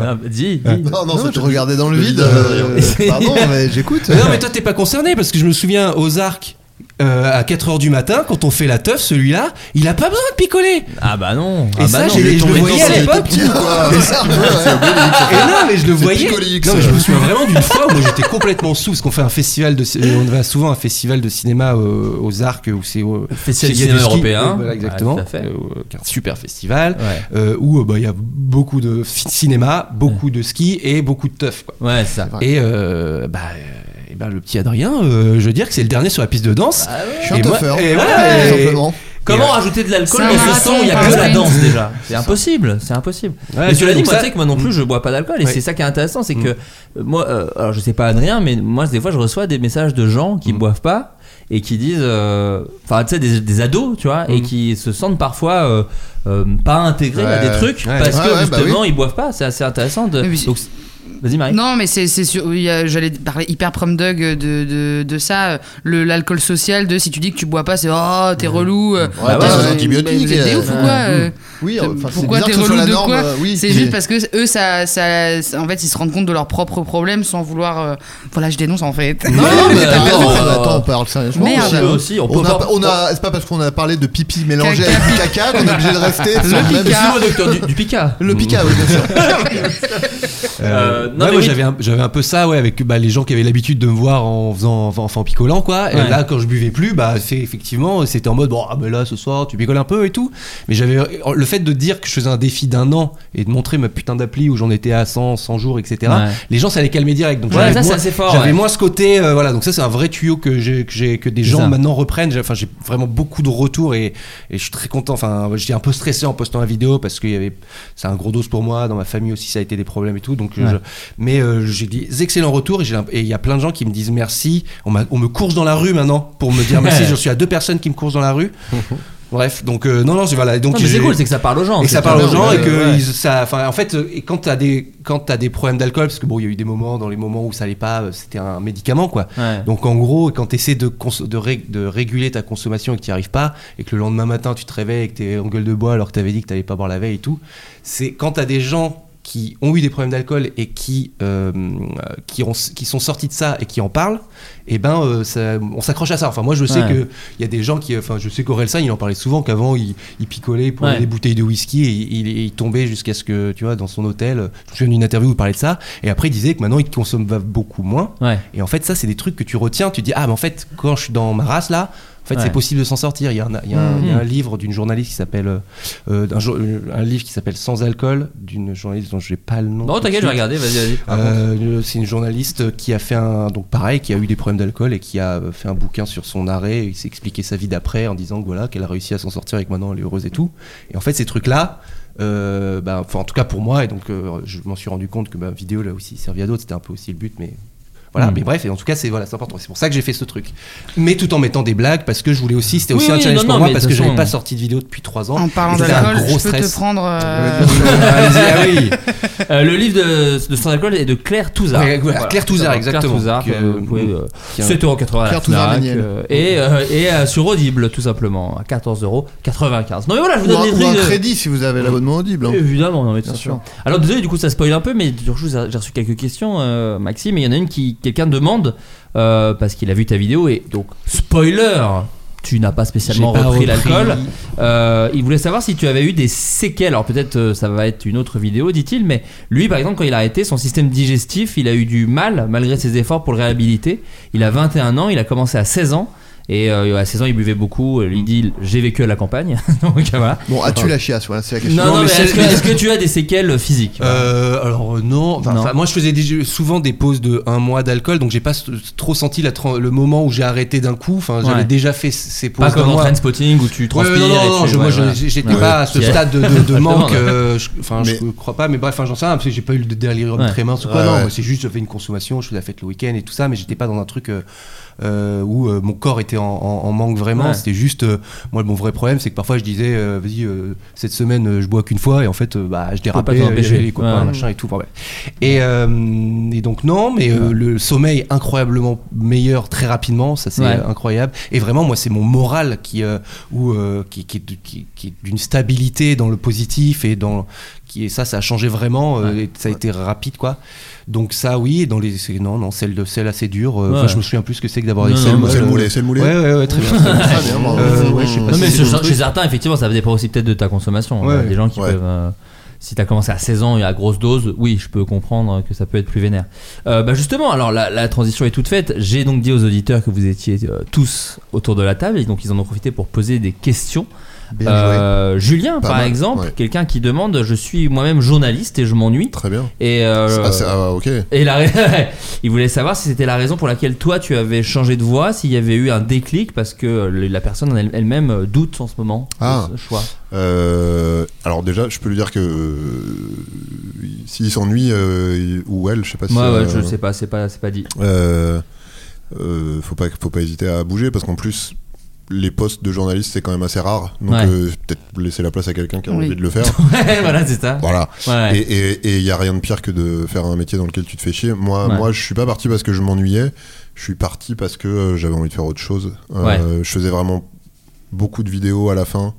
Ah, dis, dis.
Non, non,
Non,
c'est
je-
te regarder dans le
je-
vide.
je-
euh, pardon, mais j'écoute.
Mais Non, mais toi, t'es pas concerné parce que je me souviens aux arcs. euh, à 4h du matin, quand on fait la teuf, celui-là, il a pas besoin de picoler.
Ah bah non.
Et
ah
ça,
bah non,
j'ai-
mais
je
ton-
le
mais
voyais
ton-
à l'époque.
petit, quoi.
Mais ça- Et non, mais je le
C'est
voyais.
picolix,
Non, mais je
euh.
me souviens vraiment d'une fois où moi, j'étais complètement sous parce qu'on fait un festival de, ci- euh, on va souvent à un festival de cinéma euh, aux Arcs où c'est euh, au-
Festival
chez
du cinéma
Gadeski.
européen.
Voilà, exactement.
Ouais, tout à fait.
Euh, qui est un super festival
Ouais.
euh, où euh, bah, il y a beaucoup de fi- cinéma, beaucoup de ski et beaucoup de teuf. quoi.
Mm. Ouais, ça.
Et euh, bah, euh, et bah, le petit Adrien, euh, je veux dire que c'est le dernier sur la piste de danse.
Je suis un
Et moi-
toffeur. Ouais,
et voilà, et-
simplement.
Bah, Comment
Et, euh,
rajouter de l'alcool
c'est un
dans ce
marathon,
son Il y a
pas
que
un
la
sprint.
danse déjà. C'est impossible, c'est impossible.
Ouais,
mais tu l'as
donc
dit, moi,
ça-
tu sais que moi non plus, je bois pas d'alcool et
Ouais.
c'est ça qui est intéressant, c'est
Mm.
que euh, moi, euh, alors je sais pas Adrien, mais moi des fois je reçois des messages de gens
Mm.
qui boivent pas et qui disent, euh, enfin tu sais des, des ados, tu vois, et
Mm.
qui se sentent parfois euh, euh, pas intégrés à
Ouais,
des trucs
ouais.
parce
Ouais,
que
ouais, bah
justement ils boivent pas. C'est assez intéressant. De,
Oui, oui.
donc, vas-y Marie.
Non, mais c'est c'est sûr. il y a- J'allais parler hyper prom dog de, de, de ça. euh, le- L'alcool social, de si tu dis que tu bois pas, c'est oh, t'es relou. euh,
Ouais,
t'as
euh,
des antibiotiques,
mais vous êtes des
euh,
ouf ou
ouais.
quoi euh,
Oui,
c'est-
enfin, c'est
Pourquoi
bizarre
t'es
que ce soit
relou
la
de
norme,
quoi
euh, oui,
C'est
j'ai-
juste parce que eux, ça, ça, ça- en fait, ils se rendent compte de leurs propres problèmes sans vouloir. euh, Voilà, je dénonce en fait.
Non, non, mais
t'as
attends,
raison.
attends, on parle sérieusement.
Merde.
Aussi,
On a-
aussi, on peut
on a,
pas-
on a- c'est pas parce qu'on a parlé de pipi mélangé
Caca.
avec du caca qu'on est obligé de rester. sur
Le
même-
pica.
Ah, Excuse-moi, docteur du, du Pika.
Le pica, oui, bien sûr.
Euh, non,
ouais,
mais
moi
oui.
j'avais un, j'avais un peu ça ouais avec bah, les gens qui avaient l'habitude de me voir en faisant en, en picolant quoi et
Ouais.
là quand je buvais plus bah c'est effectivement c'était en mode bon ah ben là ce soir tu picoles un peu et tout mais j'avais le fait de dire que je faisais un défi d'un an et de montrer ma putain d'appli où j'en étais à 100 100 jours etc
Ouais.
les gens ça les calmait direct donc
Ouais,
j'avais
ça, c'est
moins-
assez fort,
j'avais
ouais.
moins ce côté euh, voilà donc ça c'est un vrai tuyau que j'ai que, j'ai- que des
C'est
gens
ça.
maintenant reprennent J'ai- enfin j'ai vraiment beaucoup de retours et, et je suis très content enfin j'étais un peu stressé en postant la vidéo parce qu'il y avait c'est un gros dose pour moi dans ma famille aussi ça a été des problèmes et tout donc
Ouais.
je- mais euh, j'ai des excellents retours et j'ai l'imp- et il y a plein de gens qui me disent merci on, m'a- on me course dans la rue maintenant pour me dire merci je suis à deux personnes qui me coursent dans la rue bref donc euh, non non c'est voilà donc
Non, mais c'est
j'ai-
cool, c'est que ça parle aux gens.
et que ça parle aux gens et que
Ouais.
ils- ça enfin en fait euh, et quand t'as des quand t'as des problèmes d'alcool parce que bon il y a eu des moments dans les moments où ça allait pas euh, c'était un médicament quoi
Ouais.
donc en gros quand t'essaies de cons- de, ré- de réguler ta consommation et que t'y arrives pas et que le lendemain matin tu te réveilles et que t'es en gueule de bois alors que t'avais dit que t'allais pas boire la veille et tout c'est quand t'as des gens qui ont eu des problèmes d'alcool et qui euh, qui, ont, qui sont sortis de ça et qui en parlent et ben euh, ça- on s'accroche à ça enfin moi je sais
Ouais.
que il y a des gens qui enfin je sais qu'Orelsan il en parlait souvent qu'avant il, il picolait pour
Ouais.
des bouteilles de whisky et il, il- il tombait jusqu'à ce que tu vois dans son hôtel je me souviens d'une interview où il parlait de ça et après il disait que maintenant il consomme va- beaucoup moins
Ouais.
et en fait ça c'est des trucs que tu retiens tu dis ah mais en fait quand je suis dans ma race là en fait,
Ouais.
c'est possible de s'en sortir. Il y a un, il y a un- il y a
Mhm.
un livre d'une journaliste qui s'appelle euh, euh, d'un jour- euh, un, livre qui s'appelle Sans alcool d'une journaliste dont je n'ai pas le nom.
Bon,
tout de
t'inquiète, je vais
suite.
regarder, vas-y, vas-y.
Euh, le- c'est une journaliste qui a fait un donc pareil qui a eu des problèmes d'alcool et qui a fait un bouquin sur son arrêt il s'est expliqué sa vie d'après en disant que voilà qu'elle a réussi à s'en sortir et que maintenant elle est heureuse et tout et en fait ces trucs là en tout cas pour moi et donc euh, je m'en suis rendu compte que ma vidéo là aussi servi à d'autres c'était un peu aussi le but mais voilà,
Mm.
mais bref, et en tout cas, c'est voilà, c'est important. C'est pour ça que j'ai fait ce truc. Mais tout en mettant des blagues, parce que je voulais aussi, c'était
Oui,
aussi un
oui,
challenge
non,
pour
non,
moi,
mais
parce
de
que
toute
j'avais
façon-
pas sorti de vidéo depuis 3 ans.
En parlant
Et c'était un
d'alcool,
gros
je peux te
stress.
prendre. euh,
Allez-y, ah oui.
Euh, le livre de, de Sans Alcool est de Claire Touzard.
Ouais, voilà, Claire Touzard, exactement.
Claire Touzard, que
Que-
vous pouvez, euh,
qui est un-
7,80€ à la
Claire Touzard
Fnac,
Méniel.
euh, et, euh, et euh, sur Audible, tout simplement, hein, à 14,95€. Non mais voilà, je vous
Ou
donne
un,
des
ou un
trucs. de-
crédit si vous avez l'abonnement audible. hein.
Évidemment, non, mais de
Bien
toute
sûr.
façon. Alors désolé, du coup ça spoil un peu, mais du coup j'ai j'ai reçu quelques questions, euh, Maxime, et il y en a une qui quelqu'un demande euh, parce qu'il a vu ta vidéo et donc spoiler, tu n'as pas spécialement
J'ai pas
repris
repris.
l'alcool. Euh, il voulait savoir si tu avais eu des séquelles. Alors peut-être euh, ça va être une autre vidéo, dit-il, mais lui par exemple quand il a arrêté son système digestif, il a eu du mal malgré ses efforts pour le réhabiliter. Il a 21 ans, il a commencé à 16 ans. Et euh, à 16 ans, il buvait beaucoup. Lui dit J'ai vécu à la campagne. Donc voilà.
Bon, as-tu la chiasse Voilà, c'est la question.
Non, non, mais
c'est-
est-ce que, est-ce que tu as des séquelles physiques
Euh, alors euh, non, Enfin,
Non.
enfin, moi je faisais des- souvent des pauses de un mois d'alcool, donc j'ai pas s- trop senti la tran- le moment où j'ai arrêté d'un coup. Enfin, j'avais
Ouais.
déjà fait c- ces pauses.
Pas comme
d'un
dans
mois.
Trainspotting où tu transpires.
Ouais, non, non,
et
non,
tu-
je- moi
ouais,
je-
voilà.
j'étais
Ouais.
pas à ce
Ouais.
stade de, de- de
Je
manque.
demande.
euh, je- Enfin, je
Mais-
crois pas, mais bref, enfin, j'en sais rien, parce que j'ai pas eu le délirium
Ouais.
très mince ou quoi.
Ouais,
non,
ouais.
moi, c'est juste, j'avais une consommation, je faisais la fête le week-end et tout ça, mais j'étais pas dans un truc euh, euh, où euh, mon corps était en, en- en manque vraiment.
Ouais.
C'était juste, euh, moi, mon vrai problème, c'est que parfois je disais, euh, vas-y, euh, cette semaine, euh, je bois qu'une fois, et en fait, euh, bah, je
pas
dérapais,
t'empêcher.
j'avais les copains,
Ouais.
machin et tout. enfin, bref. Et, euh, et donc, non, mais euh, le sommeil incroyablement meilleur très rapidement, ça c'est euh,
Ouais.
incroyable. Et vraiment, moi, c'est mon moral qui, euh, ou, euh, qui, qui, qui- qui est d'une stabilité dans le positif et dans qui et ça, ça a changé vraiment. euh, et ça a été rapide, quoi. Donc ça, oui. Et dans les c'est- non, non, celle de celle assez dure. euh,
Ouais.
enfin, Je me souviens plus ce que c'est que d'avoir
Non,
des
non,
selles
mais
molles,
c'est le moulet,
euh.
c'est le moulet.
Ouais, ouais, ouais, très bien.
Très bien, bravo.
Euh, ouais, je sais pas
Non,
si
mais
c'est le
chez,
truc.
chez certains, effectivement, ça faisait aussi peut-être de ta consommation. Il y a
Ouais.
des gens qui
Ouais.
peuvent. euh, si t'as commencé à 16 ans et à grosse dose, oui, je peux comprendre que ça peut être plus vénère. Euh, bah justement, alors la, la transition est toute faite. J'ai donc dit aux auditeurs que vous étiez euh, tous autour de la table et donc ils en ont profité pour poser des questions.
Bien
Euh, Julien,
Pas
par
mal,
exemple,
ouais.
quelqu'un qui demande Je suis moi-même journaliste et je m'ennuie.
Très bien.
Et, euh,
Ah, c'est- ah, ok.
et la ra- il voulait savoir si c'était la raison pour laquelle toi tu avais changé de voix, s'il y avait eu un déclic parce que le- la personne en elle- elle-même euh, doute en ce moment de
Ah.
ce choix.
Euh, alors déjà, je peux lui dire que euh, s'il s'ennuie euh, il- ou elle, je sais pas si.
Moi, ouais,
euh,
je sais pas, c'est pas, c'est pas dit.
Euh, euh, faut pas faut pas hésiter à bouger parce qu'en plus les postes de journaliste c'est quand même assez rare donc
Ouais.
euh, peut-être laisser la place à quelqu'un qui a
Oui.
envie de le faire
Ouais, voilà, c'est ça.
voilà
Ouais.
et et- et il y a rien de pire que de faire un métier dans lequel tu te fais chier moi
Ouais.
moi je suis pas parti parce que je m'ennuyais je suis parti parce que euh, j'avais envie de faire autre chose Euh, je faisais vraiment beaucoup de vidéos à la fin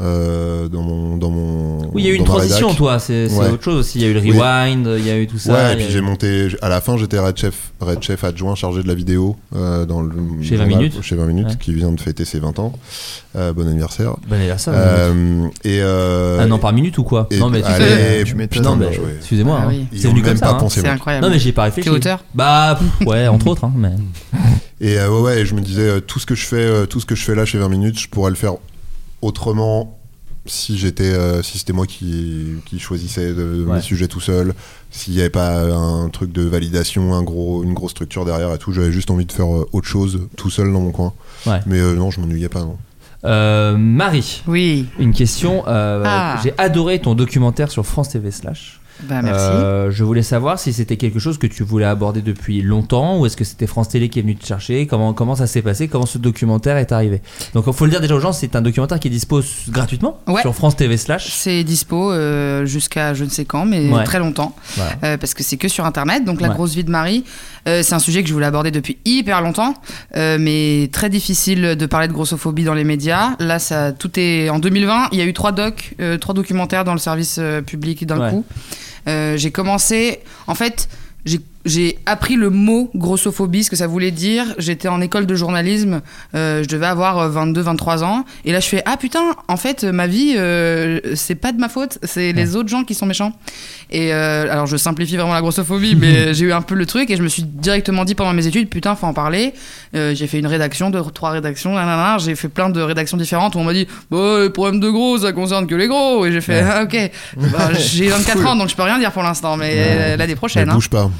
euh, dans mon dans mon
Oui, il y a eu une
dans ma
transition,
rédac.
toi, c'est c'est
Ouais.
autre chose aussi. Il y a eu le
Oui.
rewind, il y a eu tout ça.
Ouais, et
il y a
puis
eu-
j'ai monté. j- À la fin, j'étais Red Chef, Red Chef adjoint chargé de la vidéo euh, dans le
Chez 20
dans la-
minutes.
Chez 20 minutes,
Ouais.
qui vient de fêter ses 20 ans. Euh, bon anniversaire.
Bon anniversaire,
Euh, et euh,
Un an par minute ou quoi
et- bah,
Non, mais tu
allez,
sais-
tu m'étonnes,
putain,
bien
mais
joué.
excusez-moi,
Ah
hein.
oui.
Ils
c'est
ont
venu
même
comme ça.
pas
hein.
pensé,
C'est mec. incroyable.
Non, mais j'y ai pas réfléchi.
T'es auteur
Bah, pff, ouais, entre autres, hein, mais.
Et euh, ouais, ouais, et je me disais euh, tout ce que je fais, euh, tout ce que je fais là chez 20 minutes, je pourrais le faire autrement si j'étais, euh, si c'était moi qui, qui choisissais de-
Ouais.
mes sujets tout seul, s'il n'y avait pas un truc de validation, un gros, une grosse structure derrière et tout, j'avais juste envie de faire euh, autre chose tout seul dans mon coin.
Ouais.
Mais euh, non, je m'ennuyais pas. Non.
Euh, Marie,
Oui.
une question. euh,
Ah.
J'ai adoré ton documentaire sur France TV slash.
Bah, merci.
Euh, je voulais savoir si c'était quelque chose que tu voulais aborder depuis longtemps ou est-ce que c'était France Télé qui est venue te chercher Comment, comment ça s'est passé Comment ce documentaire est arrivé Donc il faut le dire déjà aux gens, c'est un documentaire qui dispose gratuitement
Ouais.
sur France TV slash.
C'est dispo euh, jusqu'à je ne sais quand, mais
Ouais.
très longtemps.
Voilà.
Euh, parce que c'est que sur internet. Donc, la
Ouais.
grosse vie de Marie, euh, c'est un sujet que je voulais aborder depuis hyper longtemps, euh, mais très difficile de parler de grossophobie dans les médias. Là, ça, tout est en 2020. Il y a eu trois docs, euh, trois documentaires dans le service euh, public d'un
Ouais.
coup. Euh, j'ai commencé, en fait. j'ai- J'ai appris le mot grossophobie, ce que ça voulait dire. J'étais en école de journalisme, euh, je devais avoir 22-23 ans. Et là, je fais Ah putain, en fait, ma vie, euh, c'est pas de ma faute, c'est les autres gens qui sont méchants. Et euh, alors, je simplifie vraiment la grossophobie, mais j'ai eu un peu le truc et je me suis directement dit pendant mes études Putain, faut en parler. Euh, j'ai fait une rédaction, deux, trois rédactions, nanana. J'ai fait plein de rédactions différentes où on m'a dit Bah, les problèmes de gros, ça concerne que les gros. Et j'ai fait
Ouais.
Ah, ok. Bah, j'ai 24 ans, donc je peux rien dire pour l'instant, mais euh, l'année prochaine.
Mais
hein
bouge pas.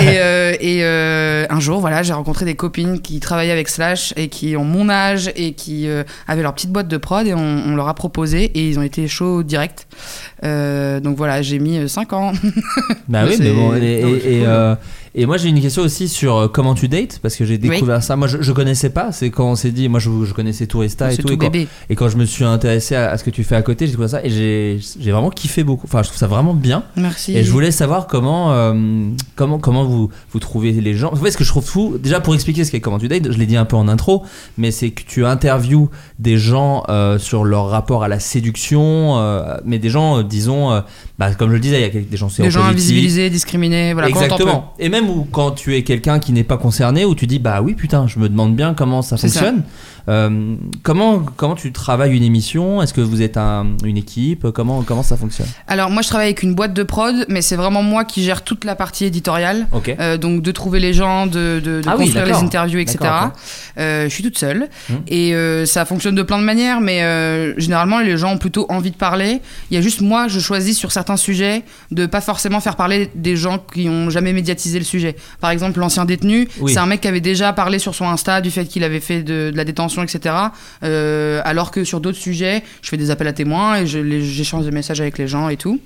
et euh, et, euh, un jour, voilà, j'ai rencontré des copines qui travaillaient avec Slash et qui ont mon âge et qui euh, avaient leur petite boîte de prod et on, on leur a proposé et ils ont été chauds direct. Euh, donc voilà, j'ai mis 5 ans.
Bah
Mais
oui,
c'est-
mais
Non,
bon. Et,
mais
et-
c'est
et,
cool.
euh, et moi, j'ai une question aussi sur euh, comment tu dates, parce que j'ai découvert ça. Moi, je, je connaissais pas. C'est quand on s'est dit, moi, je, je connaissais Tourista et
C'est
tout.
tout
et, quand,
bébé.
et quand je me suis intéressé à, à ce que tu fais à côté, j'ai découvert ça et j'ai j'ai vraiment kiffé beaucoup. Enfin, je trouve ça vraiment bien.
Merci.
Et je voulais savoir comment, euh, comment, comment vous, vous trouvez les gens. En fait, ce que je trouve fou, déjà pour expliquer ce qu'est comment tu dates, je l'ai dit un peu en intro, mais c'est que tu interviews des gens euh, sur leur rapport à la séduction, euh, mais des gens, euh, disons, euh, bah, comme je le disais, il y a quelques- des gens
Les gens
séropositifs.
invisibilisés, discriminés, voilà. quand on t'en
Exactement. Et même même où quand tu es quelqu'un qui n'est pas concerné, où tu dis bah oui putain, je me demande bien comment ça
C'est ça.
fonctionne. Euh, comment comment tu travailles une émission Est-ce que vous êtes un- une équipe Comment comment ça fonctionne
Alors moi je travaille avec une boîte de prod, mais c'est vraiment moi qui gère toute la partie éditoriale.
Ok.
Euh, donc de trouver les gens, de, de- de
Ah oui,
construire les
d'accord.
interviews, etc.
D'accord, ok.
Euh, je suis toute seule
Hmm.
et euh, ça fonctionne de plein de manières, mais euh, généralement les gens ont plutôt envie de parler. Il y a juste moi, je choisis sur certains sujets de pas forcément faire parler des gens qui ont jamais médiatisé le sujet. Par exemple l'ancien détenu,
Oui.
c'est un mec qui avait déjà parlé sur son Insta du fait qu'il avait fait de, de la détention, etc. Euh, alors que sur d'autres sujets, je fais des appels à témoins et je les- j'échange des messages avec les gens et tout.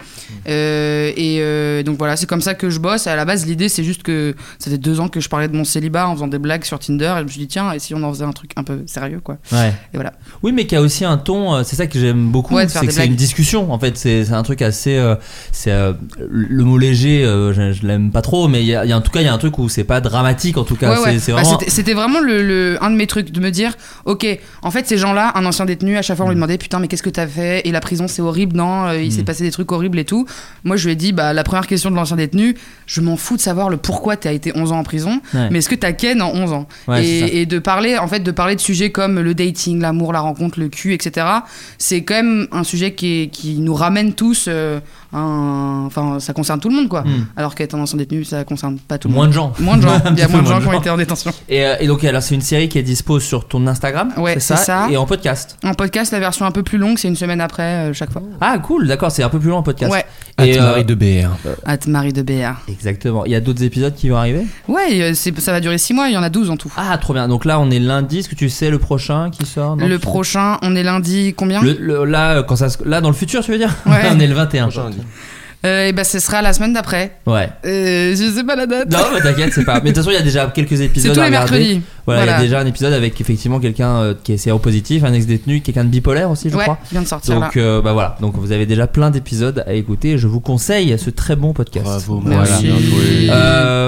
Euh, et euh, donc voilà, c'est comme ça que je bosse. À la base, l'idée, c'est juste que ça fait deux ans que je parlais de mon célibat en faisant des blagues sur Tinder. Et je me suis dit, tiens, et si on en faisait un truc un peu sérieux, quoi.
Ouais.
Et voilà.
Oui, mais qui a aussi un ton. euh, C'est ça que j'aime beaucoup.
Ouais, de faire
c'est que
des
c'est une
blagues.
discussion. En fait, c'est c'est un truc assez. euh, c'est euh, le mot léger. euh, je je l'aime pas trop, mais il y a- il y a- en tout cas, il y a un truc où c'est pas dramatique. En tout cas,
Ouais, ouais.
c'est c'est
Bah,
vraiment.
c'était- C'était vraiment le, le- un de mes trucs de me dire, ok, en fait ces gens-là, un ancien détenu, à chaque
Mm.
fois on lui demandait putain mais qu'est-ce que t'as fait et la prison c'est horrible, non Euh, Il s'est
Mm.
passé des trucs horribles et tout. Moi je lui ai dit bah la première question de l'ancien détenu, je m'en fous de savoir le pourquoi t'as été 11 ans en prison,
Ouais.
mais est-ce que t'as ken en 11 ans
Ouais, c'est ça.
et, et de parler en fait de parler de sujets comme le dating, l'amour, la rencontre, le cul, etc. C'est quand même un sujet qui, est- qui nous ramène tous. euh, un- Enfin, ça concerne tout le monde, quoi.
Mm.
Alors qu'être un ancien détenu, ça concerne pas tout le
Moins
monde.
de gens.
Moins de gens.
Un
Il y a
petit
moins
peu
de gens qui ont été en détention.
Et, euh, et donc, alors, c'est une série qui est dispo sur ton Instagram.
Ouais, c'est ça.
Et en podcast.
En podcast, la version un peu plus longue, c'est une semaine après euh, chaque fois.
Ah, cool, d'accord, c'est un peu plus loin en podcast.
Ouais.
Et, euh,
At
euh,
Marie de BR.
At Marie de BR.
Exactement. Il y a d'autres épisodes qui vont arriver
Ouais, euh, c'est- ça va durer 6 mois, il y en a 12 en tout.
Ah, trop bien. Donc là, on est lundi. Est-ce que tu sais le prochain qui sort Non,
le
tu-
prochain, on est lundi combien
Le- le- là, euh, quand ça, se- là, dans le futur, tu veux dire
Ouais.
On est le 21.
Et bah, ce sera la semaine d'après.
Ouais.
Euh, je sais pas la date.
Non, mais t'inquiette, c'est pas. Mais de toute façon, il y a déjà quelques
C'est
épisodes.
tous
à
les
regarder.
mercredis.
Voilà, il y a
Voilà.
déjà un épisode avec effectivement quelqu'un euh, qui est séropositif, un ex-détenu, quelqu'un de bipolaire aussi, je
Ouais,
crois.
qui vient de sortir,
Donc,
là.
euh, bah voilà. Donc, vous avez déjà plein d'épisodes à écouter. Je vous conseille ce très bon podcast. Bravo,
Merci. Bien joué.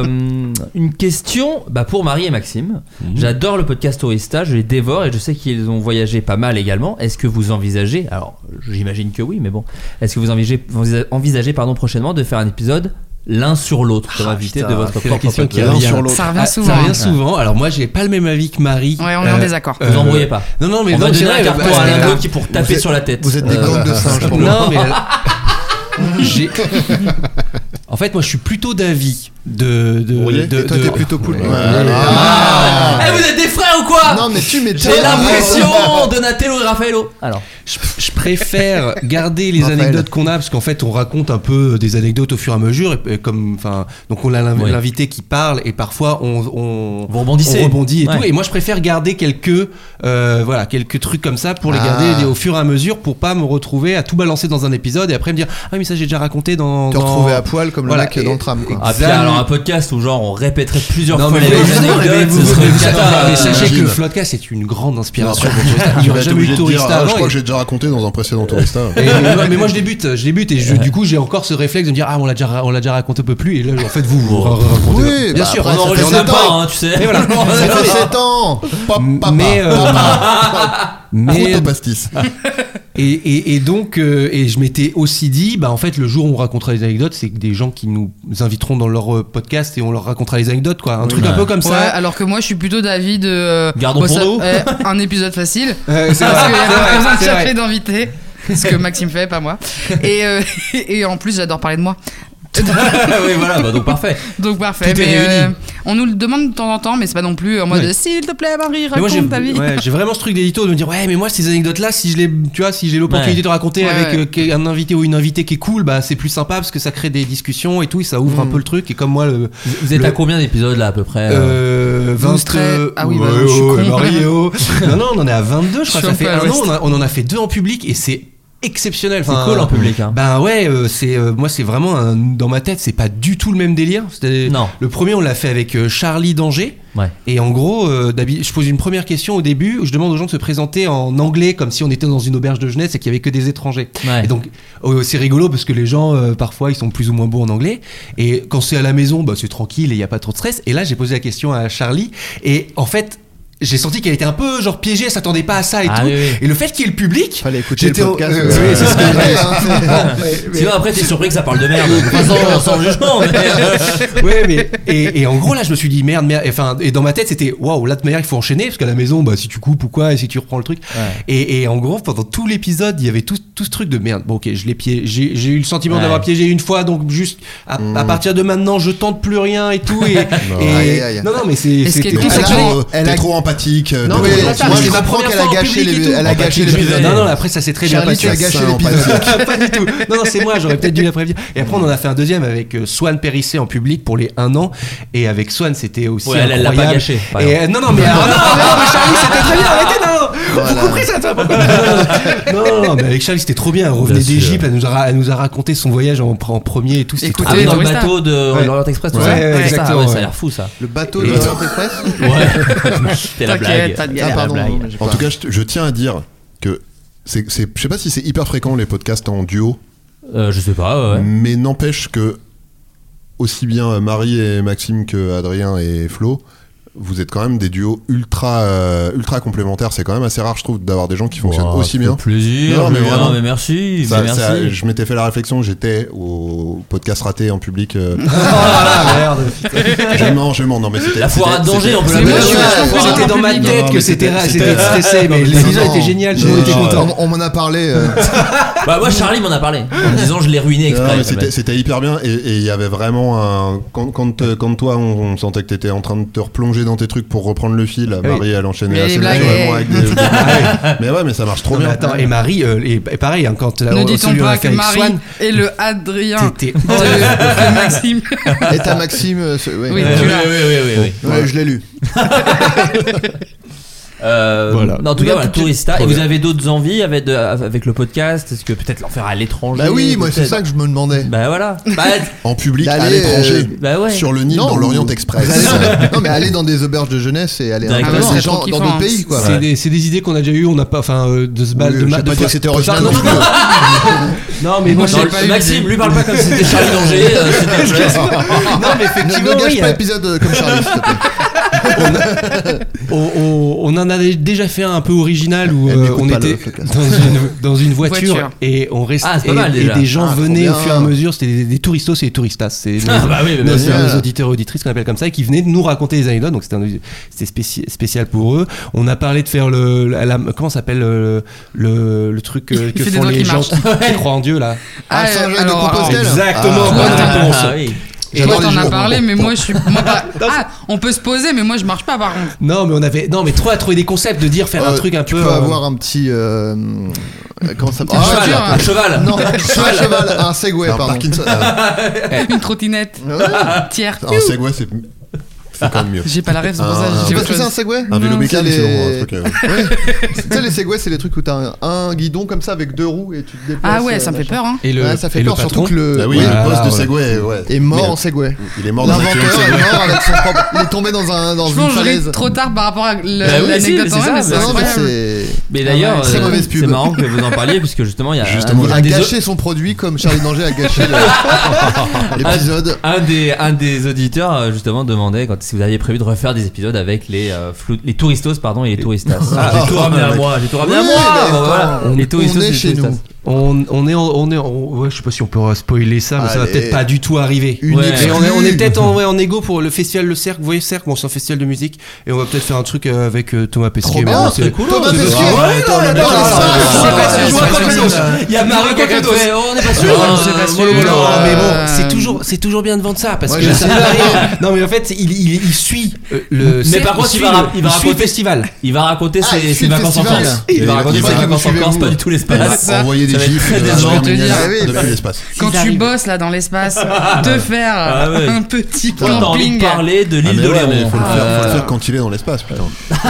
une question bah, pour Marie et Maxime.
Mhm.
J'adore le podcast Tourista, je les dévore et je sais qu'ils ont voyagé pas mal également. Est-ce que vous envisagez, alors j'imagine que oui, mais bon, est-ce que vous envisagez, vous envisagez pardon, prochainement de faire un épisode l'un sur l'autre comme invité
Ah, Putain,
de votre
c'est
propre
la question qui
podcast
revient.
Ça revient
Ah,
souvent. hein.
Ça revient souvent. Alors moi, j'ai pas le même avis que Marie. Euh,
Ouais, on est en désaccord.
Vous embrouillez pas.
Non, non, mais
On va
non,
donner
c'est vrai,
un carton
bah,
à l'un
euh,
d'eux qui pour taper
vous
sur la tête. Euh,
vous êtes
Euh,
des gangs de singes, pour moi. Non, mais elle- J'ai- En fait, moi, je suis plutôt d'avis de. de,
voyez
de,
Et toi,
de-
t'es plutôt cool.
Ouais.
Ouais.
Ah, eh, vous êtes des frères ou quoi
Non, mais tu m'étonnes.
J'ai l'impression, Donatello et Raffaello. Alors,
Je, je préfère garder les
Raphaël.
anecdotes qu'on a parce qu'en fait on raconte un peu des anecdotes au fur et à mesure et, et comme enfin donc on a l'inv-
Ouais.
l'invité qui parle et parfois on on,
Vous rebondissez.
on rebondit et
Ouais.
tout et moi je préfère garder quelques euh, voilà quelques trucs comme ça pour les
Ah.
garder au fur et à mesure pour pas me retrouver à tout balancer dans un épisode et après me dire ah mais ça j'ai déjà raconté dans
Te
dans-
retrouver à poil comme
Voilà,
le mec dans le tram. Quoi.
ah, puis,
Exact.
alors un podcast où genre on répéterait plusieurs
Ah, Non,
fois
mais
les mêmes
justement,
anecdotes,
vous-
ce serait une
vous-
cata.
mais Ah, sachez que
j'imagine.
le Floodcast est une grande inspiration.
Non,
pour Tourista. Il n'y
Tu
aura
vas être
jamais eu de
obligé de dire,
Tourista
ah,
avant
je crois
et-
que j'ai déjà raconté dans un précédent hein. Tourista.
Et- et moi- mais moi je débute, je débute et je- du coup j'ai encore ce réflexe de me dire ah on l'a déjà ra- on l'a déjà raconté un peu plus et là en fait vous vous ra- racontez
Oui,
bien
bah,
sûr
après,
On
ça fait
enregistre
sept
pas,
ans.
hein, tu sais.
Mais voilà.
Ça
Non,
fait
mais-
7 ans Pop, papa,
mais euh, mais euh,
Route au pastis.
et, et, et donc euh, et je m'étais aussi dit bah en fait le jour où on racontera les anecdotes c'est que des gens qui nous inviteront dans leur euh, podcast et on leur racontera les anecdotes quoi un truc un peu comme
bah. Ouais,
ça
alors que moi je suis plutôt d'avis de. euh,
Gardons
bon,
pour
ça-
nous.
eh, un épisode facile.
Euh, c'est
parce
vrai,
qu'il y a
c'est
pas
vrai,
besoin de
c'est
chercher
vrai.
d'invité. Ce que Maxime fait, pas moi. Et, euh, et en plus, j'adore parler de moi.
oui, voilà, bah, donc parfait.
Donc parfait.
Tout est
mais, euh,
réuni.
on nous le demande de temps en temps, mais c'est pas non plus en mode
Ouais.
s'il te plaît, Marie,
Mais moi, j'ai
raconte ta vie.
ouais, j'ai vraiment ce truc d'édito de me dire ouais mais moi ces anecdotes là si je les tu vois si j'ai l'opportunité
Ouais.
de raconter
Ouais,
avec
ouais.
euh, quel- un invité ou une invitée qui est cool bah c'est plus sympa parce que ça crée des discussions et tout et ça ouvre
Mm.
un peu le truc et comme moi le,
Vous- Vous êtes
Le-
à combien d'épisodes là à peu près euh
Euh,
12,
20
13. Ah oui, bah
ouais,
non, je suis
ouais,
con.
Marie, oh. Non, non, on en est à 22, je crois.
Je suis
ça
un
fait
peu à
un an,
l'ouest.
on, a- on en a fait deux en public et c'est exceptionnel.
C'est cool en public, hein.
Ben ouais, euh, c'est euh, moi c'est vraiment un- dans ma tête, c'est pas du tout le même délire. C'était-
Non.
Le premier, on l'a fait avec euh, Charlie Danger.
Ouais.
Et en gros, euh, d'habi- je pose une première question au début où je demande aux gens de se présenter en anglais comme si on était dans une auberge de jeunesse et qu'il y avait que des étrangers.
Ouais.
Et donc euh, c'est rigolo parce que les gens euh, parfois ils sont plus ou moins beaux en anglais et quand c'est à la maison bah, c'est tranquille et il n'y a pas trop de stress. Et là j'ai posé la question à Charlie et en fait j'ai senti qu'elle était un peu genre piégée, elle s'attendait pas à ça et
Ah
tout.
oui, oui.
Et le fait qu'il y ait le public,
écouter le
au-
podcast,
euh,
euh,
oui, c'est ce que je voulais dire.
Sinon, après, t'es surpris que ça parle de merde. sans, sans jugement, mais. euh,
ouais, mais et, et en gros là, je me suis dit merde, merde. Et, enfin, et dans ma tête, c'était waouh, là de manière il faut enchaîner parce qu'à la maison, bah si tu coupes ou quoi, et si tu reprends le truc. Et, et en gros, pendant tout l'épisode, il y avait tout, tout ce truc de merde. Bon, ok, je l'ai piégé. J'ai j'ai eu le sentiment
Ouais.
d'avoir piégé une fois, donc juste à, à partir de maintenant, je tente plus rien et tout. Et, et-
Mm. Aïe, aïe.
non, non, mais c'est
Et ce qui est
c'était-
tout
T'es
Elle a-
trop,
elle
t'es
a-
trop empathique. euh,
Non,
t'es
mais
trop
là,
gentil.
ça,
moi
c'est
je
ma
comprends
première
qu'elle a
fois en
gâché
public et
les-
tout.
elle a
Empathique,
gâché
je suis
l'épisode.
désolé. Non, non, après ça s'est très bien
Charlie,
passé.
tu as gâché
Ça,
l'épisode.
pas du tout. Non, non, c'est moi, j'aurais peut-être dû la prévenir. Et après, on en a fait un deuxième avec euh, Swan Périssé en public pour les 1 an. Et avec Swan, c'était aussi.
Ouais, elle, elle l'a
incroyable.
pas gâché, par
Et,
exemple.
euh, non, non, mais, ah, non, non, mais Charlie, c'était très bien. Arrêtez, non, non. Vous comprenez ça, toi pourquoi- Non, non, non, mais avec Charlie, c'était trop bien. Elle revenait
Bien sûr.
d'Égypte, elle, nous a ra- elle nous a raconté son voyage en, en premier et tout. C'était
Écoutez,
trop
Ah oui,
bien.
dans le
Tourista.
bateau de
Ouais.
l'Orient Express, tout
Ouais,
ça.
ouais,
ça,
exactement,
Ça a
ouais.
l'air fou, ça.
Le bateau
Et-
de l'Orient Express
Ouais. C'était la blague.
T'inquiète, pas de
Ah,
galère.
pardon.
blague.
non, j'ai
En
pas-
tout cas, je, te- je tiens à dire que c'est, c'est- je sais pas si c'est hyper fréquent les podcasts en duo,
Euh, je sais pas, ouais.
mais n'empêche que aussi bien Marie et Maxime que Adrien et Flo, vous êtes quand même des duos ultra euh, ultra complémentaires. C'est quand même assez rare, je trouve, d'avoir des gens qui fonctionnent
Ouah,
aussi
ça
bien.
fait Plaisir.
Non, mais
Julien,
vraiment.
mais merci.
Ça-
mais merci.
ça- je m'étais fait la réflexion, j'étais au podcast raté en public. euh,
Ah, merde.
je mens, je mens. Non, mais c'était,
La foire à
c'était-
danger, on peut
Mais
l'appeler
moi, je suis
comme ça.
vachement plus
J'étais dans ma
public.
tête
Non,
que
mais
c'était
c'était-
c'était stressé, mais
Non,
l'épisode
non.
était génial. Tout le
Non,
monde était
non,
content.
On on m'en a parlé. euh,
Bah, moi, Charlie m'en a parlé. En disant, je l'ai ruiné
Non,
exprès.
mais c'était, c'était hyper bien et et il y avait vraiment un quand quand, euh, quand toi on, on sentait que t'étais en train de te replonger dans tes trucs pour reprendre le fil Marie elle enchaînait
Mais
la
les
scène
blagues,
vraiment
eh.
avec des- des-
Ah
mais ouais mais ça marche trop
Non, mais
bien
attends, et Marie, euh, et, et pareil, hein, quand
Ne
on-
dit-on
celui qu'on a
pas
fait
que
avec
Marie
Swan,
et le Adrien
t'étais-
de- de Maxime
Et ta Maxime. euh, ce- ouais.
Oui,
Oui,
Ouais,
oui,
tu l'as.
oui, oui, oui.
ouais, je l'ai lu.
Euh,
Voilà.
non, en tout cas, voilà, Tourista. Et
Trop
vous
bien.
avez d'autres envies avec, de- avec le podcast Est-ce que peut-être l'en faire à l'étranger
Bah oui, moi c'est
peut-être
ça que je me demandais.
Bah voilà. Bah,
en public à
D'aller,
l'étranger
euh,
bah ouais.
sur le Nil
Non,
dans l'Orient
vous-
Express
vous allez dans- non mais aller dans des auberges de jeunesse et aller
Directement.
un peu dans
Ah,
des
c'est
gens-
trop
dans
kiffant,
d'autres
hein.
pays quoi.
C'est des, c'est des idées qu'on a déjà eues, on n'a pas, enfin, euh, de se
Oui,
battre de
je
ma-
sais
de
pas
faire-
dire que c'était
de
original non
faire-
plus.
Non, mais moi,
j'ai
Non,
pas
eu
Maxime,
d'idée.
lui parle pas comme si c'était Charlie Danger. euh, s'il te plaît.
Non, mais
Ne,
effectivement,
ne gâche
oui,
pas
euh,
l'épisode euh, comme Charlie, s'il te plaît.
on, on- on en a déjà fait un un peu original où
Elle
euh,
m'écoute
on
pas, le
était
podcast.
dans une, dans une voiture,
Voiture.
et on restait.
Ah, c'est
et,
pas mal,
et
déjà.
des gens
Ah, trop
venaient au
bien.
fur et à mesure, c'était des, des touristos et des touristas. C'est
Ah,
nos-
bah oui, mais
Euh, nos,
bien sûr.
nos auditeurs et auditrices qu'on appelle comme ça, et qui venaient nous raconter des anecdotes. Donc c'était un- c'était spéci- spécial pour eux. On a parlé de faire le. la- la- comment ça s'appelle le, le, le truc euh,
Il
que
fait des
font
doigts
les
qui
gens
marchent.
qui, qui croient en Dieu là.
Ah,
euh,
Saint-Jacques de
alors,
Compostelle.
Exactement,
Ah,
bonne
Ah,
réponse.
oui.
Toi,
J'adore les
t'en as
jeux.
parlé, mais moi, je suis. moi, pas- Ah, on peut se poser, mais moi, je marche pas, par contre.
Non, mais on avait. Non, mais trop à trouver des concepts, de dire, faire un
Euh,
truc un
tu
peu.
peux
euh,
avoir un petit euh, euh, comment ça
Un
Ah,
cheval.
tiens,
Un cheval.
Non, un cheval, un Segway,
un
Ah, pardon.
Parkinson euh,
hein. Une trottinette. Tiers.
un Segway c'est c'est quand même mieux
J'ai pas la rêve, c'est pour
Un-
ça.
un-
j'ai
Tu
fait
vois
autre
ce que c'est un
chose.
Segway
un vélo
Non,
mécanique
c'est les-
c'est bon, un truc, euh,
Ouais. Tu sais, les Segway, c'est les trucs où t'as un, un guidon comme ça avec deux roues et tu te déplaces.
Ah ouais,
euh,
ça me fait
machin.
peur, hein.
Et le,
Ouais, ça fait
et le
peur, surtout
patron.
que le,
ah oui
oui,
le
voilà,
boss de
voilà.
Segway ouais
est mort
Mais-
en Segway.
il est mort dans un accident de
L'inventeur
Segway
est mort avec son propre. Il est tombé dans, un, dans
Je
une
pense que
falaise.
j'arrive trop tard par rapport à le-
Bah oui, si, mais
l'anecdote
c'est
en vrai,
ça,
mais c'est
mais
Non, mais
incroyable.
c'est.
Mais
Ah,
d'ailleurs,
Très
euh,
mauvaise pub.
c'est marrant que vous en parliez, puisque justement, il y a un-
Justement,
un,
Il a
des,
gâché son produit comme Charlie Danger a gâché le-
Ah,
l'épisode.
un des, un des auditeurs, euh, justement, demandait quand, si vous aviez prévu de refaire des épisodes avec les, euh, flou- les touristos pardon, et les touristas. Ah, j'ai tout ramené à moi, j'ai tout ramené à
Oui,
moi.
hein.
mais
Bon,
attends,
voilà.
on-
Les touristos
on est
et les
chez
touristas.
nous.
On, on est, en- on est, en- ouais, je sais pas si on peut euh, spoiler ça, mais ça va
Ah, Allez.
peut-être pas du tout arriver.
Une
Ouais.
Mais on est, on est
exclue.
peut-être en, ouais, en égo pour le festival Le Cercle. Vous voyez Cercle, bon, c'est un festival de musique, et on va peut-être faire un truc euh, avec euh, Thomas Pesquet.
Trop
mais
bien,
bon,
c'est cool. Thomas
c'est- Oh,
Pesquet.
c'est-
Ouais,
attends,
non,
attends,
mais
attends,
non,
attends,
non,
attends,
non,
attends,
non,
je vois
non,
pas
non,
quelque chose.
non,
Il y a Marie
Quelqu'un
Cacatos.
fait, On n'est pas sûr.
Non,
euh,
pas sûr.
voilà, voilà.
Non, mais
Euh,
bon, c'est toujours, c'est toujours bien de vendre ça parce
Ouais,
que
je
ça arrive. Non, mais en fait, il, il, il suit euh, le.
Mais par contre, il va ra- il va
suit le
raconter-
festival.
Il va raconter
Ah,
ses,
il suit
ses
le
vacances en
festival.
Corse.
Il
Il va
va
raconter
raconter
ses
que vous
vacances en
suivez
Corse,
vous.
pas du tout l'espace.
envoyer des
Ça va être
gifs
très
euh,
désolant.
Je vais te dire.
Marie Monial
Ah oui.
depuis l'espace
Quand
Ils
tu
arrivent.
bosses là dans l'espace, euh, de faire
Ah ouais.
un petit
T'as envie de
camping.
parler de
Ah,
l'île
mais
de
ouais, mais
Léon.
faut le faire- faut le
Euh,
faire quand il est dans l'espace putain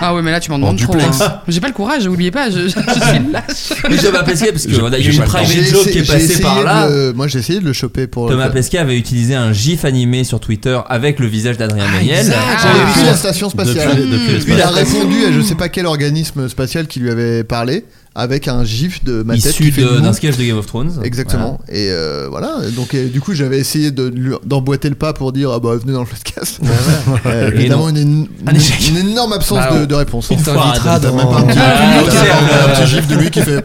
Ah ouais, mais là tu m'en
En
demandes trop.
duplex.
hein. J'ai pas le courage, oubliez pas, je, je- je suis lâche.
Mais Thomas Pesquet, parce qu'il
J'ai-
y a eu
j'ai
une
pas le temps.
private
J'ai
joke
essayé-
qui est
j'ai
passée
essayé
par
de
là.
le- Moi j'ai essayé de le choper pour.
Thomas Pesquet avait utilisé un gif animé sur Twitter avec le visage d'Adrien Méniel.
exact.
J'avais
Ah.
vu la station spatiale.
Depuis- depuis
Il a
l'espace.
répondu à je sais pas quel organisme spatial qui lui avait parlé avec un gif de ma tête
Issu
qui fait
de-
le mou.
d'un sketch de Game of Thrones.
Exactement. Et euh, voilà. Donc euh, du coup, j'avais essayé de lui- d'emboîter le pas pour dire ah bah venez dans le podcast. Euh,
Et
évidemment,
non.
une, éno-
Un échec.
une énorme absence
Bah,
de, de réponse.
Ah, une fois,
t'as
dans-
même pas un petit,
Ah,
t'as
au
même
cercle.
pas un petit gif de lui qui fait.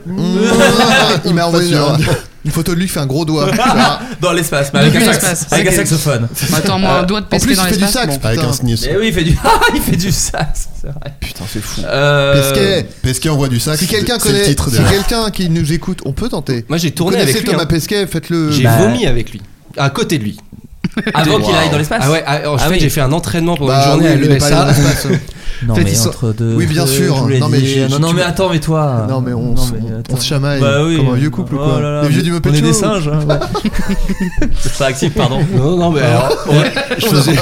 il m'a envoyé
sûr.
un- une photo de lui qui fait un gros doigt.
Ah, Dans l'espace, mais avec
Depuis
un, sax-
l'espace.
avec un
C'est-
saxophone.
Attends, moi, un doigt de
En plus,
pesquer
il
dans
fait du
l'espace.
sax.
bon.
Avec un sniff.
Mais oui, il fait du, il fait du sax, c'est vrai.
Putain, c'est fou.
Euh,
Pesquet.
Pesquet envoie du sac.
Si quelqu'un
c'est le
connaît,
titre
si
déjà.
quelqu'un qui nous écoute, on peut tenter.
Moi, j'ai tourné
Connaissez
avec lui.
Thomas
hein.
Pesquet, faites-le.
J'ai
Bah.
vomi avec lui. À côté de lui.
Avant qu'il
Wow.
aille dans l'espace.
Ah ouais, ah, en
Ah
fait,
oui.
j'ai fait un entraînement pendant
Bah
une journée
oui,
à
mais pas
l'USA.
les espaces.
Non,
En fait,
mais
ils sont-
entre deux.
Oui, bien
feux,
sûr.
je voulais
Non, mais
dire.
je-
non,
tu
mais
m'as-
attends, mais toi.
Non, mais on,
Non,
s-
mais
on-
attends.
on se chamaille
Bah oui.
comme un vieux couple,
Oh
quoi.
là là,
les vieux
mais
du Muppet
On est
Show.
des singes. hein, ouais. C'est pas actif, pardon.
Non, non, mais alors, ouais, je faisais.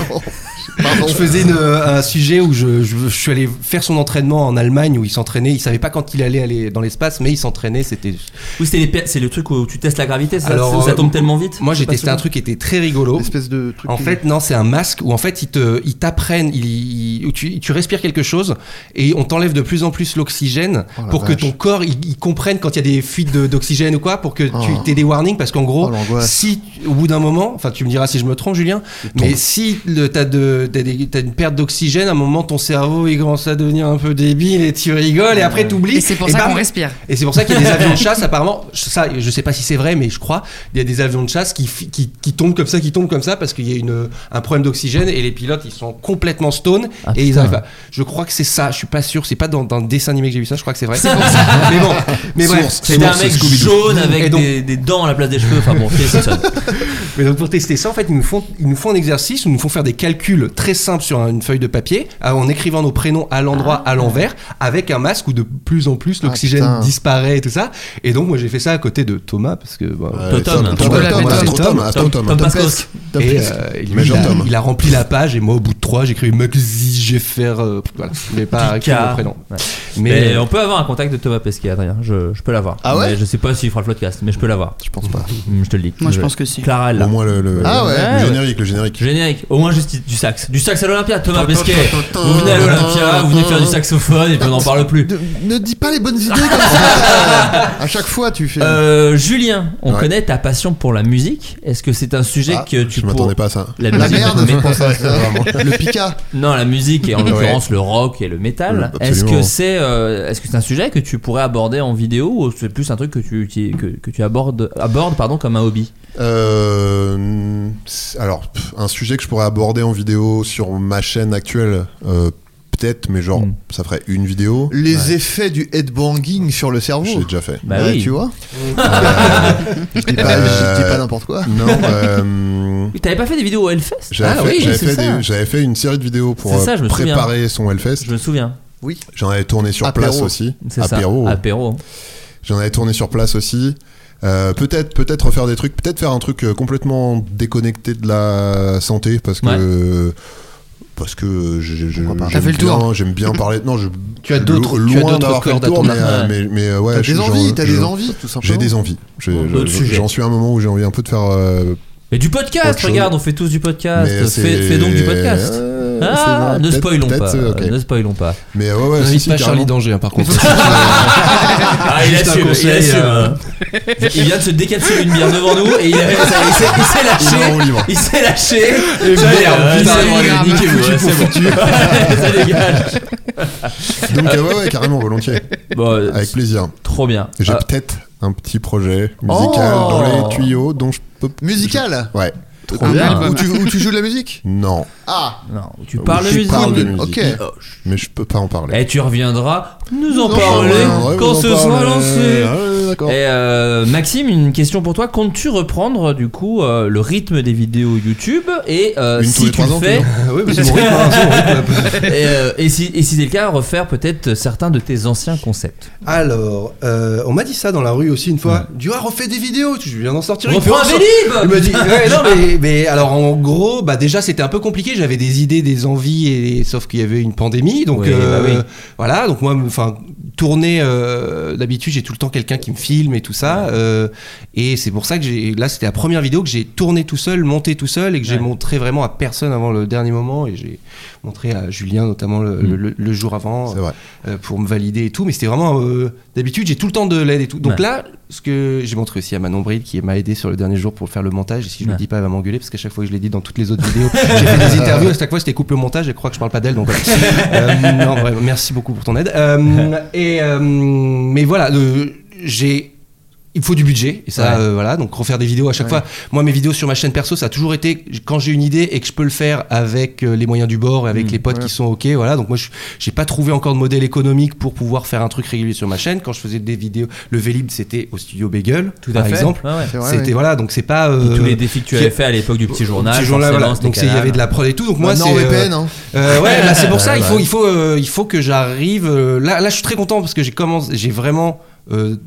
Je faisais une- euh, un sujet où je, je- je suis allé faire son entraînement en Allemagne où il s'entraînait. Il savait pas quand il allait aller dans l'espace, mais il s'entraînait. C'était.
Oui, c'est les pe- c'est le truc où tu testes la gravité, ça,
Alors,
ça- ça
euh,
tombe tellement vite.
Moi,
c'est
j'ai
pas
testé
sûr.
un truc qui était très rigolo.
Espèce de truc.
En
qui-
fait, non, c'est un masque où en fait ils te, ils t'apprennent, ils- ils- où tu, tu respires quelque chose et on t'enlève de plus en plus l'oxygène
Oh la
pour que
vache.
ton corps il, il comprenne quand il y a des fuites de- d'oxygène ou quoi, pour que
Oh.
tu aies des warnings parce qu'en
Oh,
gros,
l'angoisse.
si au bout d'un moment, enfin tu me diras si je me trompe, Julien, mais si le- t'as de, t'as des- t'as une perte d'oxygène, à un moment ton cerveau il commence à devenir un peu débile et tu rigoles et après t'oublies.
Et c'est pour ça
bam,
qu'on respire.
et bah c'est pour ça qu'il y a des avions de chasse, apparemment, ça, je sais pas si c'est vrai, mais je crois, il y a des avions de chasse qui, fi- qui, qui tombent comme ça, qui tombent comme ça, parce qu'il y a une, un problème d'oxygène et les pilotes, ils sont complètement stone
Ah,
et ils
putain.
arrivent pas. Je crois que c'est ça, je suis pas sûr, c'est pas dans, dans le dessin animé que j'ai vu ça, je crois que c'est vrai. mais bon, mais bref.
C'était un mec jaune
Et
avec
donc-
des, des dents à la place des cheveux. Enfin bon, c'est ça.
Mais donc pour tester ça, en fait, ils nous font, ils nous font un exercice, ils nous font faire des calculs très simples sur un- une feuille de papier, euh, en écrivant nos prénoms à l'endroit, à l'envers, avec un masque où de plus en plus l'oxygène
putain.
disparaît et tout ça. Et donc moi j'ai fait ça à côté de Thomas parce que bah,
Ouais,
Tom, Tom,
Tom, Tom,
Tom,
Tom,
Tom,
Tom, Tom, Tom.
Tom Pascos.
Pesquet. Tom
et,
Pesquet.
euh, il,
Major
il a-
Tom.
il a rempli la page et moi au bout de trois j'ai écrit Mugsy, j'ai faire euh, voilà, mais pas écrit
Picard.
mon prénom.
Ouais.
Mais, euh,
Mais on peut avoir un contact de Thomas Pesquet, Adrien. Je, je peux l'avoir.
Ah ouais
Mais Je sais pas s'il fera le podcast, mais je peux l'avoir.
Je pense pas.
Hmm, Je te le dis.
Moi, je pense que si.
Clara, elle l'a.
Au moins le, le-
Ah ouais,
le
ouais.
générique, le générique.
Générique, au moins juste du sax. Du sax à l'Olympia, Thomas Pesquet. Vous venez à l'Olympia, vous venez faire du saxophone et puis on n'en parle plus.
Ne, ne dis pas les bonnes idées comme ça. à chaque fois, tu fais.
Euh, Julien, on
Ouais.
connaît ta passion pour la musique. Est-ce que c'est un sujet
Ah,
que tu
Je
pour-
m'attendais pas à ça.
La
la
musique,
merde,
mais-
je pense à ça, vraiment. Le pica.
non, la musique et en
Ouais.
l'occurrence le rock et le métal.
Mm,
Est-ce
absolument.
que c'est euh, est-ce que c'est un sujet que tu pourrais aborder en vidéo ou c'est plus un truc que tu qui- que, que tu abordes abordes pardon comme un hobby
Euh, c'est- alors, pff, un sujet que je pourrais aborder en vidéo sur ma chaîne actuelle, euh, peut-être, mais genre,
Mm.
ça ferait une vidéo.
Les effets du headbanging sur le cerveau.
Je l'ai déjà fait.
Bah
Ouais,
oui.
Tu vois je, dis pas,
Euh,
je dis pas n'importe quoi.
Non, euh,
T'avais pas fait des vidéos au Hellfest
j'avais
Ah
fait,
oui,
j'avais
c'est
fait
ça.
des- j'avais fait une série de vidéos pour
C'est ça,
euh,
je me souviens.
préparer son Hellfest.
Je me souviens.
Oui.
J'en avais tourné sur
Apéro.
place aussi.
C'est ça.
Apéro.
Apéro.
J'en avais tourné sur place aussi. Euh, peut-être peut-être refaire des trucs, peut-être faire un truc euh, complètement déconnecté de la santé parce que parce que euh, je, je- je-
Pourquoi pas.
j'aime
T'as fait le
bien-
tour.
j'aime bien parler. Non, je
Tu as d'autres-
lo-
tu as
loin
d'autres
d'avoir fait le
cordes à
tour,
ton
mais, euh,
arc.
mais, mais, euh, ouais,
T'as
je-
des
j'en-
envies, t'as des
j'en-
envies, tout simplement.
J'ai des envies. Je-
Bon,
je-
d'autres
je-
sujets.
J'en suis à un moment où j'ai envie un peu de faire. euh,
Mais du podcast,
Autre chose.
regarde, on fait tous du podcast.
mais
Ah, Fais,
c'est-
fais donc du podcast.
Euh,
Ah,
c'est-
ne
peut-être-
spoilons
peut-être,
pas.
euh, ok.
Ne spoilons pas.
Mais ouais, ouais, si,
N'invite
si,
pas Charlie
carrément.
Danger hein, par contre.
Ah, il
Juste un
assume, il
conseil,
assume. hein.
euh,
Il vient de se décapsuler une bière devant nous et il, a- il s'est- il s'est
Il est en
lâché.
haut libre.
Il s'est lâché. Et
merde,
euh,
putain,
grave.
niquez-vous, ouais, c'est bon. Ça dégage.
Donc euh, ouais, ouais, carrément, volontiers,
Bon, euh,
avec plaisir.
trop bien.
J'ai
Ah,
peut-être un petit projet musical
Oh.
dans les tuyaux dont je peux.
Musical
Ouais.
Un
bien.
album.
Où tu, où tu joues de la musique
Non,
Ah
non, tu parles
je
de musique.
parle de musique.
Ok.
Oh, chut.
mais je peux pas en parler.
Et tu reviendras nous en
Nous en
parler
parlerons, ouais,
hein, quand
vous en
ce sera
parlerez.
lancé.
Ah ouais, d'accord.
Et euh, Maxime, une question pour toi. Comptes-tu reprendre du coup euh, le rythme des vidéos YouTube et euh,
Une tous
si tu
les trois
le
ans,
fais,
oui, mais c'est mon rythme, hein, c'est mon rythme.
et, euh, et si, et si c'est le cas, refaire peut-être certains de tes anciens concepts.
Alors, euh, on m'a dit ça dans la rue aussi une fois. Du ah, refais des vidéos, tu viens d'en sortir une.
Refais un
prends sur-
Vélib
Il m'a dit, ouais, non, mais mais alors en gros, bah déjà c'était un peu compliqué. J'avais des idées, des envies, et sauf qu'il y avait une pandémie, donc
Oui, bah
euh,
oui.
voilà. Donc moi, enfin tourner, euh, d'habitude j'ai tout le temps quelqu'un qui me filme et tout ça, euh, et c'est pour ça que j'ai là c'était la première vidéo que j'ai tournée tout seul, montée tout seul, et que j'ai
Ouais.
montré vraiment à personne avant le dernier moment, et j'ai montré à Julien notamment le,
Mm.
le- le- le jour avant
C'est vrai.
euh, pour me valider et tout. Mais c'était vraiment euh, d'habitude j'ai tout le temps de l'aide et tout. Donc
Ouais.
là, ce que j'ai montré aussi à Manon Bril qui m'a aidé sur le dernier jour pour faire le montage. Et si je
Ouais.
le dis pas, elle va m'engueuler parce qu'à chaque fois que je l'ai dit dans toutes les autres vidéos, j'ai fait des interviews. À chaque fois, c'était coupé au montage. Et je crois que je parle pas d'elle. Donc voilà. Euh, non, vraiment, merci beaucoup pour ton aide. Euh, et euh, mais voilà, le- j'ai. Il faut du budget et ça
Ouais.
euh, voilà donc refaire des vidéos à chaque fois. Moi mes vidéos sur ma chaîne perso ça a toujours été quand j'ai une idée et que je peux le faire avec euh, les moyens du bord et avec
Mm.
les potes qui sont ok voilà donc moi je j'ai pas trouvé encore de modèle économique pour pouvoir faire un truc régulier sur ma chaîne quand je faisais des vidéos le Vélib c'était au studio Bagel
Tout à
par
fait.
exemple
Ouais, ouais.
C'est vrai,
c'était
oui.
voilà donc c'est pas euh,
Et tous les défis que
qui-
tu
euh,
avais fait à l'époque du petit journal.
Petit journal,
forcément,
voilà.
c'était
donc c'est- il y
Canal.
avait de la prod et tout donc moi c'est
Maintenant,
euh,
VPN, hein.
euh, ouais là c'est pour ça
Ouais,
il faut
ouais.
il faut euh, il faut que j'arrive euh, là là je suis très content parce que j'ai commencé j'ai vraiment euh,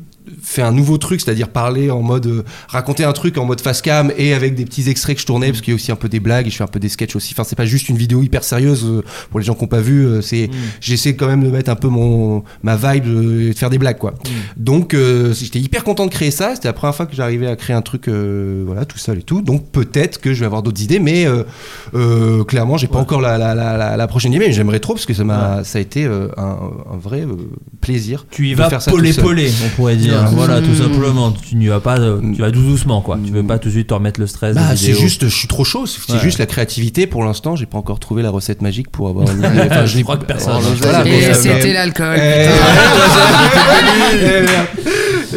fait un nouveau truc, c'est-à-dire parler en mode euh, raconter un truc en mode face cam et avec des petits extraits que je tournais parce qu'il y a aussi un peu des blagues et je fais un peu des sketchs aussi. Enfin, c'est pas juste une vidéo hyper sérieuse euh, pour les gens qui n'ont pas vu. euh, C'est j'essaie quand même de mettre un peu mon ma vibe euh, et de faire des blagues quoi. Donc euh, j'étais hyper content de créer ça. C'était la première fois que j'arrivais à créer un truc euh, voilà tout seul et tout. Donc peut-être que je vais avoir d'autres idées, mais euh, euh, clairement j'ai pas encore la, la, la, la- la prochaine idée. Mais j'aimerais trop parce que ça m'a ça a été euh, un, un vrai euh, plaisir.
Tu y
de
vas
faire ça tout
polé
seul.
polé, on pourrait dire.
Mmh.
Voilà, tout simplement. Tu n'y vas pas, euh, tu vas tout doucement, quoi. Tu veux pas tout de suite te remettre le stress.
Bah,
des
c'est
vidéos.
juste, je suis trop chaud. C'est
Ouais.
juste la créativité. Pour l'instant, j'ai pas encore trouvé la recette magique pour avoir. Une... idée. Enfin,
Je
l'ai-
crois que personne.
Voilà,
Et
voilà, mais,
Et
euh,
c'était
mais-
l'alcool.
Eh,
putain.
eh,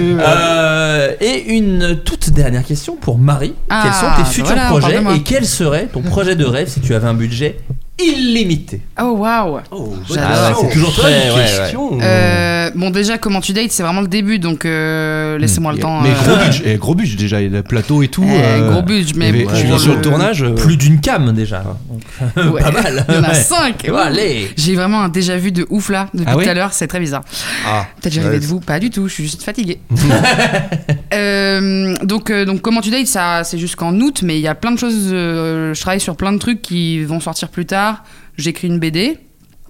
merde.
Euh, et une toute dernière question pour Marie.
Ah,
Quels sont tes futurs
voilà,
projets
parle-moi.
et quel serait ton projet de rêve si tu avais un budget illimité
Oh waouh.
Ah ouais, c'est toujours
Bonne
très- ouais,
question.
Euh, bon déjà comment tu dates c'est vraiment le début donc euh, laissez-moi le temps.
Mais
euh,
gros budget, eh, gros budget déjà, et le plateau et tout.
Eh,
euh,
gros budget, mais
et
pour
je viens sur le
le-
tournage. euh, hein.
Plus d'une cam déjà.
ouais.
Pas mal.
Il y en a
Ouais.
5
Ouais, allez.
J'ai vraiment un déjà vu de ouf là depuis
Ah ouais
tout à l'heure, c'est très bizarre.
Ah.
Peut-être j'arrive
Ouais.
à de vous, pas du tout, je suis juste fatiguée. Euh, donc, euh, donc comment tu dates ça c'est jusqu'en août, mais il y a plein de choses. euh, je travaille sur plein de trucs qui vont sortir plus tard. J'écris une BD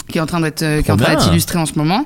qui est en train d'être euh, qui est en train
bien.
d'être illustrée en ce moment.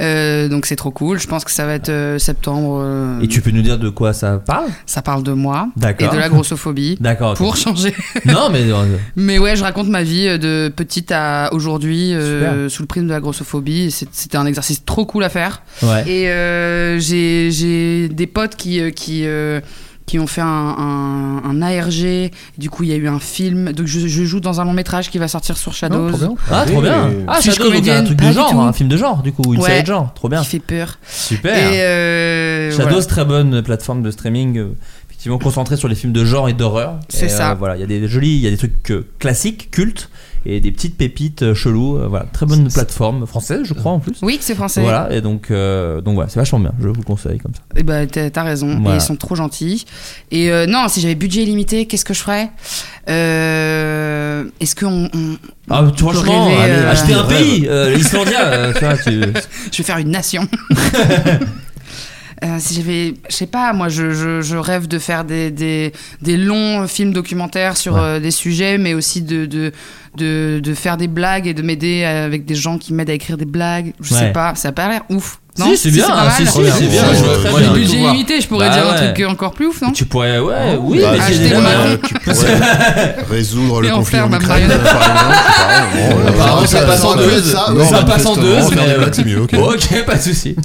Euh, donc c'est trop cool. Je pense que ça va être euh, septembre. euh,
Et tu peux nous dire de quoi ça parle
Ça parle de moi et
D'accord.
de la grossophobie.
D'accord. ok.
Pour changer.
Non mais euh,
Mais ouais, je raconte ma vie euh, de petite à aujourd'hui euh, sous le prisme de la grossophobie. C'est- C'était un exercice trop cool à faire.
ouais.
Et euh, j'ai j'ai des potes qui, euh, qui, euh, qui ont fait un, un, un ARG. Du coup, il y a eu un film. Donc, je, je joue dans un long métrage qui va sortir sur Shadows.
Ah trop bien.
Oui.
Ah
Si je
Shadow, donc un
comédienne,
truc
pas
de
du tout.
genre, un film de genre du coup, ou une
Ouais.
série de genre, trop bien.
Qui fait peur.
Super.
Et euh,
Shadows,
voilà.
très bonne plateforme de streaming, euh, effectivement concentrée sur les films de genre et d'horreur.
C'est
Et, euh,
ça.
voilà, il y a des jolis, il y a des trucs euh, classiques, cultes et des petites pépites euh, cheloues. euh, voilà, très bonne plateforme française, je crois en plus.
Oui, que c'est français.
Voilà, et donc, euh, donc voilà, c'est vachement bien, je vous le conseille comme ça.
Et bah, t'as t'as raison.
Voilà.
Et ils sont trop gentils. Et euh, non, si j'avais budget illimité, qu'est-ce que je ferais Euh, Est-ce qu'on. on-
Ah,
on
tu-
peut
franchement,
rêver,
allez,
euh,
acheter un pays, euh, l'Islandia, euh, tu vois, tu-
Je vais faire une nation. Euh, si j'avais, je sais pas, moi je, je- je rêve de faire des, des, des longs films documentaires sur
Ouais.
euh, des sujets, mais aussi de, de, de, de faire des blagues et de m'aider avec des gens qui m'aident à écrire des blagues. Je
Ouais.
sais pas, ça a pas l'air ouf. Non,
si, c'est bien,
pas mal.
si, si, c'est bien,
Ouais,
je
ouais,
vois très
ouais,
bien.
j'ai
Budget illimité, je pourrais
Bah
dire
ouais.
un truc encore plus ouf, non
Tu pourrais,
Ah,
ouais, oui,
Bah,
mais
tu
c'est
acheter
déjà
ma
bien.
pourrais- tu pourrais résoudre le
Et en
conflit
faire
en
ma
Ukraine.
marionnette.
par exemple,
Ah,
c'est pareil. Bon,
Apparemment,
voilà.
ça passe en deux, ça.
Non,
ça passe en deux,
manifestement, faire des
mais- euh,
blagues, c'est mieux, ok.
Ok, pas de souci.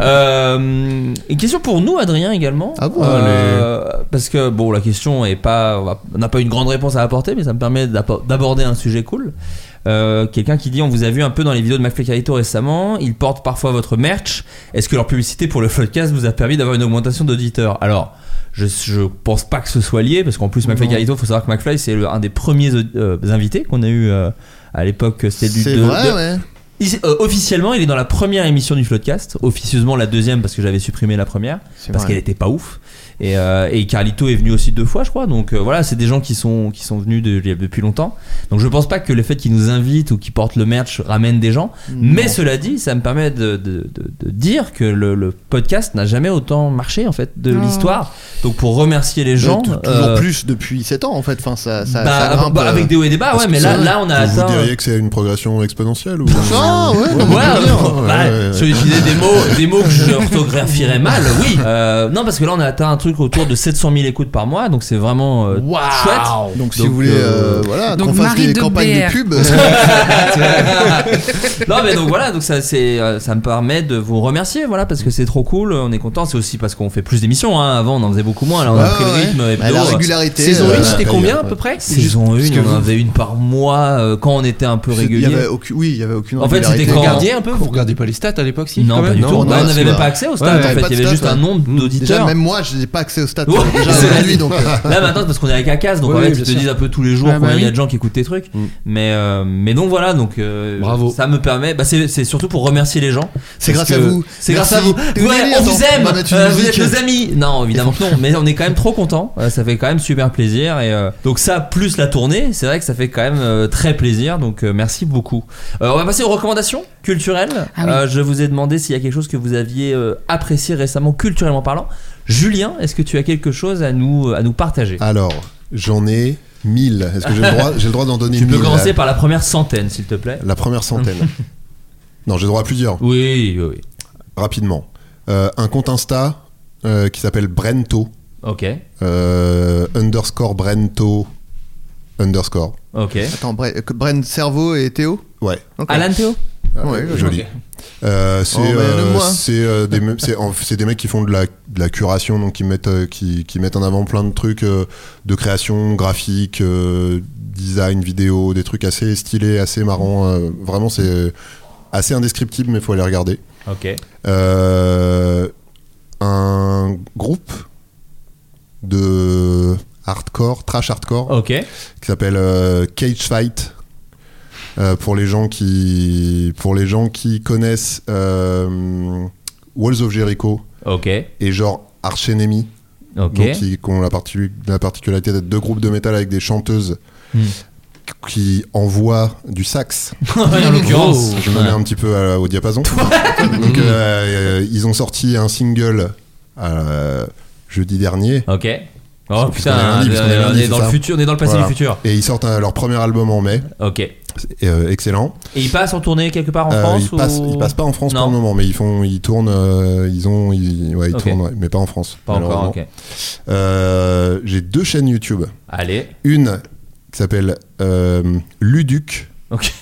Euh, une question pour nous, Adrien également.
Ah bon,
Euh, Parce que bon, la question est pas, on va- on n'a pas une grande réponse à apporter, mais ça me permet d'appo- d'aborder un sujet cool. Euh, Quelqu'un qui dit on vous a vu un peu dans les vidéos de McFly Carito récemment, ils portent parfois votre merch. Est-ce que leur publicité pour le podcast vous a permis d'avoir une augmentation d'auditeurs Alors, je, je pense pas que ce soit lié parce qu'en plus McFly Carito, faut savoir que McFly c'est le- un des premiers euh, invités qu'on a eu euh, à l'époque. C'était du
C'est
de-
vrai,
de-
Ah, ouais.
il s'est- euh, officiellement, il est dans la première émission du Floodcast. Officieusement, la deuxième parce que j'avais supprimé la première
C'est
parce
vrai.
qu'elle était pas ouf. Et, euh, et Carlito est venu aussi deux fois, je crois. Donc euh, voilà, c'est des gens qui sont, qui sont venus de- depuis longtemps. Donc je pense pas que le fait qu'ils nous invitent ou qu'ils portent le merch ramène des gens. Mais cela dit, ça me permet de, de- de- de dire que le, le podcast n'a jamais autant marché en fait de
Non.
l'histoire. Donc pour remercier les gens.
Tou- toujours
euh,
plus depuis 7 ans en fait. Enfin, ça, ça,
Bah,
ça grimpe,
bah,
euh,
avec des hauts et des bas,
parce
ouais,
que
mais
ça-
là, là, on a
Vous
atteint.
diriez que c'est une progression exponentielle ou
Ah, ouais, non, mais
Ouais,
je veux dire.
bah, si on utilisait des mots, des mots que je orthographierais mal, oui. Euh, non, parce que là, on a atteint un truc autour de 700 000 écoutes par mois, donc c'est vraiment euh, chouette.
Donc si vous voulez, euh, voilà,
donc
qu'on fasse
Marie
des
de
campagnes
BR.
de pub.
non mais donc voilà donc ça c'est euh, ça me permet de vous remercier voilà parce que c'est trop cool on est content c'est aussi parce qu'on fait plus d'émissions hein. avant on en faisait beaucoup moins là on a
Ouais,
pris le
ouais.
rythme
Bah,
hebdo.
la régularité,
Saison
euh,
une, c'était
paye,
combien,
ouais.
à peu près
saison
Juste-
1
parce
on
que
en avait une par mois euh, quand on était un peu
Il y
régulier
avait aucune, oui, il y avait aucune.
En fait, c'était
régularité.
quand-
Vous regardiez un peu Vous regardez pas les stats à l'époque, si
Non,
quand
pas
même
du tout.
Non,
on
non,
n'avait
c'est
même pas accès aux stats,
Ouais,
en fait.
pas de
Il y avait juste
stats,
un
ouais.
nombre
Déjà,
d'auditeurs.
même moi, je n'ai pas accès aux stats.
Ouais,
euh, déjà
c'est
aujourd'hui,
vrai.
donc. euh,
Là maintenant c'est parce qu'on est avec Acas donc
Oui,
en fait
oui,
ils te
bien sûr.
disent un peu tous les jours
Ah, bah
combien il y a
oui.
de gens qui écoutent tes trucs
Mm.
mais euh, mais donc voilà donc euh,
Bravo.
ça me permet bah, c'est c'est surtout pour remercier les gens
C'est
Parce
grâce
que
à vous.
c'est grâce à
Merci.
vous
Désolé,
ouais on
attends,
vous
on
aime
va mettre une
Euh, vous êtes
musique.
nos amis non évidemment que non mais on est quand même trop content ça fait quand même super plaisir et euh, donc ça plus la tournée c'est vrai que ça fait quand même euh, très plaisir donc euh, merci beaucoup Euh, on va passer aux recommandations culturelles
Ah oui.
Euh, je vous ai demandé s'il y a quelque chose que vous aviez euh, apprécié récemment culturellement parlant Julien, est-ce que tu as quelque chose à nous, euh, à nous partager
Alors, j'en ai 1000. Est-ce que j'ai le droit, j'ai le droit d'en donner
Tu
1000
peux commencer par la première centaine, s'il te plaît.
La première centaine. non, j'ai le droit à plusieurs.
Oui, oui, oui.
Rapidement. Euh, un compte Insta euh, qui s'appelle Brento.
Ok,
euh, underscore Brento. Underscore.
ok.
Attends, Bre- que Bren Cerveau et Théo.
Ouais.
Ok.
Alan Théo
Ouais, ouais,
Joli. Euh, c'est
Oh, mais
euh,
donne-moi.
c'est, euh, des, mecs- c'est- en- c'est des mecs qui font de la, de la curation, donc qui mettent, euh, qui, qui mettent en avant plein de trucs euh, de création, graphique, euh, design, vidéo, des trucs assez stylés, assez marrants. euh, vraiment, c'est assez indescriptible, mais il faut aller regarder.
Ok.
Euh, un groupe de hardcore, trash hardcore,
Ok.
qui s'appelle euh, Cage Fight. Euh, pour les gens qui pour les gens qui connaissent euh, Walls of Jericho
Ok.
et genre Arch Enemy
Ok.
donc qui, qui ont la, particu- la particularité d'être deux groupes de métal avec des chanteuses
Hmm.
qui envoient du sax
en l'occurrence.
je me mets un petit peu à- au diapason donc euh, euh, ils ont sorti un single euh, jeudi dernier
Ok. Oh
Puisqu'on est
putain,
lundi,
on est,
puisqu'on est lundi,
dans
c'est
le
ça.
futur, on est dans le passé
Voilà.
du futur.
et ils sortent euh, leur premier album en mai
Ok. Et
Et, euh, excellent
il passe en tournée quelque part en
Euh,
France
ils, passent,
ou...
ils passent pas en France
Non.
pour le moment, mais ils font, ils tournent, euh, ils ont, ils, ouais, ils
Ok.
tournent, ouais, mais pas en France.
Pas encore,
malheureusement.
ok.
Euh, J'ai deux chaînes YouTube.
Allez.
Une qui s'appelle euh, Luduc,
Ok.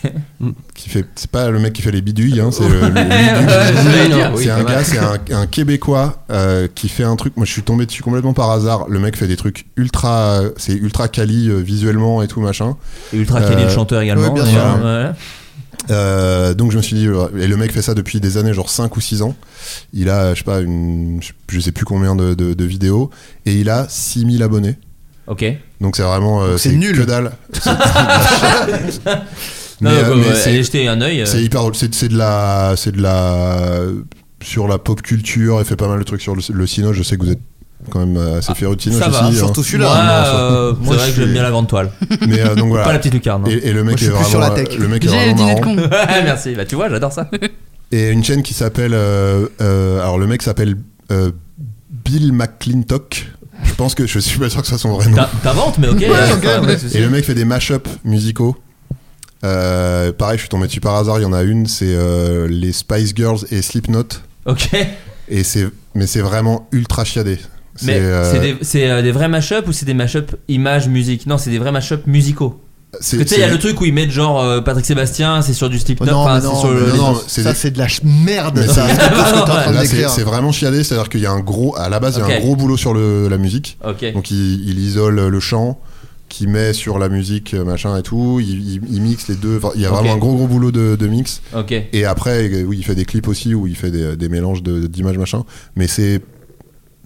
qui fait, c'est pas le mec qui fait les bidouilles, hein, c'est le, le Luduc.
Ouais,
non,
ouais,
oui,
C'est
pas
un
mal.
gars, c'est un, un Québécois euh, qui fait un truc. Moi, je suis tombé dessus complètement par hasard. Le mec fait des trucs ultra, euh, c'est ultra quali euh, visuellement et tout machin.
Et Ultra Kelly, le
Euh,
chanteur également.
ouais, bien
d'ailleurs.
sûr.
Ouais.
Euh, donc je me suis dit, euh, et le mec fait ça depuis des années, genre 5 ou 6 ans. Il a, je sais pas, une, je sais plus combien de, de- de vidéos, et il a 6000 abonnés.
Ok.
Donc c'est vraiment. euh,
c'est nul.
Que dalle. C'est-
Non,
mais euh,
bah,
mais
ouais, allez
c'est-
jeter un œil. euh,
c'est hyper drôle. C'est c'est de la. C'est de la. Sur la pop culture, il fait pas mal de trucs sur le, le Cinoche. Je sais que vous êtes quand même euh, assez férus de Cinoche
Ah, ça va,
aussi, hein.
surtout celui-là.
Moi,
Non, ça-
euh, c'est
Moi,
vrai
je
que j'aime
suis-
bien la grande toile.
Mais euh, donc voilà.
Pas la petite lucarne. hein.
et, et le
Moi,
mec
je suis
est
plus sur
vraiment. euh,
la tech.
Le mec est
J'ai le
vraiment
dîner de
marrant.
con.
Merci. Bah tu vois, j'adore ça.
et une chaîne qui s'appelle euh, euh, alors le mec s'appelle euh, Bill McClintock je pense que je suis pas sûr que ce soit son vrai nom
T'in- T'inventes, mais ok. euh, ça, pas de souci.
et le mec fait des mashups musicaux Euh, pareil je suis tombé dessus par hasard il y en a une c'est euh, les Spice Girls et Slipknot
Ok.
et c'est mais c'est vraiment ultra chiadé C'est,
Mais
euh,
c'est des, c'est, euh, des vrais mashups ou c'est des mashups image musique Non, c'est des vrais mashups musicaux.
c'est-
Parce que tu sais, il y a
c'est-
le truc où ils mettent genre euh, Patrick Sébastien, c'est sur du Slipknot,
Oh Non,
enfin,
mais
c'est
non,
sur
mais
le-
non,
non,
non, c'est-
ça c'est de la ch- merde.
Mais
Ça, c'est tout ce que t'es en train de
Là, c'est
décrire.
c'est vraiment chiadé c'est à dire qu'il y a un gros à la base il y
Ok.
a un gros boulot sur le- la musique
Ok.
Donc il, il isole le chant, qui met sur la musique, euh, machin et tout. Il, il- il mixe les deux. Enfin, il y a
Ok.
vraiment un gros gros boulot de, de mix.
Ok.
Et après, euh, oui, il fait des clips aussi où il fait des, des mélanges de- d'images, machin. Mais c'est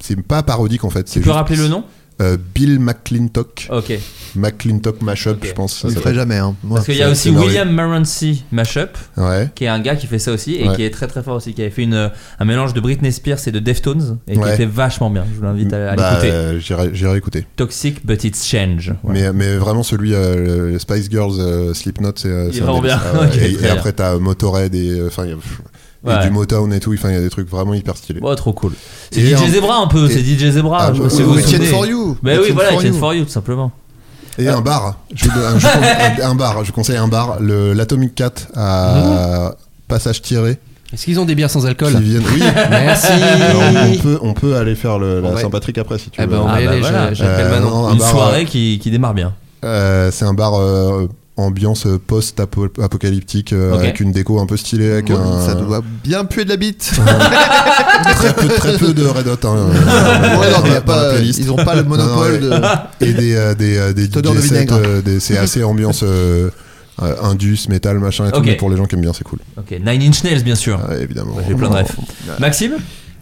c'est pas parodique en fait.
Tu peux rappeler le nom Oh.
euh, Bill McClintock.
Ok.
McClintock Mashup, je pense.
Il le ferait jamais, hein. Moi,
Parce qu'il y a
c'est-
aussi
c'est énervé.
William Morancy Mashup,
Ouais.
qui est un gars qui fait ça aussi et
Ouais.
qui est très très fort aussi, qui avait fait une, un mélange de Britney Spears et de Deftones et qui
Ouais.
était vachement bien. Je vous invite à, à
Bah,
l'écouter.
euh, J'irai j'irai écouter.
Toxic but it's change. Voilà.
Mais, mais vraiment celui, euh, le Spice Girls, euh, Slipknot, c'est euh,
Il
c'est
est vraiment
un délire.
bien.
Ah ouais.
Ok,
et,
très
et
bien.
après t'as Motorhead et, euh, enfin, il y a- pff, et
Ouais.
du Motown et tout, enfin il y a des trucs vraiment hyper stylés.
Oh, trop cool. C'est
Et
DJ
un-
Zebra un peu,
et-
c'est DJ Zebra.
Ah,
je
bah,
me
oui,
suis
oui,
souvenu.
It's for you.
Bah
It's
oui, voilà,
for
it's
you.
for you tout simplement.
Et un bar, je, vous- un, je vous- un- un bar, je vous conseille un bar, le- l'Atomic Cat à passage tiré.
Est-ce qu'ils ont des bières sans alcool
Qui viennent, oui.
Merci.
Alors, on, on peut, on peut aller faire le, la
Ouais.
Saint-Patrick après si tu
Eh
veux.
ben, on va
Ah,
y
bah
aller,
voilà.
je- j'appelle
Euh,
Manon.
non, un
Une
bar,
soirée qui, qui démarre bien.
Euh, c'est un bar euh, ambiance post-apocalyptique euh,
Ok.
avec une déco un peu stylée, avec un-
Ça doit bien puer de la bite.
très, peu, très peu de Red Hot. hein, euh,
Ouais, non,
dans
mais y
la-
a
dans la
pas-
playlist.
ils ont pas le
Non, non,
monopole
ouais.
de.
Et des, euh, des, euh, des
Cette odeur
DJ
de
sets,
vinaigre.
euh, des- c'est assez ambiance euh, euh, indus, métal, machin et tout,
Ok.
mais pour les gens qui aiment bien, c'est cool.
Ok, Nine Inch Nails bien sûr.
Ouais, évidemment.
J'ai plein de rêves. Maxime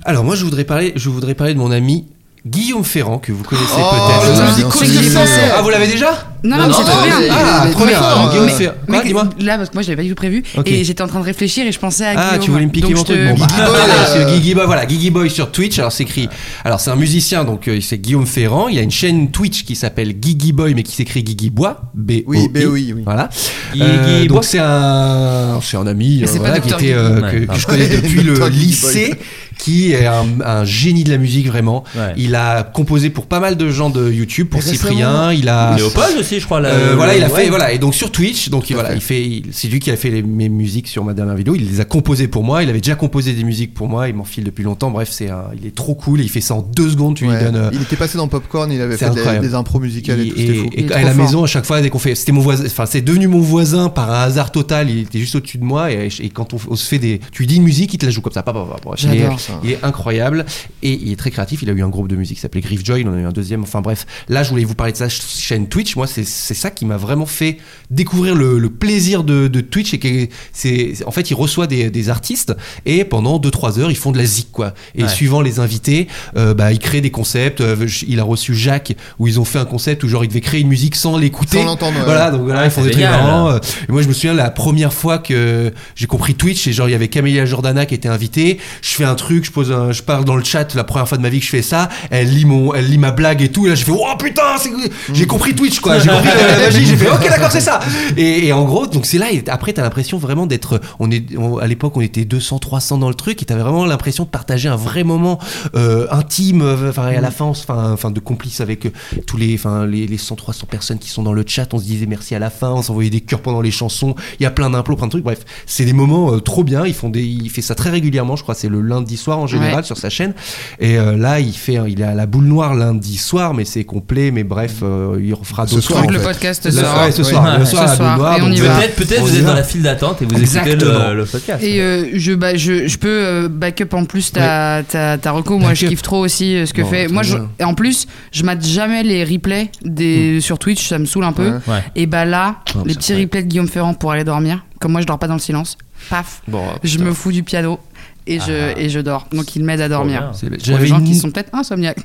Alors moi je voudrais parler, je voudrais parler de mon ami Guillaume Ferrand que vous connaissez
Oh,
peut-être.
le
Ah,
musique
bien
cool
sûr.
qui sort.
Ah vous l'avez déjà
Non, non, mais c'est trop bien.
mais-
Ah,
mais
trop
mais
bien.
fort,
Guillaume
mais-
Ferrand.
Mec,
Quoi, dis-moi.
Là, parce que moi, je l'avais pas du tout prévu.
Ok.
Et j'étais en train de réfléchir et je pensais à
Ah,
Guillaume.
tu voulais me piquer
Donc
mon
je
truc.
te-
Bon, bah,
Guigui Boy,
pareil,
euh,
c'est Guigui Boy, voilà, Guigui Boy sur Twitch. Alors c'est écrit. Alors c'est un musicien, donc euh, c'est Guillaume Ferrand. Il y a une chaîne Twitch qui s'appelle Guigui Boy, mais qui s'écrit Guigui Bois. B O
Oui, B O I, oui.
Voilà.
Guigui
Euh,
Bois.
donc c'est un, c'est un ami euh,
c'est pas
voilà, qui
Dr.
était euh,
Guigui.
que,
Ouais,
que je connais
pardon.
depuis le
Dr. Guigui
lycée, qui est un, un génie de la musique vraiment.
Ouais.
Il a composé pour pas mal de gens de YouTube, pour
Et récemment,
Cyprien. Il a
Ah,
Léopold aussi, je crois. là,
euh,
le-
voilà, il a
ouais.
fait, voilà, et donc sur Twitch, donc il- voilà, il fait, il- c'est lui qui a fait les, mes musiques sur ma dernière vidéo. Il les a composées pour moi. Il avait déjà composé des musiques pour moi. Il m'en file depuis longtemps. Bref, c'est, un- il est trop cool. Il fait ça en deux secondes. Tu
Ouais.
lui donnes. euh,
Il était passé dans Popcorn, il avait
C'est
fait des,
incroyable.
des impros musicales et,
il-
tout, c'était fou.
Il
et- et
est
à
trop
la
fort.
maison, à chaque fois, dès qu'on fait, c'était mon voisin, enfin, c'est devenu mon voisin par un hasard total. Il était juste au-dessus de moi, et, et quand on, on se fait des, tu lui dis une musique, il te la joue comme ça. pa, pa, pa, pa. Il est-
J'adore.
il est incroyable et il est très créatif. Il a eu un groupe de musique qui s'appelait Griff Joy, il en a eu un deuxième. Enfin bref, là je voulais vous parler de sa ch- chaîne Twitch. Moi, c'est c'est ça qui m'a vraiment fait découvrir le, le plaisir de, de Twitch. Et que c'est en fait, il reçoit des, des artistes et pendant 2-3 heures, ils font de la zik quoi. Et
Ouais.
suivant les invités, euh, bah, il crée des concepts. Euh, je- Il a reçu Jacques où ils ont fait un concept où genre il devait créer une musique sans l'écouter.
Sans l'entendre, ouais.
Voilà, donc voilà,
Ah,
ils font
c'est
des trucs
génial.
marrants. Euh, et moi, je me souviens la première fois que j'ai compris Twitch, et genre il y avait Camélia Jordana qui était invitée. Je fais un truc, je pose, un, je parle dans le chat la première fois de ma vie que je fais ça. Elle lit mon, elle lit ma blague et tout. Et là, j'ai fait oh putain, c'est- j'ai compris Twitch quoi. J'ai compris la, la magie. J'ai fait ok d'accord c'est ça. Et, et en gros, donc c'est là. Et après, t'as l'impression vraiment d'être. On est on- à l'époque, on était 200, 300 dans le truc, et t'avais vraiment l'impression de partager un vrai moment euh, intime. euh, Enfin, et à la fin, on se- enfin, enfin, de complice avec euh, tous les, enfin, les, les 100, 300 personnes qui sont dans le chat. On se disait merci à la fin. On s'envoyait des cœurs pendant les chansons. Il y a plein d'implos, plein de trucs. Bref, c'est des moments euh, trop bien. Ils font des, il fait ça très régulièrement. Je crois c'est le lundi soir en général
Ouais.
sur sa chaîne. Et euh, là, il fait, il est à la boule noire lundi soir, mais c'est complet. Mais bref, euh, il refera
Ce
d'autres
soir,
trucs.
Donc le
en fait.
podcast
Le soir,
sera.
ouais, ce soir,
Ouais.
le soir,
Ce
à la
soir,
boule noire,
et on
donc
y
voilà.
va.
Peut-être, peut-être
On
vous
y
êtes
va.
dans la file d'attente et vous écoutez
Exactement.
le, le podcast.
Et euh, je, bah, je, je peux euh, back up en plus ta, ta, ta reco. Moi, je
Back up.
kiffe trop aussi euh, ce que
Bon,
fait.
très
Moi, je,
bien. Hmm.
et en plus, je mate jamais les replays des, sur Twitch, ça me saoule un peu.
Ouais.
Ouais.
Et bah là,
Oh,
les
c'est
petits
vrai.
replays de Guillaume Ferrand pour aller dormir. Comme moi, je dors pas dans le silence. Paf,
Bon, ah,
je
putain.
me fous du piano et je,
Ah.
et je dors. Donc, il m'aide à dormir.
C'est-
Pour les
J'avais
gens
une...
qui sont peut-être insomniaques.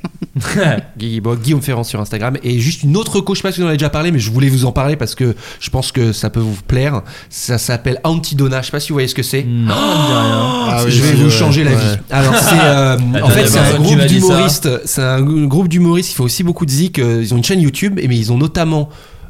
Guigui Boy, Guillaume Ferrand sur Instagram et juste une autre coach, je sais pas si vous en avez déjà parlé, mais je voulais vous en parler parce que je pense que ça peut vous plaire. Ça s'appelle Antidona. Je sais pas si vous voyez ce que c'est.
Non, ça me dit rien.
Ah oui,
je vais
oui,
vous
ouais.
changer la
Ouais.
vie. Alors c'est euh, en fait c'est
Attends,
un
tu
groupe
m'as dit ça.
d'humoristes, c'est un g- groupe d'humoristes, il fait aussi beaucoup de zik, euh, ils ont une chaîne YouTube et mais ils ont notamment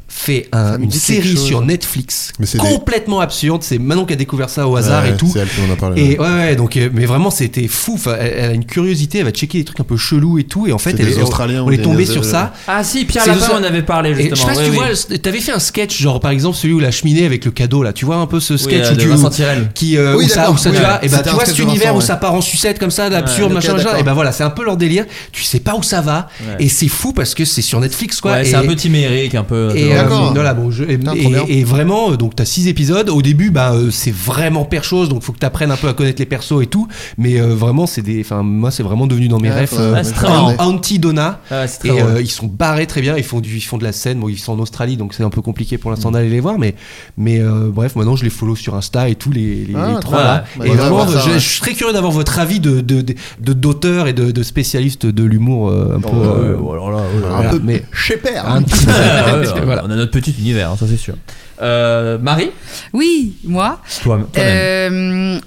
fait un-
Ça me
une
dit quelque
série
chose.
sur Netflix
Mais c'est des-
complètement absurde, c'est Manon qui a découvert ça au hasard
Ouais,
et tout.
C'est elle qui en a parlé.
Et
ouais.
ouais, ouais, donc, euh, mais vraiment, c'était fou. Enfin, elle, elle a une curiosité, elle va checker des trucs un peu chelous et tout. Et en fait,
C'est
elle,
des
est-
Australiens
on
ou
est
des
euh,
tombé
Néo-
sur ça.
Ah si, Pierre
C'est
Lapin,
ça.
on avait parlé
Et je
justement.
sais pas si
oui,
tu
oui.
vois, le- t'avais fait un sketch, genre par exemple celui où la cheminée avec le cadeau là, tu vois un peu ce
Oui,
sketch
euh,
où
de
tu
Vincent Tirel.
qui euh,
Oui,
où ça,
d'accord,
où ça
oui,
tu
ouais.
vois, et bah
C'était
tu
un
vois
sketch
cet
de
univers
Vincent,
où
ouais.
ça part en sucette comme ça, d'absurde,
ok,
machin, machin,
d'accord.
et bah voilà, c'est un peu leur délire. Tu sais pas où ça va,
Ouais.
et c'est fou parce que c'est sur Netflix quoi.
Ouais,
et-
c'est un peu timérique, un peu.
et Et, euh,
D'accord.
voilà, bon, je- et-
Putain, trop
et-
bien.
et vraiment, euh, donc t'as six épisodes. Au début, bah, euh, c'est vraiment père chose, donc faut que t'apprennes un peu à connaître les persos et tout. Mais euh, vraiment, c'est des. Enfin, moi, c'est vraiment devenu dans mes
Ouais,
rêves.
faudrait-
euh,
Ah, c'est très
un
drôle.
anti Donna.
Ah ouais, c'est très
Et
drôle.
euh, ils sont barrés très bien. Ils font du, ils font de la scène. Bon, ils sont en Australie, donc c'est un peu compliqué pour
Mm.
l'instant d'aller les voir. Mais, mais euh, bref, maintenant je les follow sur Insta et tous les, les,
Ah,
les
très
trois.
bien.
là.
Bah,
et
on va
vraiment,
voir ça,
je,
ouais.
je suis très curieux d'avoir votre avis de de- de- de- d'auteur et de, de spécialiste de l'humour euh, un peu.
Oh,
euh, voilà. mais
Chez père.
un petit peu.
Ah ouais,
Voilà.
On a notre petit univers, hein, ça c'est sûr. Euh, Marie,
Oui, moi.
toi, toi-même.
Euh,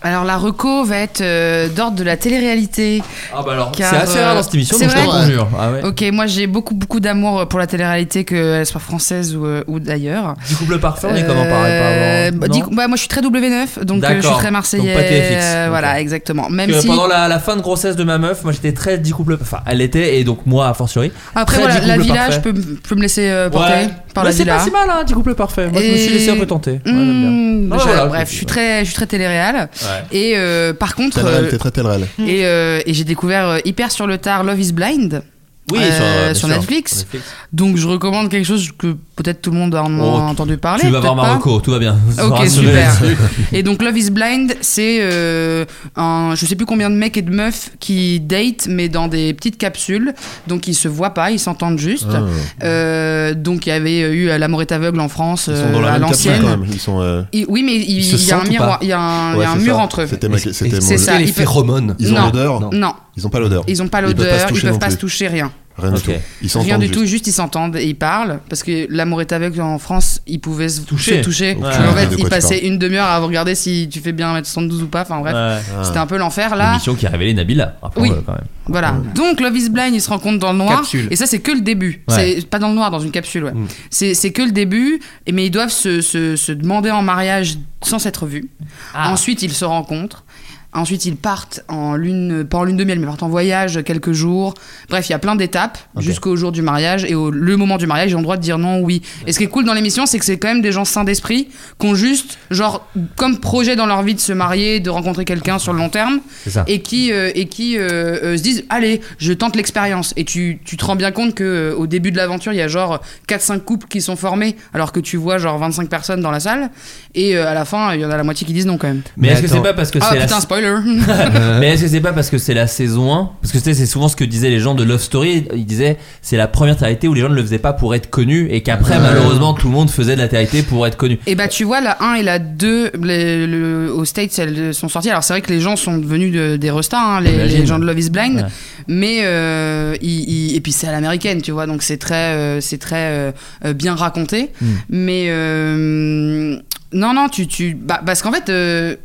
alors la reco va être euh, d'ordre de la télé-réalité.
ah bah alors, c'est
car,
assez rare
euh,
dans cette émission,
c'est
donc je te
vrai
conjure. Ah ouais.
Ok, moi j'ai beaucoup beaucoup d'amour euh, pour la télé-réalité, qu'elle soit française ou, euh, ou d'ailleurs.
Du couple parfait, on est
Euh,
comment par avant
bah,
Non
dis- bah, moi je suis très W9, donc euh, je suis
D'accord.
très
Donc,
marseillais.
pas TFX,
euh,
ok.
Voilà, exactement. Même
Que
si
Pendant la, la fin de grossesse de ma meuf, moi j'étais très dix couples. Enfin, elle était, et donc moi, a fortiori.
après
très
voilà,
dix
la
couples
villa,
parfaits.
je peux, m- peux me laisser euh, porter
Ouais.
par
Ouais,
la
C'est
villa.
pas si mal, hein, dix couples parfaits. Moi, je me suis
Et-
laissé un peu tenter. Ouais, j'aime bien.
Mmh,
Ouais,
je-
voilà,
bref, je suis très, je suis très télé-réal.
Ouais.
Et euh, par contre,
Tel
euh,
réel, t'es très tel réel.
et, euh, et j'ai découvert euh, hyper sur le tard Love is Blind.
Oui,
euh,
sur, euh, bien
sur
sûr,
Netflix.
sur Netflix.
Donc je recommande quelque chose que peut-être tout le monde en a
Oh, tu-
entendu parler.
Tu vas
peut-être
voir
pas.
Marocco, tout va bien.
Ok,
Rassurez
super.
là-dessus.
Et donc Love is Blind, c'est euh, un, je sais plus combien de mecs et de meufs qui datent, mais dans des petites capsules. Donc ils se voient pas, ils s'entendent juste.
Ah.
Euh, donc il y avait eu euh, L'amour est aveugle en France
Ils
euh,
sont dans la
à
même capsule
l'ancienne.
quand même. Ils sont. euh,
Il- oui, mais il,
Ils se
il y a un
sentent ou
miroir,
pas
il y a un, il y a
ouais,
un
c'est
mur
ça.
entre eux.
C'était ma- c'était
C'est
mon-
ça,
les
ils peuvent-
phéromones.
Ils ont
Non.
l'odeur.
Non.
Non,
Ils ont pas l'odeur.
ils ont pas
Ils peuvent pas se
l'odeur, ils
toucher
peuvent
non
pas
plus.
se toucher, rien.
Rien du
Ok.
tout. Ils s'entendent
Rien du
juste.
tout, juste ils s'entendent et ils parlent. Parce que l'amour est aveugle en France, ils pouvaient se
Toucher.
se toucher.
Ouais.
Mais en fait,
De quoi
ils
tu
passaient une demi-heure à regarder si tu fais bien 1m72 ou pas. Enfin bref,
Ouais.
c'était un peu l'enfer là.
L'émission qui a révélé Nabila, rappelons-le
Oui.
quand même.
Voilà. Donc Love is Blind, ils se rencontrent dans le noir.
Capsule.
Et ça, c'est que le début.
Ouais. Mm.
C'est pas dans le noir, dans une capsule. Ouais. C'est c'est que le début. et- Mais ils doivent se, se- se demander en mariage sans s'être vus.
Ah.
Ensuite, ils se rencontrent. Ensuite, ils partent en lune, pas en lune de miel, mais partent en voyage quelques jours. Bref, il y a plein d'étapes jusqu'au jour du mariage et au le moment du mariage, ils ont le droit de dire non, oui. Et ce qui est cool dans l'émission, c'est que c'est quand même des gens sains d'esprit qui ont juste, genre, comme projet dans leur vie de se marier, de rencontrer quelqu'un sur le long terme
C'est ça.
et qui, euh, et qui euh, euh, se disent allez je tente l'expérience et tu, tu te rends bien compte que euh, au début de l'aventure il y a genre 4-5 couples qui sont formés alors que tu vois genre 25 personnes dans la salle et euh, à la fin il y en a la moitié qui disent non quand même
Mais, est-ce que
attends.
c'est pas parce que
ah
c'est la
putain spoiler
Mais est-ce que c'est pas parce que c'est la saison 1 Parce que tu sais, c'est souvent ce que disaient les gens de Love Story. Ils disaient c'est la première télé où les gens ne le faisaient pas pour être connus et qu'après, malheureusement, tout le monde faisait de la télé pour être connu.
et bah tu vois la 1 et la 2 les- le- aux States elles sont sorties alors c'est vrai que les gens sont devenus de- des restas hein, les,
J'imagine.
les gens de Love is Blind
Ouais.
mais euh, ils- ils- et puis c'est à l'américaine tu vois donc c'est très euh, c'est très euh, euh, bien raconté mais euh, non non tu tu bah, parce qu'en fait euh,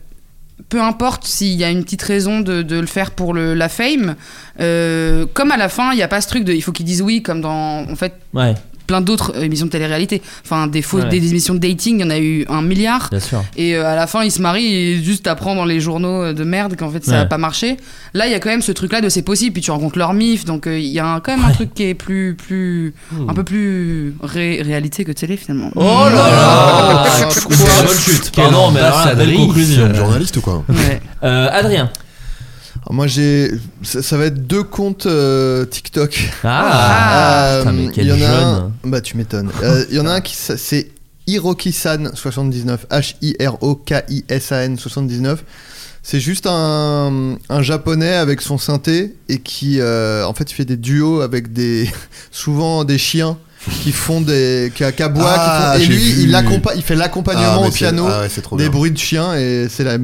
peu importe s'il y a une petite raison de, de le faire pour le, la fame, euh, comme à la fin, il n'y a pas ce truc de il faut qu'ils disent oui, comme dans en fait
Ouais,
plein d'autres euh, émissions de télé-réalité. Enfin, des fausses,
Ouais.
des, émissions de dating, il y en a eu un milliard.
bien sûr.
Et euh, à la fin, ils se marient et juste apprend dans les journaux euh, de merde qu'en fait ça
Ouais.
n'a pas marché. Là, il y a quand même ce truc-là de c'est possible. Puis tu rencontres leur mif, donc euh, il y a un- quand même un
Ouais.
truc qui est plus, plus, un peu plus ré- réalité que télé finalement.
Oh là là
Quoi
Bonne chute. Pardon, mais alors là, belle
ambassadrice.
conclusion.
Journaliste ou quoi
Ouais.
Euh, Adrien.
Alors Moi j'ai. Ça, ça va être deux comptes euh, TikTok.
Ah, Putain, mais quel
il y en a
jeune.
un- Bah tu m'étonnes. Euh, Il y en a un qui ça- c'est Hirokisan 79. H-I-R-O-K-I-S-A-N 79. C'est juste un, un japonais avec son synthé et qui euh, en fait il fait des duos avec des souvent des chiens qui font des qui qui aboient,
Ah,
qui font- et
j'ai
lui
vu.
il, accompa- il fait
Ah,
l'accompagnement
mais
au
c'est-
piano
Ah ouais, c'est trop
des
bien.
bruits de chiens et c'est la,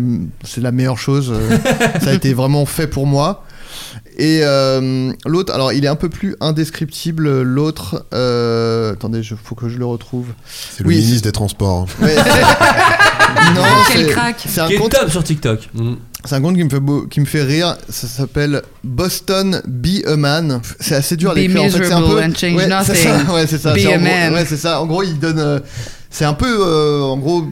c'est la meilleure chose. euh, ça a été vraiment fait pour moi. Et euh, l'autre, alors il est un peu plus indescriptible. L'autre, euh, attendez, il faut que je le retrouve.
C'est le
Oui.
ministre des Transports.
Ouais. non,
Ah, Quel
c'est-
crack.
Ah,
C'est un,
Qui est
compte,
top sur TikTok.
c'est un compte qui me fait, beau- qui me fait rire. Ça s'appelle Boston Be a Man. C'est assez dur à
Be
l'écrire. En fait, c'est un
miserable
peu.
and change
ouais, c'est ça,
nothing.
ouais, c'est ça.
Be
C'est en
a
gros-
man.
ouais, c'est ça. En gros, il donne. euh, c'est un peu, euh, en gros,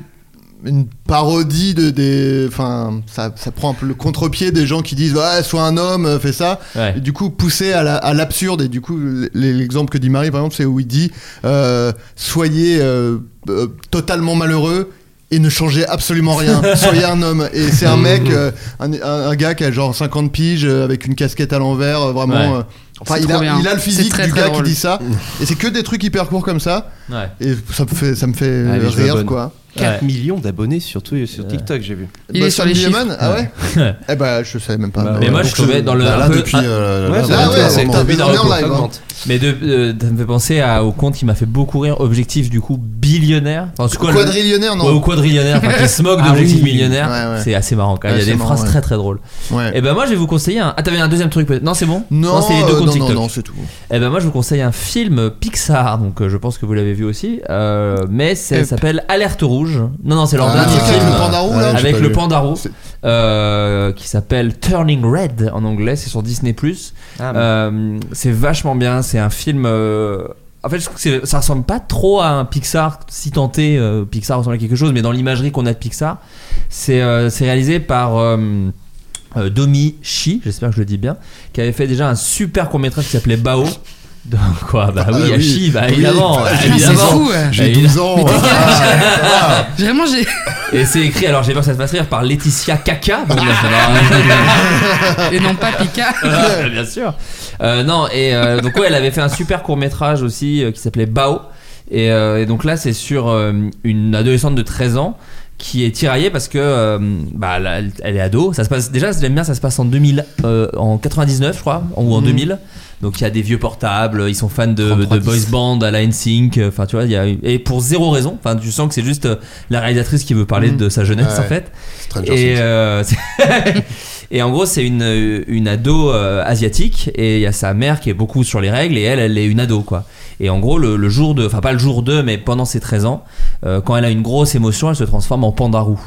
une parodie de des. Enfin, ça, ça prend un peu le contre-pied des gens qui disent ah, sois un homme, euh, fais ça.
Ouais.
Et du coup, poussé à la- à l'absurde. et du coup, l- l'exemple que dit Marie, par exemple, c'est où il dit euh, soyez euh, euh, totalement malheureux. Et ne changez absolument rien. Soyez un homme. Et c'est un mec, euh, un, un- un gars qui a genre 50 piges euh, avec une casquette à l'envers, euh, vraiment
Ouais.
euh, Enfin,
C'est
il
trop
a,
bien.
il a le
C'est
physique
très,
du
très
gars
drôle.
qui dit ça. Et c'est que des trucs hyper courts comme ça.
Ouais.
Et ça me fait, ça me fait euh,
Allez, je
rire,
m'abonne.
quoi.
4 millions d'abonnés surtout sur TikTok, j'ai vu.
Ah,
Il est sur les
Sony
chiffres.
Yeoman, Ah ouais
Ouais. Bah,
Eh ben, je savais même pas.
Mais moi, je trouvais dans le.
Là,
un peu-
depuis.
ah,
euh,
Ouais,
bah
là,
ça
là,
augmente,
là,
c'est
vraiment.
top. mais
ça
on est en
augmente,
live,
ça augmente.
Mais de, euh, ça me fait penser à, au compte qui m'a fait beaucoup rire, objectif du coup billionnaire. Enfin, c'est quoi le-
Quadrillionnaire,
Ouais,
non
ou quadrillionnaire, enfin, qui se moque
Ah
d'objectif
oui.
millionnaire.
Ouais, ouais.
C'est assez marrant quand même.
Ouais,
Il y
c'est
a des
marrant,
phrases
ouais.
très très drôles.
Ouais.
Et ben moi je vais vous conseiller un. Ah, t'avais un deuxième truc peut-être Non, c'est bon
Non,
c'est les deux
euh,
comptes
non,
TikTok.
non, non, c'est tout.
Eh ben moi je vous conseille un film Pixar, donc euh, je pense que vous l'avez vu aussi, euh, mais ça
Up.
s'appelle Alerte Rouge. Non non c'est leur
Ah,
dernier
c'est
film euh,
avec le panda
roux, là
j'ai
avec
pas
le
vu.
panda roux,
C'est-
euh, qui s'appelle Turning Red en anglais, c'est sur Disney
Ah
Euh, c'est vachement bien, c'est un film. euh, En fait, je trouve que c'est- ça ressemble pas trop à un Pixar, si tenté euh, Pixar ressemble à quelque chose, mais dans l'imagerie qu'on a de Pixar, c'est euh, c'est réalisé par euh, euh, Domi Shi, j'espère que je le dis bien, qui avait fait déjà un super court métrage qui s'appelait Bao. Donc, quoi Bah
Ah
oui,
oui.
à Shi, bah
Oui.
évidemment,
Ah,
Putain, C'est
évidemment.
fou. ouais.
J'ai
Et il-
12 ans.
Vraiment, j'ai.
Et c'est écrit, alors j'ai peur que ça te fasse rire, par Laetitia Kaka. Bon, bah, ça va.
Et non pas Pika.
Ah, bien sûr. Euh, non, et euh, donc, ouais, elle avait fait un super court métrage aussi euh, qui s'appelait Bao. Et, euh, et donc là, c'est sur euh, une adolescente de 13 ans qui est tiraillée parce que euh, bah, là, elle, elle est ado. Ça se passe, déjà, j'aime bien, ça se passe en 2000, euh, en 99, je crois, en- ou en 2000. Donc il y a des vieux portables, ils sont fans de, de
33,
boys band à la NSYNC, euh, enfin tu vois, il y a, et pour zéro raison, enfin tu sens que c'est juste euh, la réalisatrice qui veut parler de sa jeunesse
Ouais.
en fait.
Stranger
Et,
Things.
euh, c'est- et en gros, c'est une, une ado euh, asiatique et il y a sa mère qui est beaucoup sur les règles et elle, elle est une ado quoi. Et en gros, le, le jour de, enfin pas le jour de, mais pendant ses 13 ans, euh, quand elle a une grosse émotion, elle se transforme en panda roux.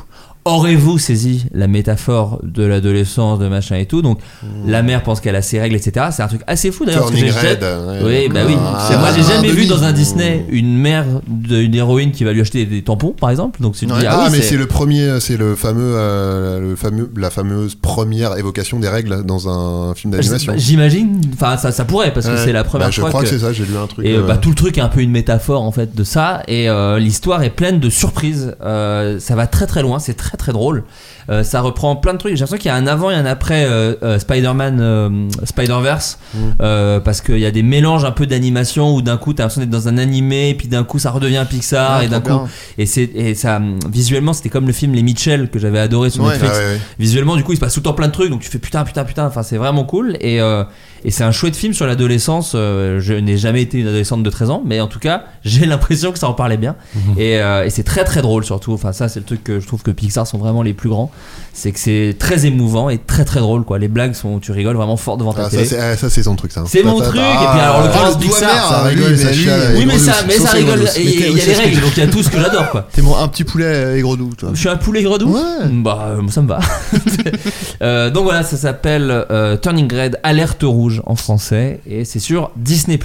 Aurez-vous saisi la métaphore de l'adolescence, de machin et tout Donc, la mère pense qu'elle a ses règles, etc. C'est un truc assez fou d'ailleurs. parce que
Hmm. Turning
j'ai-
Red.
oui,
ouais.
bah oui.
Ah,
Moi, j'ai jamais
un
vu
demi.
dans un Disney une mère d'une héroïne qui va lui acheter des tampons, par exemple. Donc, tu te
Ouais.
dis, ah,
ah,
oui,
mais
c'est-
c'est le premier, c'est le fameux, euh, le fameux, la fameuse première évocation des règles dans un
Ah,
film d'animation.
J'imagine, enfin ça, ça pourrait parce que
Ouais.
c'est la première
Bah, je
fois
crois que, c'est ça, j'ai lu un truc.
et euh,
euh,
bah, tout le truc est un peu une métaphore en fait de ça et euh, l'histoire est pleine de surprises. Euh, ça va très très loin, c'est très très drôle. Euh, ça reprend plein de trucs. J'ai l'impression qu'il y a un avant et un après euh, euh, Spider-Man, euh, Spider-Verse
Mm.
euh, parce qu'il y a des mélanges un peu d'animation où d'un coup t'as l'impression d'être dans un animé et puis d'un coup ça redevient un Pixar
Ah,
Ouais,
et d'un
trop
coup
bien.
et c'est et ça hum, visuellement c'était comme le film Les Mitchell que j'avais adoré sur
Ouais.
ah,
Netflix
ouais, ouais.
visuellement du coup il se passe tout le temps plein de trucs donc tu fais putain putain putain enfin c'est vraiment cool et, euh, et c'est un chouette film sur l'adolescence Euh, je n'ai jamais été une adolescente de 13 ans mais en tout cas j'ai l'impression que ça en parlait bien
Mhm.
et, euh, et c'est très très drôle surtout enfin ça c'est le truc que je trouve que Pixar sont vraiment les plus grands c'est que c'est très émouvant et très très drôle quoi les blagues sont tu rigoles vraiment fort devant ta
Ah, ça,
télé
c'est, ah, ça, c'est son truc, ça.
C'est mon truc, et puis alors, le
ah,
grand
doigt
Pixar,
merde,
ça rigole,
lui,
ça
mais lui,
chiale.
oui mais
Gros
ça
loose,
mais ça
sauce et
rigole
gros
et
loose.
et il y a les règles donc il y a tout ce que j'adore quoi
T'es mon un petit
euh,
poulet aigre doux, toi.
je suis un poulet gredou
Ouais.
Bah, euh, ça me va. Euh, donc voilà, ça s'appelle euh, Turning Red, Alerte Rouge en français, et c'est sur Disney.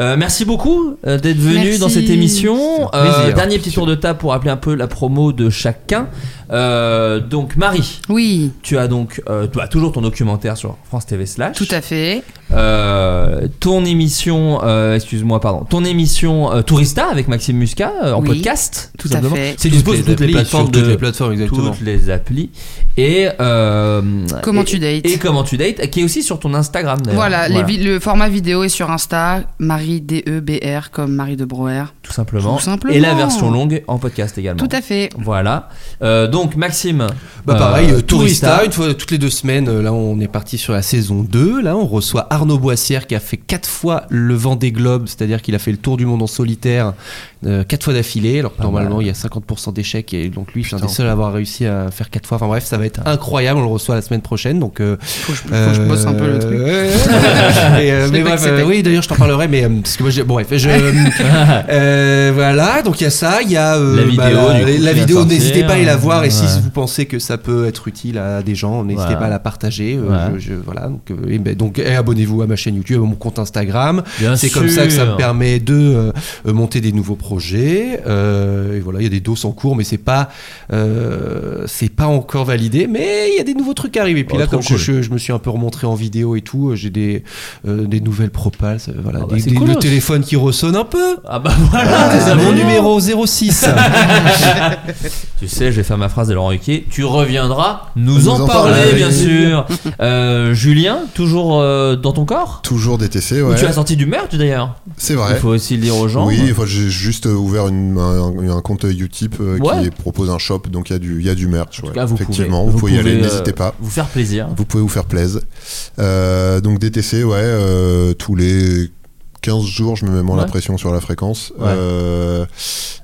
Euh, merci beaucoup euh, d'être venu
Merci.
dans cette émission. Euh,
C'est un plaisir.
dernier petit tour de table pour rappeler un peu la promo de chacun. Euh, donc, Marie,
Oui,
tu as donc euh, tu as toujours ton documentaire sur France TV. Slash.
tout à fait.
Euh, ton émission, euh, excuse-moi, pardon, ton émission euh, Tourista avec Maxime Muscat euh, en
Oui,
podcast,
tout à
simplement.
fait.
C'est dispo sur toutes les
applis,
plateformes
sur toutes
de-
les plateformes, exactement.
toutes les applis et euh,
Comment
et-
tu dates
et comment tu dates qui est aussi sur ton Instagram d'ailleurs.
Voilà, les vi- le format vidéo est sur Insta, Marie D-E-B-R comme Marie de Brouwer.
tout simplement
Tout simplement.
et la version longue en podcast également
Tout à fait.
voilà Euh, donc Maxime
Bah pareil,
euh,
euh, Tourista, une fois toutes les deux semaines, euh, là on est parti sur la saison 2, là on reçoit Arnaud Boissière qui a fait 4 fois le vent des globes, c'est-à-dire qu'il a fait le tour du monde en solitaire 4 fois d'affilée, alors que normalement il y a 50% d'échecs et donc lui c'est un des seuls à avoir réussi à faire 4 fois, enfin bref ça va être incroyable, on le reçoit la semaine prochaine, donc... euh,
Faut que je, faut que je bosse un peu le truc.
euh, et, euh,
Je
mais
l'ai pas
bref,
accepté.
euh, oui, d'ailleurs, je t'en parlerai, mais euh, parce que moi, j'ai- bon, bref, je, euh, voilà. Donc il y a ça, il y a euh,
La vidéo,
la-
du coup,
la,
qui va
vidéo.
sortir.
N'hésitez pas à aller la voir, et si
Ouais.
vous pensez que ça peut être utile à des gens, n'hésitez
Voilà.
pas à la partager. euh,
Ouais.
je- je- voilà. Donc, euh, et ben, donc, et abonnez-vous à ma chaîne YouTube, à mon compte Instagram.
Bien
C'est
sûr.
comme ça que ça me permet de euh, euh, monter des nouveaux projets. Euh, et voilà, il y a des doses en cours, mais c'est pas, euh, c'est pas encore validé. Mais il y a des nouveaux trucs qui arrivent. Et puis
Oh,
là,
trop
comme je, je- je me suis un peu remontré en vidéo et tout, euh, j'ai des, euh, des nouvelles propales. ça- Voilà,
Ah bah,
des-
c'est
des-
cool.
le téléphone qui ressonne un peu.
ah bah voilà tes
mon
abonnements.
numéro 06.
tu sais je vais faire ma phrase de Laurent Ruquier tu reviendras nous,
Nous
en,
en
parler
parler.
bien sûr Euh, Julien toujours euh, dans dans ton corps
Toujours DTC,
Ou
ouais.
tu as sorti du meurtre d'ailleurs
C'est vrai.
Il faut aussi le dire aux gens.
Oui, enfin, j'ai juste euh, ouvert une- un, un compte Utip euh,
Ouais.
qui propose un shop, donc il y, a du- il y a du merch. ouais.
cas, vous
Effectivement,
pouvez-
vous,
vous
pouvez, y
pouvez,
aller,
euh,
n'hésitez pas.
vous faire plaisir.
Vous pouvez vous faire plaisir. Euh, donc DTC, ouais, euh, tous les 15 jours, je me mets moins la
Ouais.
pression sur la fréquence.
Ouais.
Euh,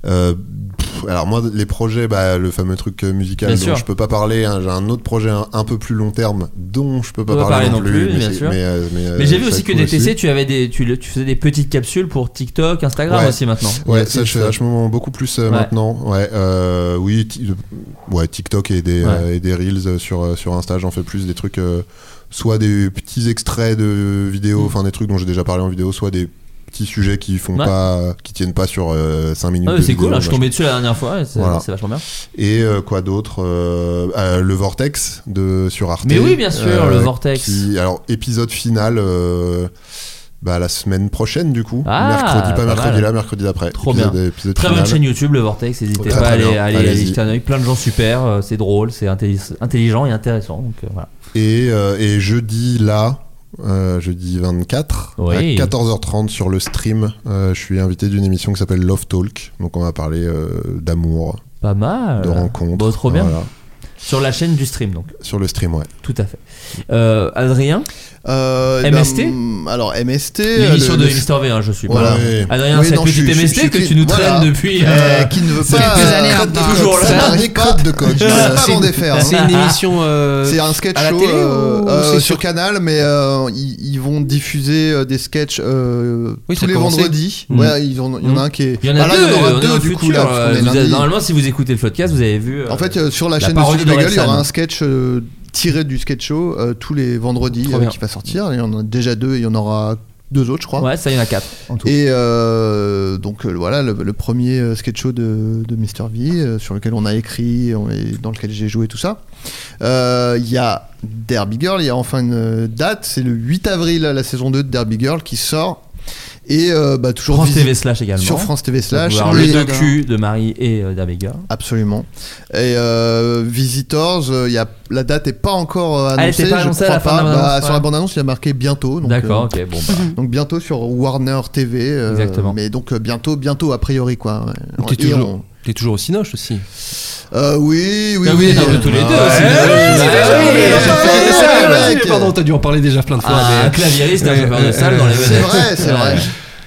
euh, pff, alors moi, les projets, bah, le fameux truc euh, musical
Bien
dont
sûr.
je peux pas parler, hein, j'ai un autre projet un, un peu plus long terme dont je peux pas
On va
parler,
parler non plus,
mais
bien
c'est-
sûr.
mais, euh, mais, euh,
j'ai vu
ça
aussi que
cool
DTC, tu avais des, tu, le- tu faisais des petites capsules pour TikTok, Instagram
Ouais.
aussi maintenant.
Ouais,
Aussi,
ça je fais vachement beaucoup plus euh,
Ouais.
maintenant. Ouais, euh, oui, ti- euh, ouais, TikTok et des,
Ouais.
euh, et des reels euh, sur euh, sur Insta, j'en fais plus des trucs, euh, soit des petits extraits de vidéos, enfin des trucs dont j'ai déjà parlé en vidéo, soit des petits sujets qui font
Mm. Ouais.
pas, qui tiennent pas sur 5 minutes.
Ah ouais,
de
c'est cool,
vidéo,
hein, je suis
machin.
tombé dessus la dernière fois, et c'est
Voilà.
c'est vachement bien.
Et euh, quoi d'autre Euh, euh, Le Vortex de sur Arte. euh,
Mais oui, bien sûr, le Vortex.
qui- alors épisode final. euh, bah, la semaine prochaine du coup
Ah,
mercredi pas
pas
mercredi
mal.
là mercredi d'après
Trop
Épisode-
bien.
épisode
Très bonne
final.
chaîne YouTube, le Vortex, n'hésitez
Très,
pas à
très
aller,
bien,
à aller
allez-y.
jeter un œil. Plein de gens super, euh, c'est drôle, c'est intelli- intelligent et intéressant. Donc, euh, voilà.
Et, euh, et jeudi là, euh, jeudi 24,
Oui.
à 14h30 sur le stream, euh, je suis invité d'une émission qui s'appelle Love Talk. Donc on va parler euh, d'amour,
Pas
Ah
mal.
de rencontres.
Bah,
Bon, trop bien.
Voilà.
Sur la chaîne du stream, donc,
Sur le stream, ouais.
tout à fait. Euh, Adrien,
Euh, eh
MST
ben, hum, Alors, MST.
l'émission
le-
de
le-
Mister V, hein, je suis pas
Voilà.
là.
euh, Ouais.
Adrien,
Oui,
cette
non, je
petite
suis- je
MST
suis
que
clean.
tu nous traînes
Voilà.
depuis.
Euh,
euh,
qui ne veut
ça
pas.
fait des
euh,
années,
code de
hein.
toujours
Toujours
là.
là.
code de coach. Je ne pas
C'est
m'en
une-
défaire. hein.
C'est une
Ah.
émission. euh,
C'est un sketch
à la
show
télé
euh,
ou
euh,
c'est
sur
sur-
Canal, mais euh, ils, ils vont diffuser euh, des sketchs euh,
Oui,
tous
ça a
les
commencé.
vendredis.
Mhm.
Ouais, ils ont- il y en a un qui est.
Il y en a
Ah, là,
deux,
il y en aura
on est dans
deux
le
du coup
futur,
là. parce
euh,
qu'on est
vous avez-
lundi.
normalement, si vous écoutez le podcast, vous avez vu. euh,
En fait, euh, sur la,
la
chaîne de
parodie
Studio
de hein.
Bagel, il y aura
Orelsan.
un sketch euh, tiré du sketch show euh, tous les vendredis
Trop
euh,
bien.
qui va sortir. Il y en a déjà deux et il y en aura deux autres, je crois.
ouais, ça, il y en a quatre en tout.
Et euh, donc euh, voilà le, le premier euh, sketch show de, de Mr V euh, sur lequel on a écrit on- et dans lequel j'ai joué tout ça. Euh, Il y a Derby Girl, il y a enfin une euh, date, c'est le 8 avril la saison 2 de Derby Girl qui sort et euh, bah, toujours
France
visi-
TV slash également.
sur France TV
Vous pouvez
slash
voir
et-
le docu de Marie et euh, d'Abega.
Absolument. Et euh, Visitors, euh, il y a, la date est pas encore euh,
Ah, elle
annoncée.
était pas
je
annoncée à
crois
la fin de
pas. Bah,
la bande-annonce,
Sur
ouais.
la bande-annonce, il y a marqué bientôt. donc,
D'accord,
euh,
ok, bon. bah.
donc bientôt sur Warner TV. euh,
Exactement.
Mais donc euh, bientôt, bientôt a priori quoi. Ouais.
T'es
Et
toujours,
on-
t'es toujours au Cinoche aussi.
Euh, oui, oui,
Ah, vous
oui.
êtes un peu tous les deux aussi.
Pardon, t'as dû en parler déjà plein de fois.
Ah, un
mais-
clavieriste, un chauffeur de salle dans les
C'est
vedettes.
vrai, c'est
Ouais. Bah,
vrai.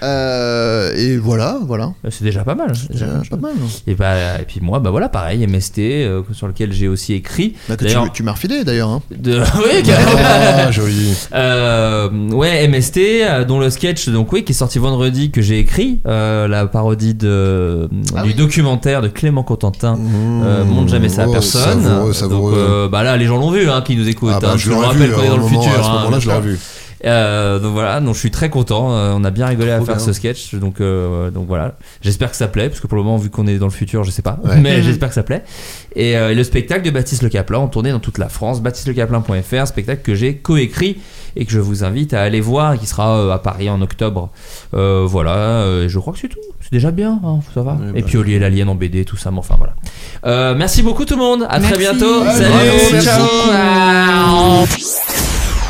Euh, et voilà, voilà.
C'est déjà pas mal. c'est déjà
Euh, pas mal.
Et, bah, et puis moi, bah voilà, pareil, MST, euh, sur lequel j'ai aussi écrit.
Bah, que tu
D'ailleurs,
tu m'as refilé d'ailleurs. hein.
de... oui, carrément.
Ah, joli.
Euh, ouais, MST, euh, dont le sketch, donc oui, qui est sorti vendredi, que j'ai écrit, euh, la parodie de,
Ah
du
oui.
documentaire de Clément Constantin. Euh,
Mmh.
montre jamais ça à
Oh,
personne.
Savoureux, savoureux.
Donc, euh, bah là, les gens l'ont vu, hein, qui nous écoutent.
Ah, bah,
hein,
je
je vous
l'aurais
rappelle
vu,
qu'on est
à
dans
un
le
moment,
futur.
À ce
hein,
moment-là, je
bien
l'aurais
sûr.
vu.
Euh, donc voilà, donc je suis très content. euh, on a bien rigolé à
Trop
faire
bien.
ce sketch. Donc, euh, donc voilà, j'espère que ça plaît, parce que pour le moment, vu qu'on est dans le futur, je sais pas,
Ouais.
Mhm.
mais j'espère que ça plaît. Et euh, le spectacle de Baptiste Le Caplin, on tournait dans toute la France, baptistelecaplin.fr, spectacle que j'ai coécrit et que je vous invite à aller voir, et qui sera euh, à Paris en octobre. Euh, voilà, euh, je crois que c'est tout. C'est déjà bien, hein, ça va.
Oui,
et
bah.
puis Olivier l'Alien en BD, tout ça, mais enfin voilà. Euh, merci beaucoup tout le monde, à
Merci.
très bientôt.
Ouais,
Salut,
bravo, merci.
ciao.